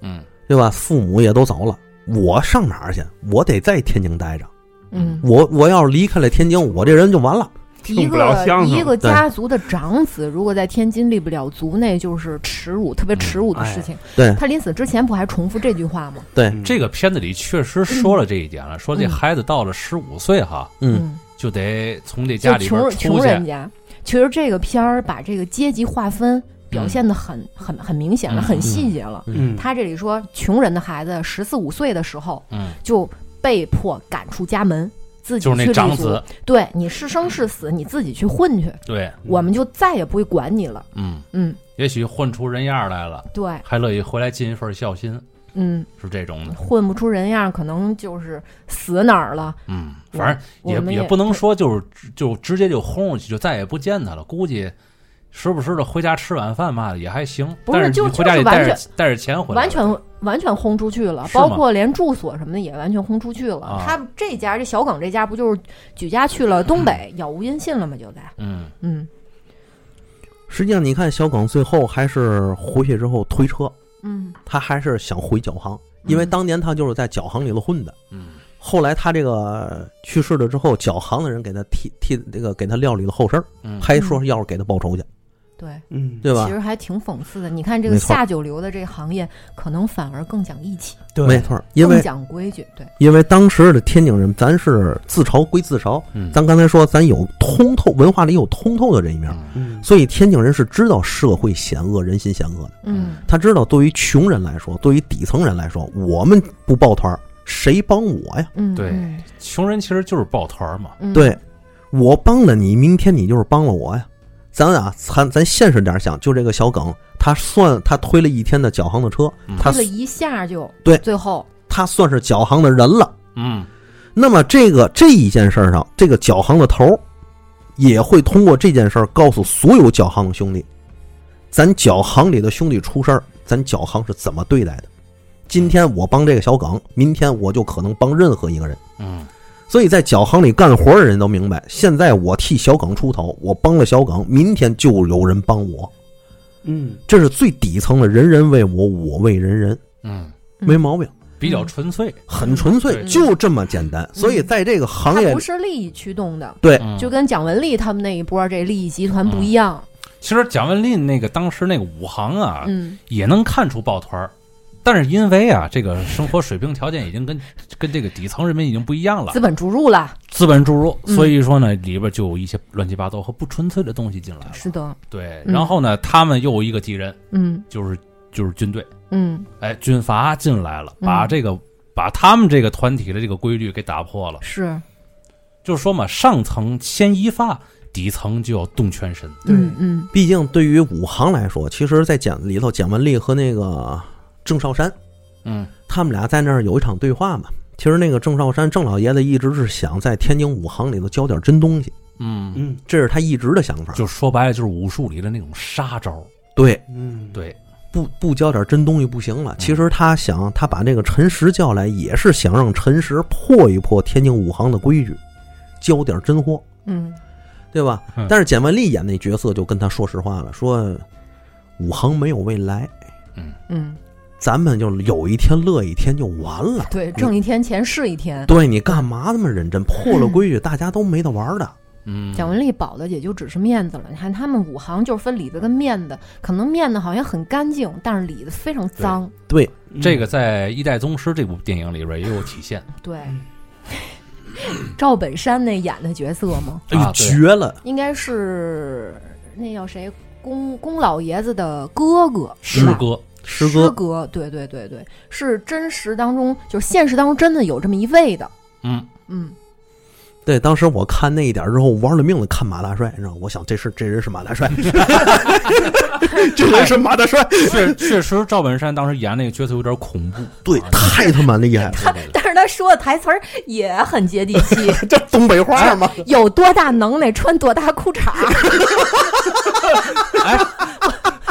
[SPEAKER 1] 嗯
[SPEAKER 3] 对吧？父母也都走了，我上哪儿去？我得在天津待着。
[SPEAKER 2] 嗯
[SPEAKER 3] 我我要是离开了天津，我这人就完了。
[SPEAKER 2] 一
[SPEAKER 4] 听不了
[SPEAKER 2] 个
[SPEAKER 4] 相
[SPEAKER 2] 一
[SPEAKER 4] 声。
[SPEAKER 2] 个家族的长子，如果在天津立不了足，那就是耻辱，特别耻辱的事情。
[SPEAKER 3] 对
[SPEAKER 2] 他临死之前不还重复这句话吗？
[SPEAKER 3] 对，
[SPEAKER 4] 嗯
[SPEAKER 1] 这个片子里确实说了这一点了，说这孩子到了十五岁哈，
[SPEAKER 3] 嗯，
[SPEAKER 1] 就得从这
[SPEAKER 2] 就
[SPEAKER 1] 家里边
[SPEAKER 2] 穷
[SPEAKER 1] 出
[SPEAKER 2] 穷
[SPEAKER 1] 去
[SPEAKER 2] 人。家。其实这个片儿把这个阶级划分表现的很、很很明显了，
[SPEAKER 1] 嗯
[SPEAKER 2] 很细节了。
[SPEAKER 4] 嗯，
[SPEAKER 2] 他这里说，穷人的孩子十四五岁的时候
[SPEAKER 1] 嗯，
[SPEAKER 2] 就被迫赶出家门，自己
[SPEAKER 1] 就是
[SPEAKER 2] 去
[SPEAKER 1] 那
[SPEAKER 2] 立
[SPEAKER 1] 长
[SPEAKER 2] 足
[SPEAKER 1] 子。，
[SPEAKER 2] 对你是生是死，你自己去混去，
[SPEAKER 1] 对，
[SPEAKER 3] 嗯
[SPEAKER 2] 我们就再也不会管你了。
[SPEAKER 1] 嗯，
[SPEAKER 2] 嗯，
[SPEAKER 1] 也许混出人样来了，
[SPEAKER 2] 对，
[SPEAKER 1] 还乐意回来尽一份孝心，
[SPEAKER 2] 嗯，
[SPEAKER 1] 是这种的。
[SPEAKER 2] 混不出人样，可能就是死哪儿了。
[SPEAKER 1] 嗯，
[SPEAKER 2] 我
[SPEAKER 1] 反正
[SPEAKER 2] 我们
[SPEAKER 1] 也不能说就是就直接就轰出去，就再也不见他了。估计时不时的回家吃晚饭嘛的也还行，
[SPEAKER 2] 不是
[SPEAKER 1] 但
[SPEAKER 2] 就
[SPEAKER 1] 你回家里
[SPEAKER 2] 就是
[SPEAKER 1] 带
[SPEAKER 2] 完
[SPEAKER 1] 着带着钱回来，
[SPEAKER 2] 完全完全轰出去了，
[SPEAKER 1] 是吗
[SPEAKER 2] 包括连住所什么的也完全轰出去了。
[SPEAKER 1] 啊
[SPEAKER 2] 他这家这小耿这家不就是举家去 了东北，杳无音信了吗？就在
[SPEAKER 1] 嗯
[SPEAKER 2] 嗯
[SPEAKER 3] 实际上你看小耿最后还是回去之后推车，
[SPEAKER 2] 嗯
[SPEAKER 3] 他还是想回脚行，因为当年他就是在脚行里头混的。
[SPEAKER 1] 嗯
[SPEAKER 3] 后来他这个去世了之后，脚行的人给他替替这个给他料理了后事儿，
[SPEAKER 1] 嗯，
[SPEAKER 3] 还说是要是给他报仇去，
[SPEAKER 2] 对，
[SPEAKER 4] 嗯，
[SPEAKER 3] 对吧
[SPEAKER 2] 其？实还挺讽刺的。你看这个
[SPEAKER 3] 没错
[SPEAKER 2] 下九流的这个行业，可能反而更讲义气，
[SPEAKER 3] 没
[SPEAKER 4] 对，
[SPEAKER 3] 错儿，因
[SPEAKER 2] 更
[SPEAKER 3] 为
[SPEAKER 2] 讲规矩。对，
[SPEAKER 3] 因为当时的天津人，咱是自嘲归自嘲，
[SPEAKER 1] 嗯
[SPEAKER 3] 咱刚才说咱有通透文化里有通透的这一面，
[SPEAKER 1] 嗯
[SPEAKER 4] 嗯，
[SPEAKER 3] 所以天津人是知道社会险恶、人心险恶的。
[SPEAKER 2] 嗯
[SPEAKER 3] 他知道，对于穷人来说，对于底层人来说，我们不抱团儿，谁帮我呀？
[SPEAKER 2] 嗯，
[SPEAKER 1] 对
[SPEAKER 2] 嗯
[SPEAKER 1] 穷人其实就是抱团儿嘛，
[SPEAKER 2] 嗯
[SPEAKER 3] 对，我帮了你，明天你就是帮了我呀。咱啊，咱咱现实点儿想，就这个小耿，他算他推了一天的脚行的车
[SPEAKER 1] 嗯，
[SPEAKER 3] 他
[SPEAKER 2] 推了一下就
[SPEAKER 3] 对
[SPEAKER 2] 最后
[SPEAKER 3] 他算是脚行的人了。
[SPEAKER 1] 嗯
[SPEAKER 3] 那么这个这一件事儿上，这个脚行的头儿也会通过这件事儿告诉所有脚行的兄弟，咱脚行里的兄弟出事儿，咱脚行是怎么对待的。今天我帮这个小耿，明天我就可能帮任何一个人。
[SPEAKER 1] 嗯
[SPEAKER 3] 所以在脚行里干活的人都明白，现在我替小耿出头，我帮了小耿，明天就有人帮我。
[SPEAKER 4] 嗯，
[SPEAKER 3] 这是最底层的，人人为我，我为人人，
[SPEAKER 1] 嗯，
[SPEAKER 2] 嗯
[SPEAKER 3] 没毛病，
[SPEAKER 1] 比较纯粹，
[SPEAKER 3] 很纯粹，
[SPEAKER 1] 嗯
[SPEAKER 3] 就这么简单。所以在这个行
[SPEAKER 2] 他
[SPEAKER 3] 业
[SPEAKER 2] 不
[SPEAKER 3] 里，
[SPEAKER 2] 是利益驱动的，
[SPEAKER 3] 对，
[SPEAKER 1] 嗯
[SPEAKER 2] 就跟蒋雯丽他们那一波这利益集团不一样。
[SPEAKER 1] 其实蒋雯丽那个当时那个武行啊，
[SPEAKER 2] 嗯
[SPEAKER 1] 也能看出抱团儿，但是因为啊，这个生活水平条件已经跟 跟这个底层人民已经不一样了
[SPEAKER 2] 资，本注入了，
[SPEAKER 1] 资本注入，
[SPEAKER 2] 嗯
[SPEAKER 1] 所以说呢，里边就有一些乱七八糟和不纯粹的东西进来了。
[SPEAKER 2] 是的，
[SPEAKER 1] 对，
[SPEAKER 2] 嗯
[SPEAKER 1] 然后呢，他们又有一个敌人，
[SPEAKER 2] 嗯
[SPEAKER 1] 就是就是军队，
[SPEAKER 2] 嗯
[SPEAKER 1] 哎，军阀进来了，
[SPEAKER 2] 嗯
[SPEAKER 1] 把这个。把他们这个团体的这个规律给打破了，
[SPEAKER 2] 是，嗯
[SPEAKER 1] 就是说嘛，上层牵一发，底层就要动全身。
[SPEAKER 4] 对
[SPEAKER 2] 嗯嗯
[SPEAKER 3] 毕竟对于武行来说，其实，在简里头，蒋雯丽和那个郑少山，
[SPEAKER 1] 嗯
[SPEAKER 3] 他们俩在那儿有一场对话嘛。其实那个郑少山，郑老爷子一直是想在天津武行里头教点真东西，
[SPEAKER 1] 嗯，
[SPEAKER 4] 嗯，
[SPEAKER 3] 这是他一直的想法。
[SPEAKER 1] 就说白了，就是武术里的那种杀招。
[SPEAKER 3] 对，
[SPEAKER 4] 嗯，
[SPEAKER 1] 对，
[SPEAKER 3] 不不教点真东西不行了。其实他想，他把这个陈实叫来，也是想让陈实破一破天津武行的规矩，教点真货，
[SPEAKER 2] 嗯
[SPEAKER 3] 对吧
[SPEAKER 1] 嗯？
[SPEAKER 3] 但是简雯丽演那角色就跟他说实话了，说武行没有未来，
[SPEAKER 2] 嗯，
[SPEAKER 3] 咱们就有一天乐一天就完了。
[SPEAKER 2] 对，挣一天钱是一天。
[SPEAKER 3] 对你干嘛那么认真？破了规矩，大家都没得玩的。
[SPEAKER 1] 嗯，
[SPEAKER 2] 蒋雯丽保的也就只是面子了。你看他们五行就是分里子跟面子，可能面子好像很干净，但是里子非常脏。
[SPEAKER 3] 对，
[SPEAKER 4] 嗯
[SPEAKER 1] 嗯这个在《一代宗师》这部电影里边也有体现。
[SPEAKER 2] 对
[SPEAKER 4] 嗯，
[SPEAKER 2] 赵本山那演的角色吗？
[SPEAKER 3] 哎
[SPEAKER 1] 啊对
[SPEAKER 3] 呦，绝了！
[SPEAKER 2] 应该是那叫谁？宫宫老爷子的哥哥
[SPEAKER 1] 师
[SPEAKER 2] 吧
[SPEAKER 1] 哥，
[SPEAKER 3] 师
[SPEAKER 2] 师
[SPEAKER 3] 哥，
[SPEAKER 2] 哥，对对对对，是真实当中，就是现实当中真的有这么一位的，
[SPEAKER 1] 嗯，
[SPEAKER 2] 嗯，
[SPEAKER 3] 对，当时我看那一点之后，玩了命的看马大帅，你知道吗，我想这是这人是马大帅， 这人是马大帅，
[SPEAKER 1] 确确实，赵本山当时演那个角色有点恐怖，
[SPEAKER 3] 对，太他妈厉害了，
[SPEAKER 1] 对对对
[SPEAKER 2] 但是他说的台词儿也很 接地气，
[SPEAKER 3] 这东北话吗？
[SPEAKER 2] 有多大能耐穿多大裤衩儿。
[SPEAKER 1] 哎，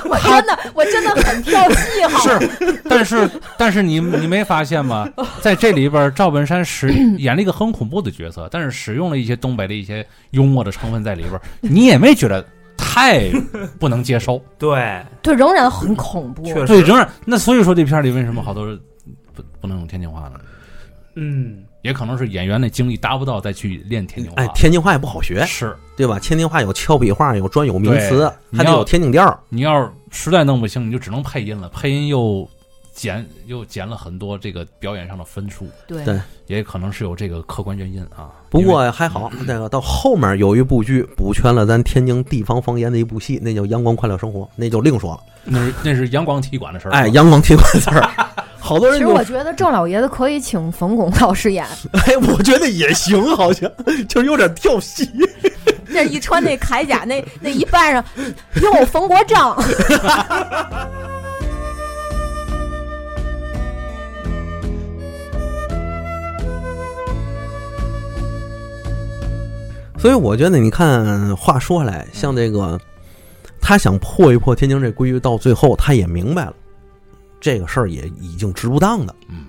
[SPEAKER 2] 我真的，我真的很跳戏哈。
[SPEAKER 1] 是，但是但是你你没发现吗？在这里边，赵本山 使演了一个很恐怖的角色，但是使用了一些东北的一些幽默的成分在里边，你也没觉得太不能接 受，
[SPEAKER 4] 嗯对，
[SPEAKER 2] 对，仍然很恐怖。
[SPEAKER 4] 确实
[SPEAKER 1] 对，仍然那所以说这片儿里为什么好多人不不能用天津话呢？
[SPEAKER 4] 嗯，
[SPEAKER 1] 也可能是演员的精力达不到再去练天津话。
[SPEAKER 3] 哎，天津话也不好学，
[SPEAKER 1] 是
[SPEAKER 3] 对吧？天津话有俏皮话，有专有名词
[SPEAKER 1] 对，你
[SPEAKER 3] 还得有
[SPEAKER 1] 要
[SPEAKER 3] 天津调儿。
[SPEAKER 1] 你要是实在弄不清，你就只能配音了，配音又减又减了很多这个表演上的分数，
[SPEAKER 2] 对
[SPEAKER 3] 对
[SPEAKER 1] 也可能是有这个客观原因啊。
[SPEAKER 3] 不
[SPEAKER 1] 因为
[SPEAKER 3] 过还好，那个到后面有一部剧补全了咱天津地方方言的一部戏，那叫《阳光快乐生活》，那就另说了。
[SPEAKER 1] 那是那是阳光体育馆的事儿。
[SPEAKER 3] 哎，，阳光踢 馆词儿，好多
[SPEAKER 2] 其
[SPEAKER 3] 人
[SPEAKER 2] 实
[SPEAKER 3] 就
[SPEAKER 2] 我觉得郑老爷子可以请冯巩老师演，
[SPEAKER 3] 哎，我觉得也行，好像 就是有点跳戏。
[SPEAKER 2] 那一穿那 铠甲，那那一半上，哟，冯国璋，
[SPEAKER 3] 所以我觉得，你看，话说回
[SPEAKER 1] 嗯
[SPEAKER 3] 来，像这个，他想破一破天津这规矩，到最后他也明白了，这个事儿也已经值不当的，
[SPEAKER 1] 嗯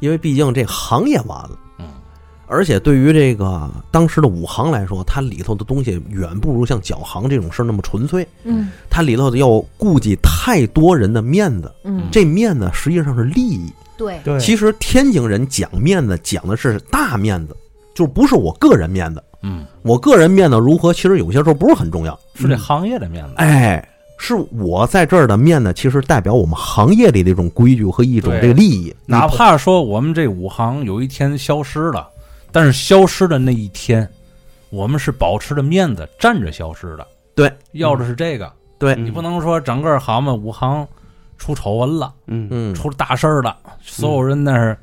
[SPEAKER 3] 因为毕竟这行业完了。
[SPEAKER 1] 嗯，
[SPEAKER 3] 而且对于这个当时的武行来说，它里头的东西远不如像脚行这种事儿那么纯粹，
[SPEAKER 2] 嗯
[SPEAKER 3] 它里头要顾及太多人的面子，
[SPEAKER 2] 嗯，
[SPEAKER 3] 这面子实际上是利益。
[SPEAKER 2] 对，
[SPEAKER 4] 对
[SPEAKER 3] 其实天津人讲面子讲的是大面子，就不是我个人面子。
[SPEAKER 1] 嗯，
[SPEAKER 3] 我个人面子如何，其实有些时候不是很重要。
[SPEAKER 1] 是这行业的面子。
[SPEAKER 3] 嗯哎，是我在这儿的面子，其实代表我们行业里的一种规矩和一种
[SPEAKER 1] 对
[SPEAKER 3] 这个利益。
[SPEAKER 1] 哪怕说我们这五行有一天消失了，但是消失的那一天，我们是保持着面子站着消失的。
[SPEAKER 3] 对，嗯
[SPEAKER 1] 要的是这个，
[SPEAKER 3] 对
[SPEAKER 4] 嗯
[SPEAKER 1] 你不能说整个行嘛五行出丑闻了，
[SPEAKER 4] 嗯，
[SPEAKER 3] 嗯，
[SPEAKER 1] 出大事儿了，所有人那儿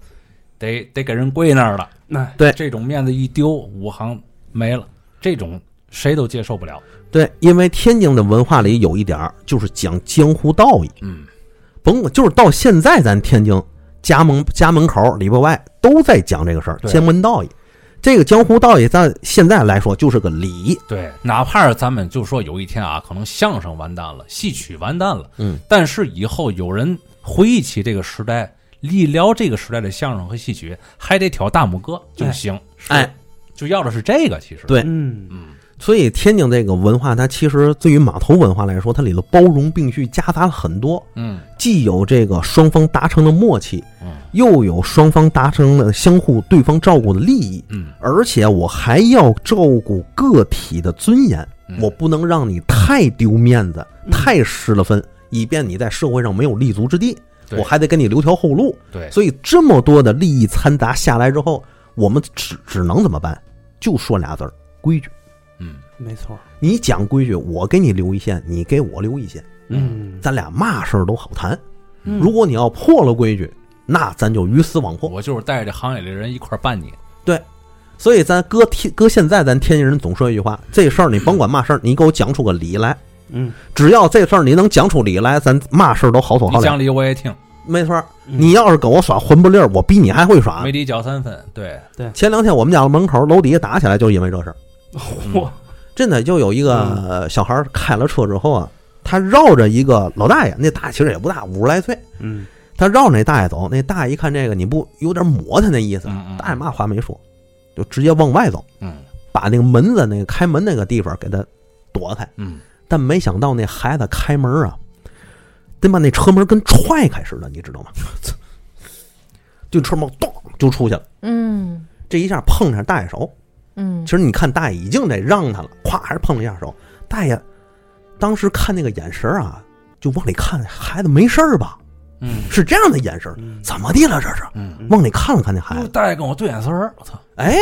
[SPEAKER 1] 得得给人跪那儿了，
[SPEAKER 4] 那
[SPEAKER 3] 对
[SPEAKER 1] 这种面子一丢，五行没了，这种谁都接受不了。
[SPEAKER 3] 对，因为天津的文化里有一点儿就是讲江湖道义，
[SPEAKER 1] 嗯，
[SPEAKER 3] 甭管就是到现在咱天津家门家门口里边外都在讲这个事儿，
[SPEAKER 1] 对
[SPEAKER 3] 江门道义。这个江湖道义在现在来说就是个礼，
[SPEAKER 1] 对，哪怕咱们就说有一天啊，可能相声完蛋了，戏曲完蛋了，
[SPEAKER 3] 嗯，
[SPEAKER 1] 但是以后有人回忆起这个时代，力聊这个时代的相声和戏曲，还得挑大拇哥就行，
[SPEAKER 3] 哎，
[SPEAKER 1] 就要的是这个，其实，
[SPEAKER 3] 对
[SPEAKER 4] 嗯
[SPEAKER 1] 嗯，
[SPEAKER 3] 所以天津这个文化，它其实对于码头文化来说，它里头包容并蓄夹杂了很多，
[SPEAKER 1] 嗯
[SPEAKER 3] 既有这个双方达成的默契，
[SPEAKER 1] 嗯
[SPEAKER 3] 又有双方达成了相互对方照顾的利益，
[SPEAKER 1] 嗯
[SPEAKER 3] 而且我还要照顾个体的尊严，
[SPEAKER 1] 嗯
[SPEAKER 3] 我不能让你太丢面子，
[SPEAKER 4] 嗯
[SPEAKER 3] 太失了分，以便你在社会上没有立足之地。
[SPEAKER 1] 对
[SPEAKER 3] 我还得给你留条后路。
[SPEAKER 1] 对，
[SPEAKER 3] 所以这么多的利益掺杂下来之后，我们只只能怎么办？就说俩字儿：规矩。
[SPEAKER 1] 嗯
[SPEAKER 4] 没错，
[SPEAKER 3] 你讲规矩，我给你留一线，你给我留一线，
[SPEAKER 4] 嗯，
[SPEAKER 3] 咱俩嘛事儿都好谈。
[SPEAKER 4] 嗯
[SPEAKER 3] 如果你要破了规矩，那咱就鱼死网破。
[SPEAKER 1] 我就是带着行业里的人一块儿办你，
[SPEAKER 3] 所以咱搁天搁现在，咱天津人总说一句话：这事儿你甭管嘛事儿，你给我讲出个理来。
[SPEAKER 4] 嗯，
[SPEAKER 3] 只要这事儿你能讲出理来，咱嘛事儿都好走好
[SPEAKER 1] 你
[SPEAKER 3] 了。
[SPEAKER 1] 讲理我也听，
[SPEAKER 3] 没错儿，
[SPEAKER 4] 嗯
[SPEAKER 3] 你要是跟我耍混不吝儿，我比你还会耍
[SPEAKER 1] 没。理搅三分，对，
[SPEAKER 3] 前两天我们家门口楼底下打起来，就是因为这事儿。
[SPEAKER 4] 嚯，
[SPEAKER 3] 真的就有一个
[SPEAKER 4] 嗯
[SPEAKER 3] 呃小孩儿开了车之后啊，他绕着一个老大爷，那大爷其实也不大，五十来岁，
[SPEAKER 4] 嗯
[SPEAKER 3] 他绕着那大爷走，那大爷一看这个，你不有点磨他那意思，
[SPEAKER 1] 嗯嗯，
[SPEAKER 3] 大爷嘛话没说，就直接往外走，
[SPEAKER 1] 嗯
[SPEAKER 3] 把那个门子那个开门那个地方给他躲开。
[SPEAKER 1] 嗯，
[SPEAKER 3] 但没想到那孩子开门啊，得把那车门跟踹开似的，你知道吗？就车门咚就出去了，
[SPEAKER 2] 嗯
[SPEAKER 3] 这一下碰上大爷手，
[SPEAKER 2] 嗯
[SPEAKER 3] 其，实你看大爷已经得让他了，咵还是碰了一下手。大爷当时看那个眼神儿啊，就往里看，孩子没事儿吧？
[SPEAKER 1] 嗯
[SPEAKER 3] 是这样的眼神儿，
[SPEAKER 4] 嗯
[SPEAKER 3] 怎么地了这是？
[SPEAKER 1] 嗯，
[SPEAKER 3] 往里看了看那孩
[SPEAKER 1] 哟
[SPEAKER 3] 子，
[SPEAKER 1] 大爷跟我对眼神儿，我操，
[SPEAKER 3] 哎，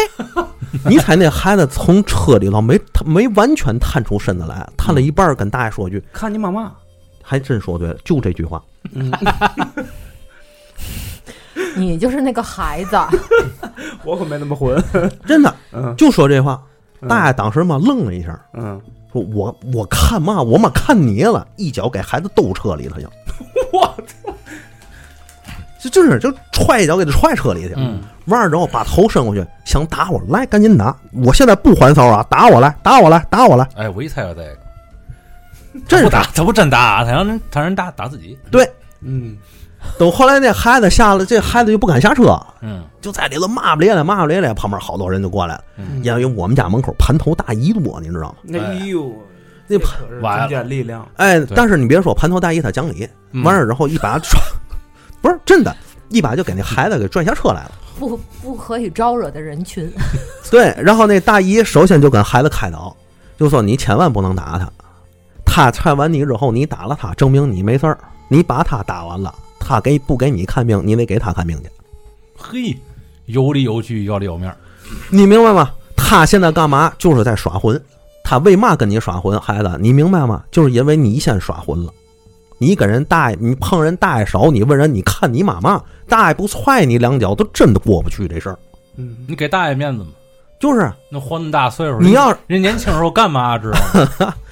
[SPEAKER 3] 你猜那孩子从车里头没没完全探出身子来，探了一半儿跟大爷说句，
[SPEAKER 4] 看你妈妈，
[SPEAKER 3] 还真说对了，就这句话。
[SPEAKER 4] 嗯，
[SPEAKER 2] 你就是那个孩子，
[SPEAKER 4] 我可没那么混，
[SPEAKER 3] 真的
[SPEAKER 4] 嗯，
[SPEAKER 3] 就说这话，
[SPEAKER 4] 嗯
[SPEAKER 3] 大爷当时嘛愣了一下，
[SPEAKER 4] 嗯，
[SPEAKER 3] 说我我看嘛，我嘛看你了，一脚给孩子兜车里头去。
[SPEAKER 4] 我
[SPEAKER 3] 就就是就踹一脚给他踹车里去，
[SPEAKER 1] 嗯，
[SPEAKER 3] 完了之后把头伸过去，想打我，来赶紧打，我现在不还骚啊，打我来，打我来，打我来，
[SPEAKER 1] 哎，我一猜有这个，
[SPEAKER 3] 真
[SPEAKER 1] 不
[SPEAKER 3] 是
[SPEAKER 1] 打，他不真打，啊他让人他让人打打自己，
[SPEAKER 3] 对。
[SPEAKER 4] 嗯
[SPEAKER 3] 等后来那孩子下了，这孩子就不敢下车，
[SPEAKER 1] 嗯
[SPEAKER 3] 就在里头骂不咧咧，骂不咧咧，旁边好多人就过来了，
[SPEAKER 1] 嗯
[SPEAKER 3] 因为我们家门口盘头大姨多，你知道吗？
[SPEAKER 4] 哎呦，
[SPEAKER 3] 那
[SPEAKER 4] 这可是
[SPEAKER 1] 完
[SPEAKER 4] 中
[SPEAKER 1] 了
[SPEAKER 4] 坚力量，
[SPEAKER 3] 哎，但是你别说盘头大姨她讲理，
[SPEAKER 1] 嗯
[SPEAKER 3] 完了之后一把抓，不是真的，一把就给那孩子给拽下车来了。
[SPEAKER 2] 不不可以招惹的人群。
[SPEAKER 3] 对，然后那大姨首先就跟孩子开导，就说你千万不能打他，他踹完你之后，你打了他，证明你没事儿，你把他打完了，他给不给你看病，你得给他看病去，
[SPEAKER 1] 嘿，有理有据，要里有面儿。
[SPEAKER 3] 你明白吗？他现在干嘛？就是在耍混，他为嘛跟你耍混？孩子，你明白吗？就是因为你先耍混了。你跟人大爷，你碰人大爷手，你问人，你看你妈嘛？大爷不踹你两脚，都真的过不去这事儿。
[SPEAKER 4] 嗯，
[SPEAKER 1] 你给大爷面子嘛？
[SPEAKER 3] 就是
[SPEAKER 1] 那活那么大岁数，
[SPEAKER 3] 你要
[SPEAKER 1] 人年轻时候干嘛知道吗？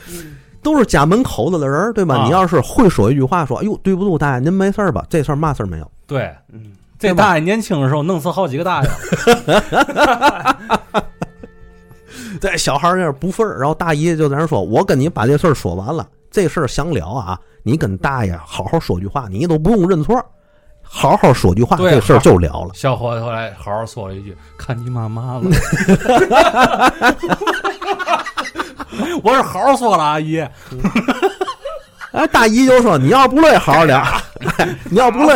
[SPEAKER 3] 都是家门口子的人儿，对吧？
[SPEAKER 1] 啊
[SPEAKER 3] 你要是会说一句话，说“哎呦，对不住，大爷，您没事儿吧？”这事儿嘛事儿没有。
[SPEAKER 1] 对，
[SPEAKER 4] 嗯，
[SPEAKER 1] 这
[SPEAKER 3] 对吧
[SPEAKER 1] 大爷年轻的时候弄死好几个 大爷，
[SPEAKER 3] 这小孩儿有点不忿儿，然后大姨就在那儿说：“我跟你把这事儿说完了，这事儿想了啊，你跟大爷好好说句话，你都不用认错，好好说句话，
[SPEAKER 1] 对
[SPEAKER 3] 这事儿就了了。
[SPEAKER 1] 小伙子后来好好说了一句：“看你妈妈了。” 我是好好说了，阿姨。”
[SPEAKER 3] 哎，大姨就说：“你要不累，好好聊；哎你要不累，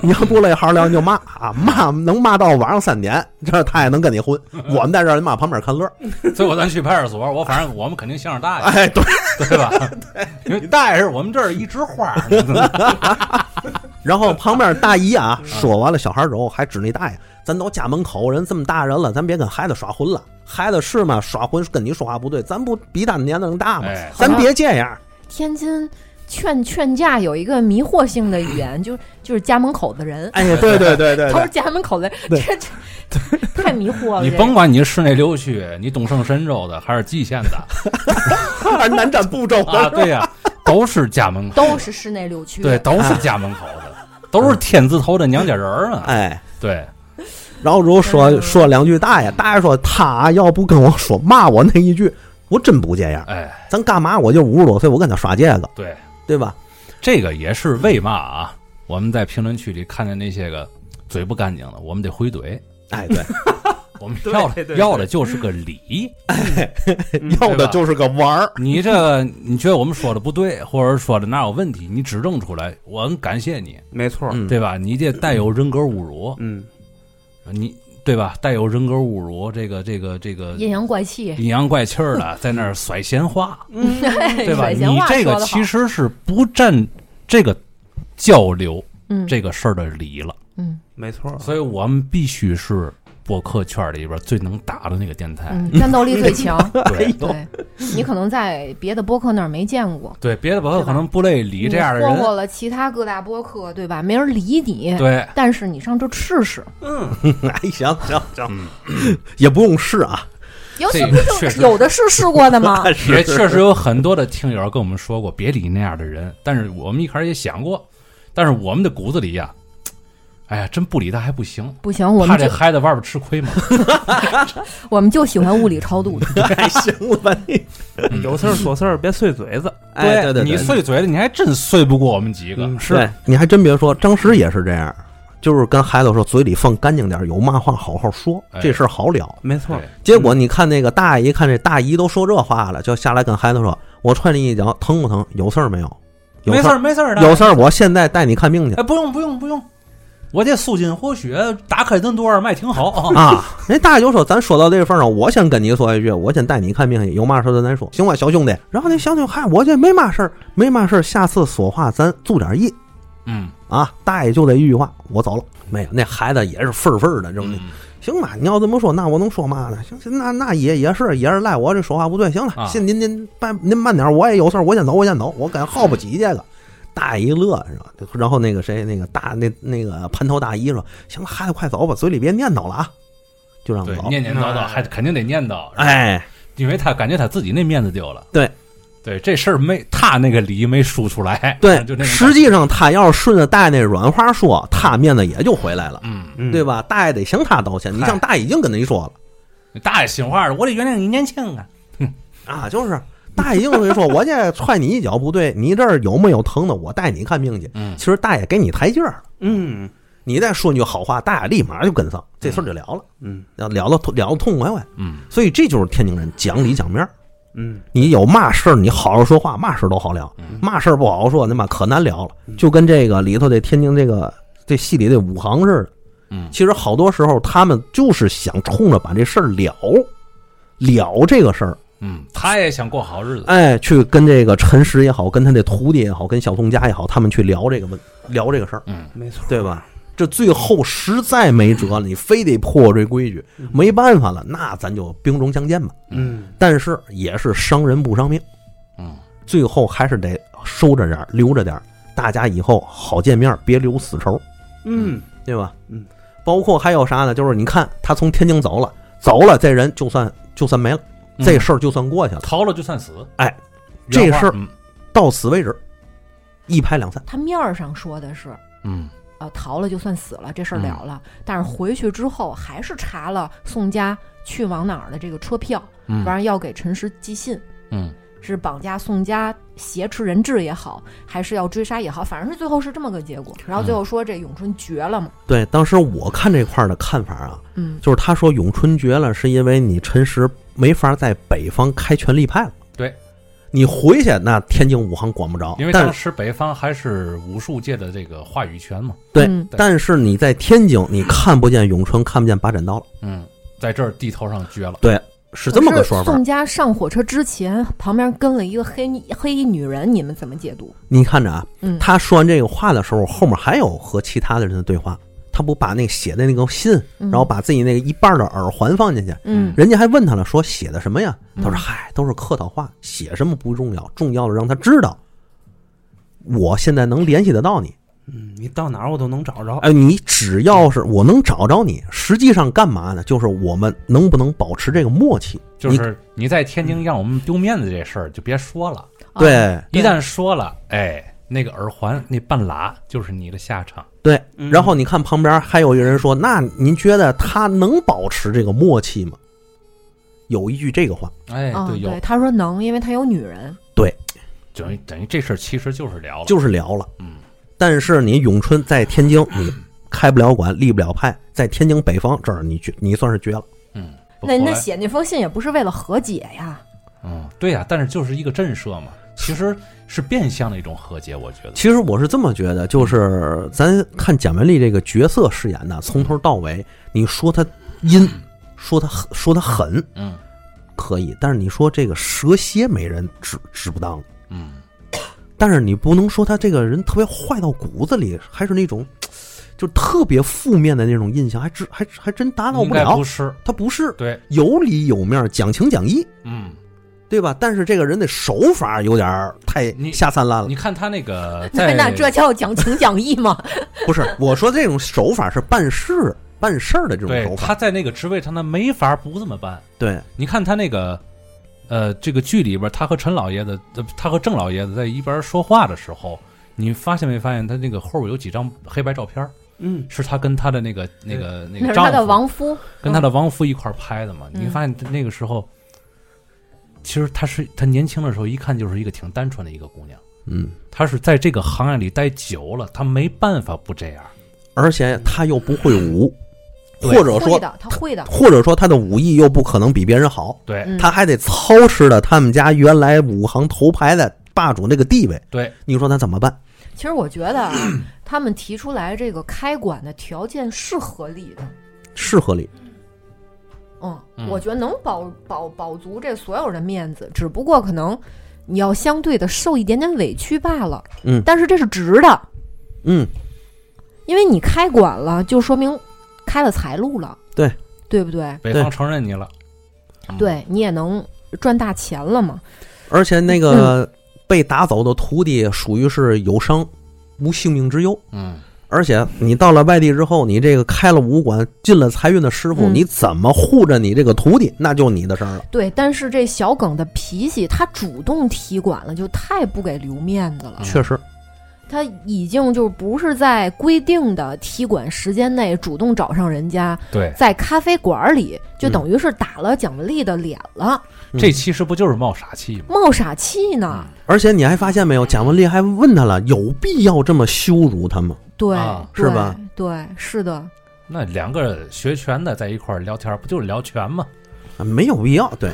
[SPEAKER 3] 你要不累，好好聊，你就骂啊骂，能骂到晚上三点，这他也能跟你混。我们在这儿你妈旁边看乐儿，
[SPEAKER 1] 最后咱去派出所，我反正我们肯定向着 大爷，
[SPEAKER 3] 哎，对。”
[SPEAKER 1] 对吧？因为大爷是我们这儿一枝花儿，
[SPEAKER 3] 然后旁边大姨啊，说完了小孩之后，还指那大爷：“咱都家门口人，这么大人了，咱别跟孩子耍混了。孩子是嘛，耍混跟你说话不对，咱不比咱年龄大吗？
[SPEAKER 1] 哎
[SPEAKER 3] 咱别这样。
[SPEAKER 2] 天津劝劝架有一个迷惑性的语言，就是就是家门口的人，
[SPEAKER 3] 哎呀，对对对对
[SPEAKER 2] 都是
[SPEAKER 3] 对，
[SPEAKER 2] 家门口的人，
[SPEAKER 3] 对
[SPEAKER 2] 这这太迷惑了。
[SPEAKER 1] 你
[SPEAKER 2] 这
[SPEAKER 1] 甭管你是市内六区，你东胜神州的还是蓟县的
[SPEAKER 3] 还是南瞻部洲
[SPEAKER 1] 啊，
[SPEAKER 3] 的。
[SPEAKER 1] 对呀、都是家门口，
[SPEAKER 2] 都是室内六区，
[SPEAKER 1] 对，都是家门口的，都是天字头的娘家人儿啊。
[SPEAKER 3] 哎，
[SPEAKER 1] 对，
[SPEAKER 3] 然后如果说说两句大爷，大爷说他要不跟我说骂我那一句，我真不这样。
[SPEAKER 1] 哎，
[SPEAKER 3] 咱干嘛？我就五十多岁，我跟他耍这个，
[SPEAKER 1] 对，
[SPEAKER 3] 对吧？
[SPEAKER 1] 这个也是为嘛啊？我们在评论区里看见那些个嘴不干净的，我们得回怼。
[SPEAKER 3] 哎，对，
[SPEAKER 1] 我们
[SPEAKER 4] 对
[SPEAKER 1] 要的
[SPEAKER 4] 对对
[SPEAKER 1] 要的就是个理。嗯
[SPEAKER 3] 要的就是个玩儿。
[SPEAKER 1] 你这你觉得我们说的不对，或者说的哪有问题，你指正出来，我很感谢你，
[SPEAKER 4] 没错儿，
[SPEAKER 3] 嗯
[SPEAKER 1] 对吧？你这带有人格侮辱，
[SPEAKER 4] 嗯，
[SPEAKER 1] 你对吧？带有人格侮辱，这个这个这个
[SPEAKER 2] 阴阳怪气，
[SPEAKER 1] 阴阳怪气儿的，在那儿甩闲话，
[SPEAKER 2] 对
[SPEAKER 1] 嗯对吧？
[SPEAKER 2] 闲
[SPEAKER 1] 你
[SPEAKER 2] 话
[SPEAKER 1] 这
[SPEAKER 2] 说
[SPEAKER 1] 个
[SPEAKER 2] 得
[SPEAKER 1] 其
[SPEAKER 2] 好，
[SPEAKER 1] 实是不占这个交流
[SPEAKER 2] 嗯，
[SPEAKER 1] 这个事儿的理了，
[SPEAKER 2] 嗯
[SPEAKER 4] 没错儿，
[SPEAKER 1] 所以我们必须是博客圈里边最能打的那个电台。
[SPEAKER 2] 嗯，战斗力 最强。
[SPEAKER 3] 哎
[SPEAKER 1] 对
[SPEAKER 2] 对，你可能在别的播客那儿没见过，
[SPEAKER 1] 对，别的博客可能不累理
[SPEAKER 2] 你
[SPEAKER 1] 这样的
[SPEAKER 2] 霍霍
[SPEAKER 1] 人，
[SPEAKER 2] 了其他各大播客，对吧？没人理 你，
[SPEAKER 1] 对，
[SPEAKER 2] 但是你上这试试，
[SPEAKER 4] 嗯，
[SPEAKER 3] 哎，行行行，
[SPEAKER 1] 嗯
[SPEAKER 3] 也不用试啊，
[SPEAKER 2] 有
[SPEAKER 1] 这
[SPEAKER 2] 什
[SPEAKER 1] 个
[SPEAKER 2] 么
[SPEAKER 1] 确实
[SPEAKER 2] 正有的是试过 的吗？
[SPEAKER 1] 也确实有很多的听友跟我们说过，别理那样的人。但是我们一开始也想过，但是我们的骨子里呀、哎呀，真不理他还不行，
[SPEAKER 2] 不行，我
[SPEAKER 1] 怕
[SPEAKER 2] 们
[SPEAKER 1] 这
[SPEAKER 2] 就
[SPEAKER 1] 孩子外边吃亏嘛。
[SPEAKER 2] 我们就喜欢物理超度的，
[SPEAKER 3] 还行了吧？你
[SPEAKER 4] 有事儿说事儿，别碎嘴子。
[SPEAKER 3] 哎，对对对，
[SPEAKER 1] 你碎嘴了，你还真碎不过我们几个。
[SPEAKER 4] 嗯
[SPEAKER 3] 对，你还真别说，张石也是这样，就是跟孩子说嘴里放干净点儿，有嘛话好好说
[SPEAKER 1] 哎，
[SPEAKER 3] 这事儿好了。
[SPEAKER 4] 没错儿，
[SPEAKER 1] 对
[SPEAKER 3] 结果你看那个大爷，一看这大姨都说这话了，就下来跟孩子说：“我踹你一脚，疼不疼？有事儿没有？有
[SPEAKER 1] 没事
[SPEAKER 3] 事
[SPEAKER 1] 儿，没事儿的，
[SPEAKER 3] 有事儿，我现在带你看病 去
[SPEAKER 1] 哎，不用不用不用，我这苏锦活血打开任督二脉挺好啊。
[SPEAKER 3] 啊！”人大爷就说：“咱说到这份儿上，我先跟你说一句，我先带你看病去，有嘛事儿咱说，行吧，小兄弟。”然后那小兄弟，嗨，我这没嘛事儿，没嘛事儿，下次说话咱注点意
[SPEAKER 1] 嗯，
[SPEAKER 3] 啊。大爷就这一句话，我走了。没有，那孩子也是愤愤的，
[SPEAKER 1] 嗯
[SPEAKER 3] 就是那行吧，你要这么说，那我能说嘛呢？行，行那那也也是也是赖我这说话不对。行了，
[SPEAKER 1] 啊
[SPEAKER 3] 先您您慢您慢点，我也有事儿，我先走，我先走，我敢耗不起这个。大姨乐是吧？然后那个谁，那个大那那个盘头大姨说：“行了，孩子快走吧，嘴里别念叨了啊，就让
[SPEAKER 1] 对，
[SPEAKER 3] 走。
[SPEAKER 1] 念念叨叨还肯定得念叨，”
[SPEAKER 3] 哎，
[SPEAKER 1] 因为他感觉他自己那面子丢了。
[SPEAKER 3] 对，
[SPEAKER 1] 对，这事儿没他那个理没输出来，
[SPEAKER 3] 对
[SPEAKER 1] 就，那个
[SPEAKER 3] 实际上他要是顺着大爷那软话说，他面子也就回来了，
[SPEAKER 1] 嗯，
[SPEAKER 4] 嗯
[SPEAKER 3] 对？吧？大爷得向他道歉。你
[SPEAKER 1] 嗨
[SPEAKER 3] 像大爷已经跟他说了。
[SPEAKER 1] 大爷心话了，我得原谅你年轻啊。
[SPEAKER 3] 啊，就是大爷硬会说，我这踹你一脚不对，你这儿有没有疼的，我带你看病去。
[SPEAKER 1] 嗯
[SPEAKER 3] 其实大爷给你台阶儿了，
[SPEAKER 4] 嗯
[SPEAKER 3] 你再说句好话，大爷立马就跟上，这事儿就了了，
[SPEAKER 4] 嗯
[SPEAKER 3] 要了了了了痛快快。
[SPEAKER 1] 嗯，
[SPEAKER 3] 所以这就是天津人讲理讲面儿，
[SPEAKER 4] 嗯，
[SPEAKER 3] 你有嘛事儿你好好说话，嘛事儿都好聊，嘛事儿不好好说，那嘛可难聊了，就跟这个里头这天津这个这戏里这武行似的。
[SPEAKER 1] 嗯
[SPEAKER 3] 其实好多时候他们就是想冲着把这事儿了了这个事儿，
[SPEAKER 1] 嗯，他也想过好日子，
[SPEAKER 3] 哎，去跟这个陈实也好，跟他那徒弟也好，跟小宋家也好，他们去聊这个问聊这个事儿，
[SPEAKER 1] 嗯，
[SPEAKER 4] 没错，
[SPEAKER 3] 对吧？这最后实在没辙了，你非得破这规矩，没办法了，那咱就兵戎相见吧。
[SPEAKER 4] 嗯，
[SPEAKER 3] 但是也是伤人不伤命，
[SPEAKER 1] 嗯，
[SPEAKER 3] 最后还是得收着点儿，留着点儿，大家以后好见面，别留死仇。
[SPEAKER 4] 嗯
[SPEAKER 3] 对吧？
[SPEAKER 4] 嗯，
[SPEAKER 3] 包括还有啥呢？就是你看他从天津走了，走了，这人就算就算没了，
[SPEAKER 1] 嗯
[SPEAKER 3] 这事儿就算过去了，
[SPEAKER 1] 逃了就算死。
[SPEAKER 3] 哎
[SPEAKER 1] 原话，
[SPEAKER 3] 这事儿
[SPEAKER 1] 嗯
[SPEAKER 3] 到此为止，一拍两散。
[SPEAKER 2] 他面儿上说的是，
[SPEAKER 1] 嗯
[SPEAKER 2] 呃，逃了就算死了，这事儿了
[SPEAKER 3] 嗯
[SPEAKER 2] 了。但是回去之后，还是查了宋家去往哪儿的这个车票，
[SPEAKER 1] 嗯
[SPEAKER 2] 完了要给陈实寄信，
[SPEAKER 1] 嗯
[SPEAKER 2] 是绑架宋家、挟持人质也好，还是要追杀也好，反正是最后是这么个结
[SPEAKER 3] 嗯
[SPEAKER 2] 果。然后最后说这咏春绝了嘛，
[SPEAKER 3] 对，当时我看这块儿的看法啊，
[SPEAKER 2] 嗯，
[SPEAKER 3] 就是他说咏春绝了，是因为你陈实没法在北方开权力派了。
[SPEAKER 1] 对，
[SPEAKER 3] 你回去那天津武行管不着
[SPEAKER 1] 因，为
[SPEAKER 3] 但
[SPEAKER 1] 当
[SPEAKER 3] 是
[SPEAKER 1] 时北方还是武术界的这个话语权嘛，
[SPEAKER 3] 对
[SPEAKER 2] 嗯
[SPEAKER 3] 但是你在天津你看不见咏春，看不见八斩刀了，
[SPEAKER 1] 嗯，在这儿地头上撅了，
[SPEAKER 3] 是这么个
[SPEAKER 2] 可是
[SPEAKER 3] 说法
[SPEAKER 2] 宋。家上火车之前，旁边跟了一个黑衣黑衣女人，你们怎么解读？
[SPEAKER 3] 你看着啊，
[SPEAKER 2] 嗯，
[SPEAKER 3] 他说完这个话的时候，后面还有和其他的人的对话。他不把那个写的那个信，
[SPEAKER 2] 然
[SPEAKER 3] 然后把自己那个一半的耳环放进去，
[SPEAKER 2] 嗯
[SPEAKER 3] 人家还问他了，说写的什么呀？他说：“
[SPEAKER 2] 嗯
[SPEAKER 3] 嗨，都是客套话，写什么不重要，重要的让他知道，我现在能联系得到你。
[SPEAKER 4] 嗯，你到哪儿我都能找着，
[SPEAKER 3] 哎，你只要是我能找着你，实际上干嘛呢？就是我们能不能保持这个默契？
[SPEAKER 1] 就是你在天津让我们丢面子这事儿就别说了，
[SPEAKER 2] 啊
[SPEAKER 3] 对
[SPEAKER 1] 一旦说了，哎，那个耳环那半拉就是你的下场，
[SPEAKER 3] 对。
[SPEAKER 4] 嗯
[SPEAKER 3] 然后你看旁边还有一个人说：那您觉得他能保持这个默契吗？有一句这个话。”
[SPEAKER 1] 哎，
[SPEAKER 2] 啊
[SPEAKER 1] 对，有
[SPEAKER 2] 对，他说能，因为他有女人。
[SPEAKER 1] 等于等于这事儿其实就是聊了，
[SPEAKER 3] 就是聊了。
[SPEAKER 1] 嗯，
[SPEAKER 3] 但是你咏春在天津，你开不了馆，立不了派，在天津北方这儿，你绝，你算是绝了。
[SPEAKER 1] 嗯，不
[SPEAKER 2] 那
[SPEAKER 1] 后
[SPEAKER 2] 那
[SPEAKER 1] 来
[SPEAKER 2] 写那封信也不是为了和解 呀，
[SPEAKER 1] 嗯，对呀、但是就是一个震慑嘛，其实是变相的一种和解，我觉得，
[SPEAKER 3] 其实我是这么觉得，就是咱看蒋雯丽这个角色饰演的，从头到尾，你说她阴，说她狠说她狠
[SPEAKER 1] 嗯
[SPEAKER 3] 可以，但是你说这个蛇蝎美人指指不当，
[SPEAKER 1] 嗯
[SPEAKER 3] 但是你不能说她这个人特别坏到骨子里，还是那种。就特别负面的那种印象，还真还还真达到
[SPEAKER 1] 应
[SPEAKER 3] 不
[SPEAKER 1] 该
[SPEAKER 3] 了
[SPEAKER 1] 不。是，
[SPEAKER 3] 她不是
[SPEAKER 1] 对，
[SPEAKER 3] 有理有面，讲情讲义，
[SPEAKER 1] 嗯，
[SPEAKER 3] 对吧？但是这个人的手法有点儿太
[SPEAKER 1] 你
[SPEAKER 3] 下三滥了
[SPEAKER 1] 你。看他那个
[SPEAKER 2] 那
[SPEAKER 1] 在
[SPEAKER 2] 那这叫讲情讲义吗？
[SPEAKER 3] 不是，我说这种手法是办事办事儿的这种
[SPEAKER 1] 对
[SPEAKER 3] 手
[SPEAKER 1] 他
[SPEAKER 3] 法。
[SPEAKER 1] 在那个职位上，他没法不这么办。
[SPEAKER 3] 对，
[SPEAKER 1] 你看他那个，呃，这个剧里边，他和陈老爷子，呃他和郑老爷子在一边说话的时候，你发现没发现他那个后边有几张黑白照片儿，
[SPEAKER 4] 嗯，
[SPEAKER 1] 是他跟他的那个那个 那
[SPEAKER 2] 嗯那
[SPEAKER 1] 个
[SPEAKER 2] 是
[SPEAKER 1] 丈
[SPEAKER 2] 他
[SPEAKER 1] 夫
[SPEAKER 2] 的亡夫，
[SPEAKER 1] 跟他的亡夫一块儿拍的嘛。
[SPEAKER 2] 嗯
[SPEAKER 1] 你发现那个时候，其实她是她年轻的时候，一看就是一个挺单纯的一个姑娘。
[SPEAKER 3] 嗯，
[SPEAKER 1] 她是在这个行业里待久了，她没办法不这样。
[SPEAKER 3] 而且他又不会武，
[SPEAKER 1] 对
[SPEAKER 3] 或者
[SPEAKER 2] 会
[SPEAKER 3] 说，
[SPEAKER 2] 的，他会的，
[SPEAKER 3] 或者说他的武艺又不可能比别人好，
[SPEAKER 1] 对、
[SPEAKER 2] 嗯
[SPEAKER 3] 他还得操持了他们家原来武行头牌的霸主那个地位。
[SPEAKER 1] 对，
[SPEAKER 3] 你说他怎么办？
[SPEAKER 2] 其实我觉得 啊，他们提出来这个开馆的条件是合理的。
[SPEAKER 3] 是合理。
[SPEAKER 2] 嗯，
[SPEAKER 1] 嗯
[SPEAKER 2] 我觉得能保保保足这所有人的面子，只不过可能你要相对的受一点点委屈罢了。
[SPEAKER 3] 嗯
[SPEAKER 2] 但是这是值的，
[SPEAKER 3] 嗯，
[SPEAKER 2] 因为你开馆了，就说明开了财路了。
[SPEAKER 3] 对，
[SPEAKER 2] 对不对？
[SPEAKER 1] 北方承认你了。嗯，
[SPEAKER 2] 对你也能赚大钱了嘛。
[SPEAKER 3] 而且那
[SPEAKER 2] 嗯
[SPEAKER 3] 个被打走的徒弟属于是有伤，无性命之忧。
[SPEAKER 1] 嗯，
[SPEAKER 3] 而且你到了外地之后，你这个开了武馆，进了财运的师傅，
[SPEAKER 2] 嗯
[SPEAKER 3] 你怎么护着你这个徒弟，那就你的事儿了。
[SPEAKER 2] 对，但是这小耿的脾气，他主动踢馆了，就太不给留面子了。
[SPEAKER 1] 嗯
[SPEAKER 3] 确实，
[SPEAKER 2] 他已经就不是在规定的踢馆时间内主动找上人家，
[SPEAKER 1] 对，
[SPEAKER 2] 在咖啡馆里就等于是打了蒋雯丽的脸了，
[SPEAKER 3] 嗯
[SPEAKER 1] 这其实不就是冒傻气吗？
[SPEAKER 2] 冒傻气呢。
[SPEAKER 1] 嗯
[SPEAKER 3] 而且你还发现没有，蒋雯丽还问他了，有必要这么羞辱他吗？
[SPEAKER 2] 对，
[SPEAKER 1] 啊
[SPEAKER 2] 对
[SPEAKER 3] 是吧？
[SPEAKER 2] 对，是的。
[SPEAKER 1] 那两个学拳的在一块儿聊天，不就是聊拳吗？
[SPEAKER 3] 啊没有必要。对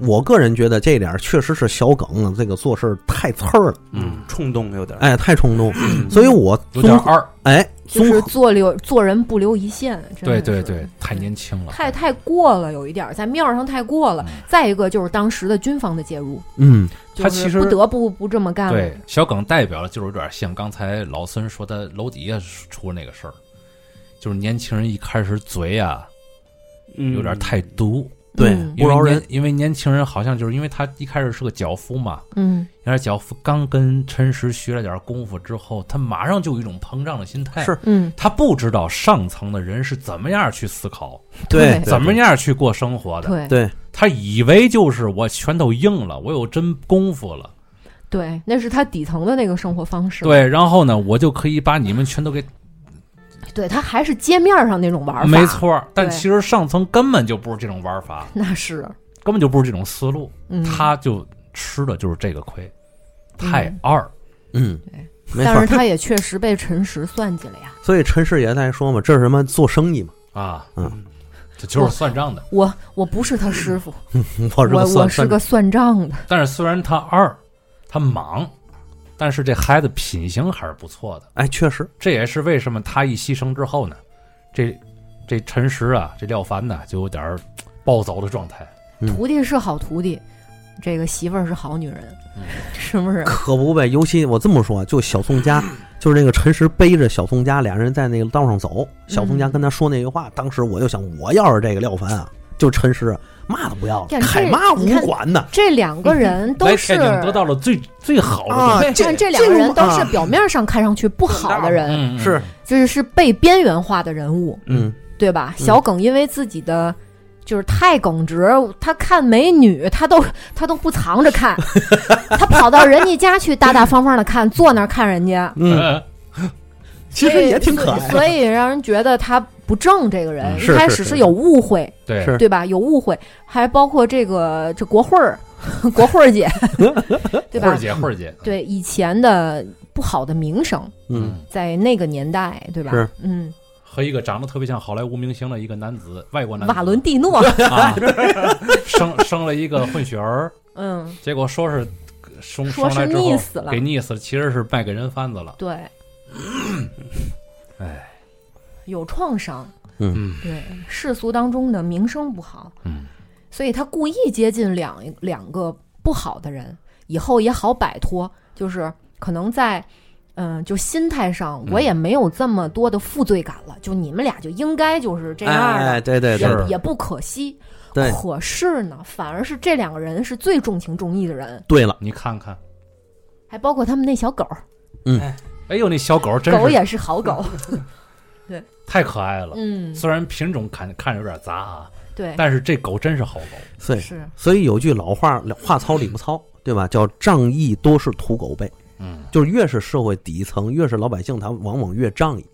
[SPEAKER 3] 我个人觉得这点儿确实是小耿啊这个做事儿太刺儿了，哎
[SPEAKER 4] 嗯，冲动有点儿，
[SPEAKER 3] 哎，太冲动，所以我
[SPEAKER 1] 有点
[SPEAKER 3] 综合
[SPEAKER 1] 二。
[SPEAKER 3] 哎，
[SPEAKER 2] 就
[SPEAKER 3] 综合
[SPEAKER 2] 是做留做人不留一线，真
[SPEAKER 1] 对
[SPEAKER 2] 的
[SPEAKER 1] 对
[SPEAKER 2] 是嗯
[SPEAKER 1] 对，太年轻了，
[SPEAKER 2] 太太过了，有一点儿在面儿上太过了
[SPEAKER 1] 嗯。
[SPEAKER 2] 再一个就是当时的军方的介入，
[SPEAKER 3] 嗯，
[SPEAKER 1] 他
[SPEAKER 2] 就是
[SPEAKER 1] 其实
[SPEAKER 2] 不得不不这么干了。
[SPEAKER 1] 对，小耿代表的就是有点像刚才老孙说他楼底下出那个事儿，就是年轻人一开始嘴啊
[SPEAKER 4] 嗯，
[SPEAKER 1] 有点太毒，
[SPEAKER 3] 对
[SPEAKER 2] 嗯
[SPEAKER 1] 因
[SPEAKER 3] 不
[SPEAKER 1] 为
[SPEAKER 3] 饶人
[SPEAKER 1] 年，因为年轻人好像就是因为他一开始是个脚夫嘛，
[SPEAKER 2] 嗯，
[SPEAKER 1] 原来脚夫刚跟陈实学了点功夫之后，他马上就有一种膨胀的心态，
[SPEAKER 3] 是
[SPEAKER 2] 嗯，
[SPEAKER 1] 他不知道上层的人是怎么样去思考，
[SPEAKER 2] 对
[SPEAKER 3] 对
[SPEAKER 1] 怎么样去过生活的，
[SPEAKER 2] 对
[SPEAKER 3] 对
[SPEAKER 1] 他以为就是我拳头硬了，我有真功夫了，
[SPEAKER 2] 对，那是他底层的那个生活方式。
[SPEAKER 1] 对，然后呢，我就可以把你们全都给
[SPEAKER 2] 对，他还是街面儿上那种玩法。
[SPEAKER 1] 没，错儿，但
[SPEAKER 2] 对
[SPEAKER 1] 其实上层根本就不是这种玩法，
[SPEAKER 2] 那是
[SPEAKER 1] 根本就不是这种思路，
[SPEAKER 2] 嗯，
[SPEAKER 1] 他就吃的就是这个亏，
[SPEAKER 2] 嗯
[SPEAKER 1] 太二。
[SPEAKER 3] 嗯
[SPEAKER 2] 对，
[SPEAKER 3] 没
[SPEAKER 2] 但
[SPEAKER 3] 错
[SPEAKER 2] 是
[SPEAKER 3] 儿。
[SPEAKER 2] 他也确实被陈实算计了呀。
[SPEAKER 3] 所以陈氏也在说嘛，这是什么做生意嘛？
[SPEAKER 1] 啊，
[SPEAKER 4] 嗯，
[SPEAKER 1] 这就是算账的。
[SPEAKER 2] 我我不是他师傅，
[SPEAKER 3] 我哦是
[SPEAKER 2] 我
[SPEAKER 3] 个
[SPEAKER 2] 我
[SPEAKER 3] 算
[SPEAKER 2] 是
[SPEAKER 3] 算
[SPEAKER 2] 个算账的。
[SPEAKER 1] 但是虽然他二，他忙，但是这孩子品行还是不错的。
[SPEAKER 3] 哎，确实，
[SPEAKER 1] 这也是为什么他一牺牲之后呢，这这陈实啊，这廖凡呢，就有点儿暴走的状态。
[SPEAKER 3] 嗯
[SPEAKER 2] 徒弟是好徒弟，这个媳妇儿是好女人，
[SPEAKER 1] 嗯
[SPEAKER 2] 是不 是？
[SPEAKER 3] 可不呗。尤其我这么说，就小宋佳，就是那个陈实背着小宋佳，俩人在那个道上走，小宋佳跟他说那句话，当时我就想，我要是这个廖凡啊，就陈实嘛都不要了，
[SPEAKER 2] 呀这
[SPEAKER 3] 开嘛武馆呢？
[SPEAKER 2] 这两个人都
[SPEAKER 1] 来
[SPEAKER 2] 是
[SPEAKER 1] 天津得到了最最好的
[SPEAKER 3] 啊
[SPEAKER 1] 东西，
[SPEAKER 2] 对，但这两个人都是表面上看上去不好的人，
[SPEAKER 1] 嗯
[SPEAKER 3] 是，
[SPEAKER 2] 就是是被边缘化的人物，
[SPEAKER 3] 嗯，
[SPEAKER 2] 对吧？
[SPEAKER 3] 嗯
[SPEAKER 2] 小耿因为自己的。就是太耿直，他看美女，他都 他都不藏着 看，他跑到人家家去，大大方方的看，坐那儿看人家，
[SPEAKER 3] 嗯，
[SPEAKER 1] 嗯
[SPEAKER 3] 其实也挺可
[SPEAKER 2] 所
[SPEAKER 3] 爱
[SPEAKER 2] 以
[SPEAKER 3] 的。
[SPEAKER 2] 所以让人觉得他不正这个人。
[SPEAKER 1] 嗯
[SPEAKER 2] 一
[SPEAKER 3] 是
[SPEAKER 2] 开
[SPEAKER 3] 是
[SPEAKER 2] 始
[SPEAKER 3] 是
[SPEAKER 2] 是有误会，
[SPEAKER 1] 对
[SPEAKER 3] 是
[SPEAKER 2] 对吧？有误会，还包括这个这国会儿， 国会儿 姐，对
[SPEAKER 1] 慧儿
[SPEAKER 2] 吧？
[SPEAKER 1] 姐，慧儿姐，
[SPEAKER 2] 对以前的不好的名声，
[SPEAKER 3] 嗯，
[SPEAKER 2] 在那个年代，对吧？
[SPEAKER 3] 是
[SPEAKER 2] 嗯，
[SPEAKER 1] 和一个长得特别像好莱坞明星的一个男子，外
[SPEAKER 3] 嗯
[SPEAKER 1] 国男子
[SPEAKER 2] 瓦伦蒂 诺，
[SPEAKER 1] 啊，生生了一个混血儿，
[SPEAKER 2] 嗯，
[SPEAKER 1] 结果说是生
[SPEAKER 2] 说
[SPEAKER 1] 生来
[SPEAKER 2] 是
[SPEAKER 1] 之
[SPEAKER 2] 溺
[SPEAKER 1] 后
[SPEAKER 2] 死了
[SPEAKER 1] 给，溺死了，其实是卖给人贩子了。
[SPEAKER 2] 对，
[SPEAKER 1] 哎，
[SPEAKER 2] 有创伤，
[SPEAKER 1] 嗯
[SPEAKER 2] 对世俗当中的名声不好，
[SPEAKER 1] 嗯，
[SPEAKER 2] 所以他故意接近两两个不好的人，以后也好摆脱，就是可能在。嗯，就心态上，我
[SPEAKER 1] 嗯
[SPEAKER 2] 也没有这么多的负罪感了。就你们俩就应该就是这样的，
[SPEAKER 3] 哎，对对对
[SPEAKER 1] 是
[SPEAKER 2] 也也不可惜。
[SPEAKER 3] 对，
[SPEAKER 2] 可是呢，反而是这两个人是最重情重义的人，
[SPEAKER 3] 对了，
[SPEAKER 1] 你看看，
[SPEAKER 2] 还包括他们那小狗儿，
[SPEAKER 1] 哎呦，那小狗真
[SPEAKER 2] 狗
[SPEAKER 1] 是
[SPEAKER 2] 也是 好狗。
[SPEAKER 1] 太可爱了。
[SPEAKER 2] 嗯，
[SPEAKER 1] 虽然品种看看着有点杂啊，
[SPEAKER 2] 对，
[SPEAKER 1] 但是这狗真是好狗。
[SPEAKER 3] 所以
[SPEAKER 2] 是，
[SPEAKER 3] 所以有句老话，话糙理不糙，对吧？叫仗义多是土狗辈。
[SPEAKER 1] 嗯，
[SPEAKER 3] 就是越是社会底层，越是老百姓，他往往越仗义，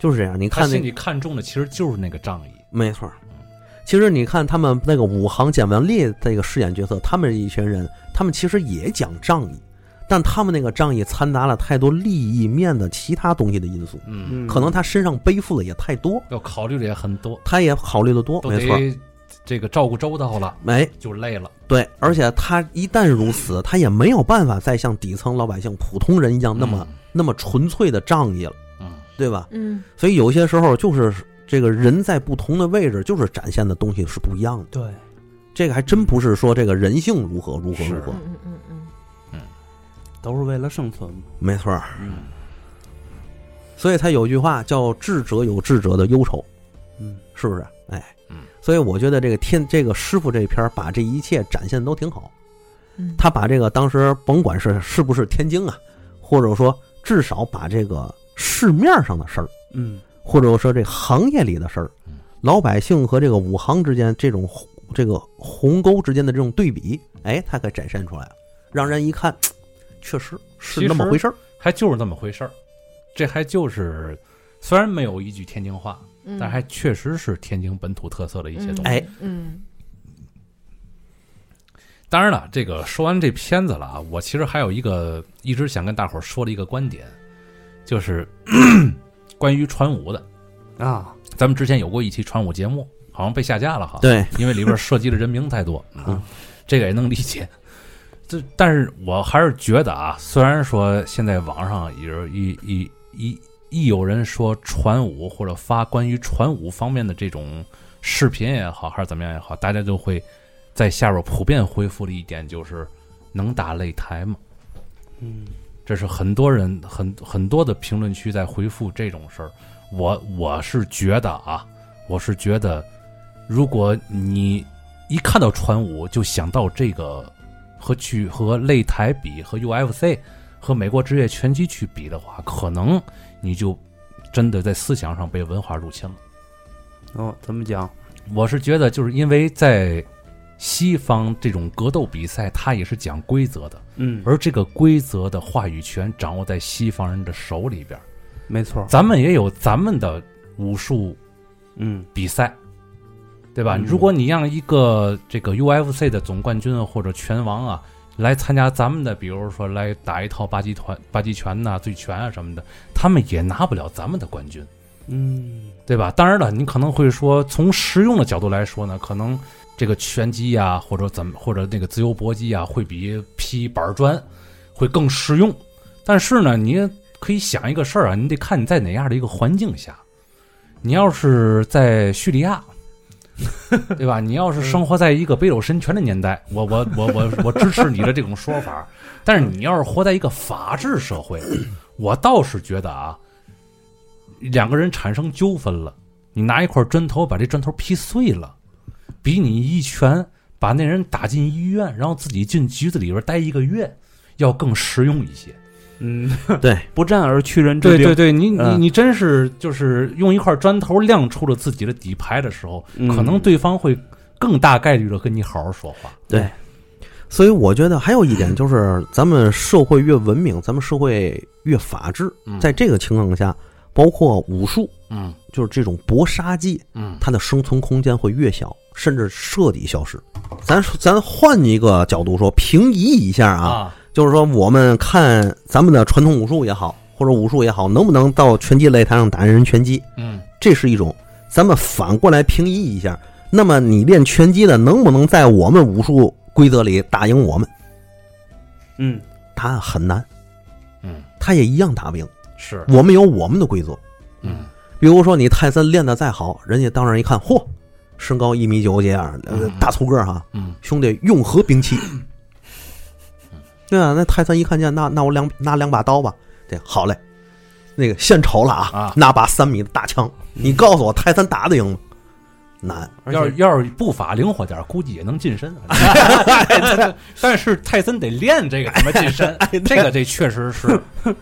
[SPEAKER 3] 就是这样。你
[SPEAKER 1] 他
[SPEAKER 3] 看那
[SPEAKER 1] 心里看中的其实就是那个仗义。
[SPEAKER 3] 没错儿，其实你看他们那个武行简文丽这个饰演角色，他们一群人，他们其实也讲仗义，但他们那个仗义掺杂了太多利益面的其他东西的因素，
[SPEAKER 1] 嗯，
[SPEAKER 3] 可能他身上背负的也太多，
[SPEAKER 1] 要考虑的也很多，
[SPEAKER 3] 他也考虑的多，
[SPEAKER 1] 都
[SPEAKER 3] 没错儿。
[SPEAKER 1] 得这个照顾周到了，
[SPEAKER 3] 哎，
[SPEAKER 1] 就累了。
[SPEAKER 3] 对，而且他一旦如此，他也没有办法再像底层老百姓、普通人一样那么、那么纯粹的仗义了，
[SPEAKER 1] 嗯，
[SPEAKER 3] 对吧？
[SPEAKER 2] 嗯，
[SPEAKER 3] 所以有些时候就是这个人在不同的位置，就是展现的东西是不一样的。
[SPEAKER 4] 对，
[SPEAKER 3] 这个还真不是说这个人性如何如何如何
[SPEAKER 2] 嗯，嗯嗯嗯，
[SPEAKER 4] 都是为了生存嘛。
[SPEAKER 3] 没错儿。
[SPEAKER 4] 嗯
[SPEAKER 3] 所以他有句话叫“智者有智者的忧愁
[SPEAKER 4] 嗯”，
[SPEAKER 3] 是不是？哎
[SPEAKER 1] 嗯，
[SPEAKER 3] 所以我觉得这个天这个师傅这篇儿把这一切展现都挺好。
[SPEAKER 2] 嗯
[SPEAKER 3] 他把这个当时甭管是是不是天津啊，或者说至少把这个市面上的事儿，
[SPEAKER 4] 嗯，
[SPEAKER 3] 或者说这行业里的事儿
[SPEAKER 1] 嗯，
[SPEAKER 3] 老百姓和这个武行之间这种鸿这个鸿沟之间的这种对比，哎，他给展现出来了，让人一看，嘖确实是那么回事儿。
[SPEAKER 1] 还就是那么回事儿。这还就是，虽然没有一句天津话，
[SPEAKER 2] 嗯
[SPEAKER 1] 但还确实是天津本土特色的一些东西。
[SPEAKER 3] 哎，
[SPEAKER 2] 嗯
[SPEAKER 1] 当然了，这个说完这片子了啊，我其实还有一个一直想跟大伙儿说的一个观点，就是 关于传武的。
[SPEAKER 4] 啊，
[SPEAKER 1] 咱们之前有过一期传武节目，好像被下架了哈。，
[SPEAKER 3] 对，
[SPEAKER 1] 因为里边涉及的人名太多，
[SPEAKER 4] 嗯，
[SPEAKER 1] 这个也能理解。 这，但是我还是觉得啊，虽然说现在网上也有一一一一有人说传武或者发关于传武方面的这种视频也好，还是怎么样也好，大家就会在下边普遍回复的一点就是能打擂台吗？
[SPEAKER 4] 嗯，
[SPEAKER 1] 这是很多人很很多的评论区在回复这种事儿。我我是觉得啊，我是觉得，如果你一看到传武就想到这个和去和擂台比和 UFC 和美国职业拳击去比的话，可能你就真的在思想上被文化入侵了。
[SPEAKER 4] 哦，怎么讲？
[SPEAKER 1] 我是觉得，就是因为在西方这种格斗比赛，它也是讲规则的，
[SPEAKER 4] 嗯，
[SPEAKER 1] 而这个规则的话语权掌握在西方人的手里边儿。
[SPEAKER 4] 没错儿，
[SPEAKER 1] 咱们也有咱们的武术
[SPEAKER 4] 嗯，
[SPEAKER 1] 比赛，对吧？
[SPEAKER 4] 嗯
[SPEAKER 1] 如果你让一个这个 UFC 的总冠军啊或者拳王啊来参加咱们的，比如说来打一套八极团、八极拳呐、醉拳啊什么的，他们也拿不了咱们的冠军。
[SPEAKER 4] 嗯，
[SPEAKER 1] 对吧？当然了，你可能会说，从实用的角度来说呢，可能这个拳击呀、或者怎么，或者那个自由搏击啊，会比劈板砖会更实用。但是呢，你也可以想一个事儿啊，你得看你在哪样的一个环境下。你要是在叙利亚，对吧？你要是生活在一个北斗神拳的年代，我我我我我支持你的这种说法。但是你要是活在一个法治社会，我倒是觉得啊，两个人产生纠纷了，你拿一块砖头把这砖头劈碎了，比你一拳把那人打进医院，然后自己进局子里边待一个月，要更实用一些。
[SPEAKER 4] 嗯，
[SPEAKER 3] 对，
[SPEAKER 4] 不战而屈人之
[SPEAKER 1] 对
[SPEAKER 4] 兵，
[SPEAKER 1] 对对，你你
[SPEAKER 4] 嗯
[SPEAKER 1] 你真是就是用一块砖头亮出了自己的底牌的时候，
[SPEAKER 4] 嗯
[SPEAKER 1] 可能对方会更大概率的跟你好好说话。
[SPEAKER 3] 所以我觉得还有一点就是，咱们社会越文明，咱们社会越法治
[SPEAKER 1] 嗯。
[SPEAKER 3] 在这个情况下，包括武术，
[SPEAKER 1] 嗯
[SPEAKER 3] 就是这种搏杀技，
[SPEAKER 1] 嗯
[SPEAKER 3] 它的生存空间会越小，甚至彻底消失。咱说咱换一个角度说，平移一下啊，
[SPEAKER 1] 啊，
[SPEAKER 3] 就是说我们看咱们的传统武术也好，或者武术也好，能不能到拳击擂台上打人拳击？
[SPEAKER 1] 嗯
[SPEAKER 3] 这是一种。咱们反过来平移一下，那么你练拳击的能不能在我们武术规则里打赢我们？
[SPEAKER 4] 嗯，
[SPEAKER 3] 答案很难，
[SPEAKER 1] 嗯
[SPEAKER 3] 他也一样打不赢。
[SPEAKER 1] 是
[SPEAKER 3] 我们有我们的规则，
[SPEAKER 1] 嗯
[SPEAKER 3] 比如说你泰森练得再好，人家到那儿一看，嚯，身高一米九几啊，呃
[SPEAKER 1] 嗯
[SPEAKER 3] 大粗个儿哈，
[SPEAKER 1] 嗯
[SPEAKER 3] 兄弟用何兵器？对啊，那泰森一看见，那那我两拿两把刀吧。对，好嘞，那个献丑了
[SPEAKER 1] 啊
[SPEAKER 3] 啊，拿把三米的大枪，你告诉我泰森打得赢吗？难，
[SPEAKER 4] 而
[SPEAKER 1] 要是
[SPEAKER 4] 且
[SPEAKER 1] 要是步法灵活点儿，估计也能近身。 哎但是泰森得练这个什么近 身，
[SPEAKER 3] 哎
[SPEAKER 1] 这个这确实是，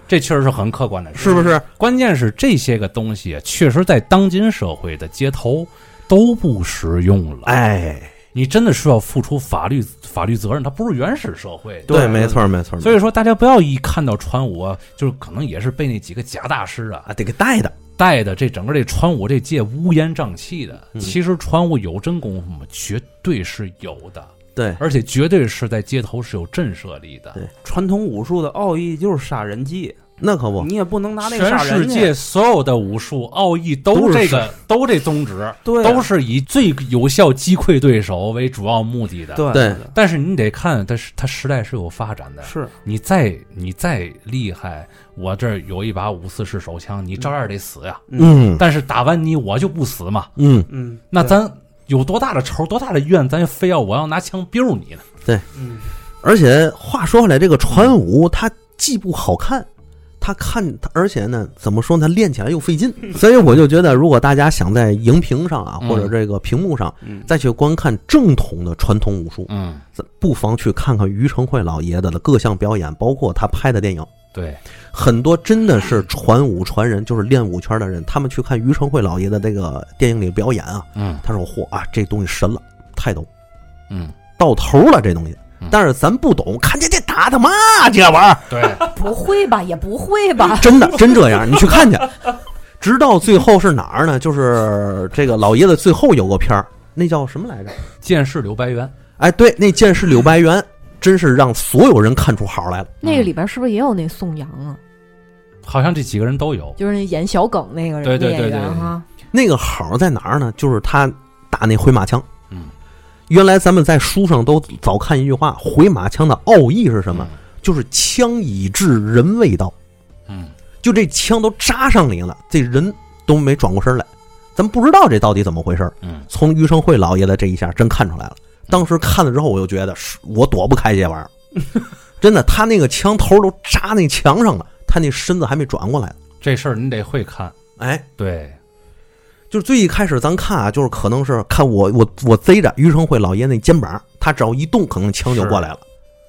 [SPEAKER 1] 这确实是很客观的，
[SPEAKER 3] 是不？是？
[SPEAKER 1] 关键是这些个东西，啊确实在当今社会的街头都不实用了。，
[SPEAKER 3] 哎，
[SPEAKER 1] 你真的是要付出法律法律责任，它不是原始社会。
[SPEAKER 4] 对
[SPEAKER 3] 没错，没错。
[SPEAKER 1] 所
[SPEAKER 3] 以
[SPEAKER 1] 以说，大家不要一看到传武啊，就是可能也是被那几个假大师啊
[SPEAKER 3] 啊，得给带的，
[SPEAKER 1] 带的这整个这传武这界乌烟瘴气的。
[SPEAKER 3] 嗯
[SPEAKER 1] 其实传武有真功夫吗？绝对是有的，
[SPEAKER 3] 对，
[SPEAKER 1] 而且绝对是在街头是有震慑力的
[SPEAKER 3] 对。
[SPEAKER 4] 传统武术的奥义就是杀人技，
[SPEAKER 3] 那可不，
[SPEAKER 4] 你也不能拿那个
[SPEAKER 1] 全
[SPEAKER 4] 杀人
[SPEAKER 1] 世
[SPEAKER 4] 去
[SPEAKER 1] 界所有的武术奥义都
[SPEAKER 3] 都是
[SPEAKER 1] 这个都这宗旨，
[SPEAKER 4] 对啊
[SPEAKER 1] 都是以最有效击溃对手为主要目的的。
[SPEAKER 4] 对啊
[SPEAKER 3] 对
[SPEAKER 4] 的
[SPEAKER 1] 但是你得看，它是它时代是有发展的。
[SPEAKER 4] 是
[SPEAKER 1] 你再你再厉害，我这儿有一把五四式手枪，你照样得死呀。
[SPEAKER 3] 嗯
[SPEAKER 1] 但是打完你我就不死嘛，
[SPEAKER 3] 嗯，
[SPEAKER 4] 嗯，
[SPEAKER 1] 那
[SPEAKER 4] 对
[SPEAKER 1] 咱有多大的仇，多大的怨，咱非要我要拿枪彪你呢？
[SPEAKER 4] 嗯
[SPEAKER 3] 而且话说回来，这个传武它既不好看，它看，它而且呢，怎么说呢，它练起来又费劲。所以我就觉得，如果大家想在荧屏上啊，
[SPEAKER 1] 嗯
[SPEAKER 3] 或者这个屏幕上
[SPEAKER 4] 嗯
[SPEAKER 3] 再去观看正统的传统武术，
[SPEAKER 1] 嗯，
[SPEAKER 3] 咱不妨去看看于承惠老爷子的各项表演，包括他拍的电影。
[SPEAKER 1] 对，
[SPEAKER 3] 很多真的是传武传人，就是练武圈的人，他们去看于承惠老爷的这个电影里表演啊，
[SPEAKER 1] 嗯
[SPEAKER 3] 他说：“嚯啊，这东西神了，太懂，
[SPEAKER 1] 嗯，
[SPEAKER 3] 到头了这东西
[SPEAKER 1] 嗯。
[SPEAKER 3] 但是咱不懂，看见这打他妈这玩意
[SPEAKER 1] 对，
[SPEAKER 2] 不会吧？也不会吧
[SPEAKER 3] 儿，？真的真这样，你去看去。直到最后是哪儿呢？就是这个老爷子最后有个片儿，那叫什么来着？
[SPEAKER 1] 剑士柳白猿，
[SPEAKER 3] 哎，对，那剑士柳白猿，真是让所有人看出好来了。
[SPEAKER 2] 那个
[SPEAKER 1] 嗯
[SPEAKER 2] 里边是不是也有那宋阳啊？
[SPEAKER 1] 好像这几个人都有。
[SPEAKER 2] 就是那演小耿那个人
[SPEAKER 1] 对对对
[SPEAKER 2] 那演员
[SPEAKER 1] 对
[SPEAKER 2] 哈。
[SPEAKER 3] 那个好在哪儿呢？就是他打那回马枪。
[SPEAKER 1] 嗯，
[SPEAKER 3] 原来咱们在书上都早看一句话，
[SPEAKER 1] 嗯
[SPEAKER 3] 回马枪的奥义是什么？就是枪以制人未到。
[SPEAKER 1] 嗯？嗯，
[SPEAKER 3] 就这枪都扎上你了，这人都没转过身来，咱不知道这到底怎么回事儿。
[SPEAKER 1] 嗯
[SPEAKER 3] 从于胜惠老爷子这一下真看出来了。当时看了之后，我就觉得是我躲不开这玩意儿， 真的，他那个枪头都扎那墙上了，他那身子还没转过来呢。
[SPEAKER 1] 这事儿你得会看，
[SPEAKER 3] 哎，
[SPEAKER 1] 对，
[SPEAKER 3] 就是最一开始咱看啊，就是可能是看我我我贼着于承惠老爷那肩膀，他只要一动，可能枪就过来了。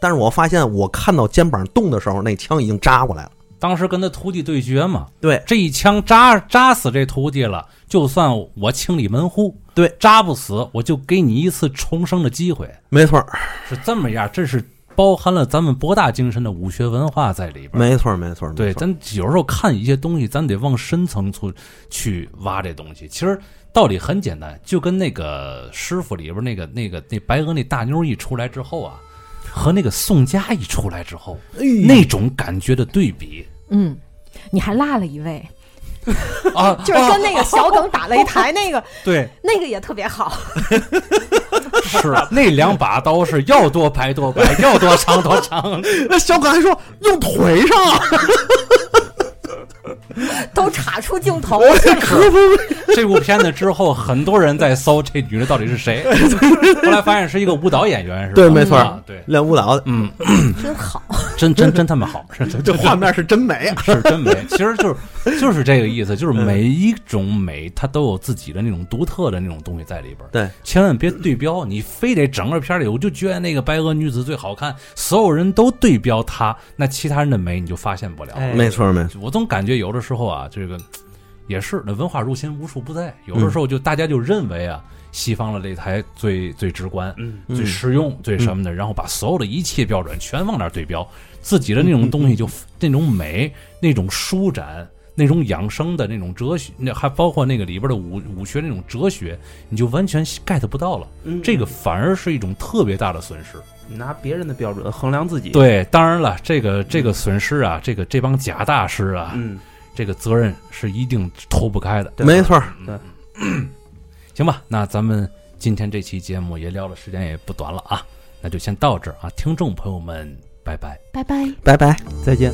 [SPEAKER 3] 但是我发现我看到肩膀动的时候，那枪已经扎过来了。
[SPEAKER 1] 当时跟他徒弟对决嘛，
[SPEAKER 3] 对，
[SPEAKER 1] 这一枪扎扎死这徒弟了，就算我清理门户，
[SPEAKER 3] 对，
[SPEAKER 1] 扎不死我就给你一次重生的机会，
[SPEAKER 3] 没错儿，
[SPEAKER 1] 是这么样，这是包含了咱们博大精深的武学文化在里边。
[SPEAKER 3] 没错儿，没错儿，没错儿
[SPEAKER 1] 对，咱有时候看一些东西，咱得往深层处去挖这东西。其实道理很简单，就跟那个师傅里边那个那个那白俄那大妞一出来之后啊，和那个宋佳一出来之后，
[SPEAKER 3] 哎
[SPEAKER 1] 那种感觉的对 比
[SPEAKER 2] 嗯，你还落了一位，
[SPEAKER 1] 啊，
[SPEAKER 2] 就是
[SPEAKER 1] 啊
[SPEAKER 2] 跟那个小耿打擂 台那个，
[SPEAKER 1] 对，
[SPEAKER 2] 那个也特别好。
[SPEAKER 1] 是啊那两把刀是要多白多白，要多长多长。
[SPEAKER 3] 那小刚还说用腿上啊，
[SPEAKER 2] 都插出镜头，
[SPEAKER 1] 这部片子之后，很多人在搜这女的到底是谁， 后来发现是一个舞蹈演员，是吧？
[SPEAKER 3] 对没错
[SPEAKER 1] 啊对，
[SPEAKER 3] 练舞蹈的，
[SPEAKER 1] 嗯，
[SPEAKER 2] 真好。
[SPEAKER 1] 真真真他妈好，是
[SPEAKER 3] 这画面是真美啊。
[SPEAKER 1] 是真美。其实就是就是这个意思，就是
[SPEAKER 3] 嗯
[SPEAKER 1] 每一种美，它都有自己的那种独特的那种东西在里边儿。
[SPEAKER 3] 对，
[SPEAKER 1] 千万别对标，你非得整个片儿里，我就觉得那个白俄女子最好看，所有人都对标她，那其他人的美你就发现不了。
[SPEAKER 4] 哎
[SPEAKER 3] 没错儿，没错儿，
[SPEAKER 1] 我总感觉有的时候啊，这个也是那文化入侵无处不在，有的时候就大家就认为啊，西方的擂台最最直观。
[SPEAKER 4] 嗯，
[SPEAKER 3] 嗯
[SPEAKER 1] 最实用、最什么的，然后把所有的一切标准全往那儿对标，自己的那种东西就、那种美、那种舒展、那种养生的那种哲学，那还包括那个里边的武武学那种哲学，你就完全 get 不到了。
[SPEAKER 4] 嗯
[SPEAKER 1] 这个反而是一种特别大的损失。
[SPEAKER 4] 你拿别人的标准衡量自己，，
[SPEAKER 1] 对，当然了，这个这个损失啊，这个这帮假大师啊，
[SPEAKER 4] 嗯，
[SPEAKER 1] 这个责任是一定脱不开的。
[SPEAKER 4] 对
[SPEAKER 3] 没错儿。
[SPEAKER 1] 行吧，那咱们今天这期节目也聊了，时间也不短了啊，那就先到这儿啊，听众朋友们，拜拜。
[SPEAKER 2] 拜拜。
[SPEAKER 3] 拜拜。
[SPEAKER 4] 再见。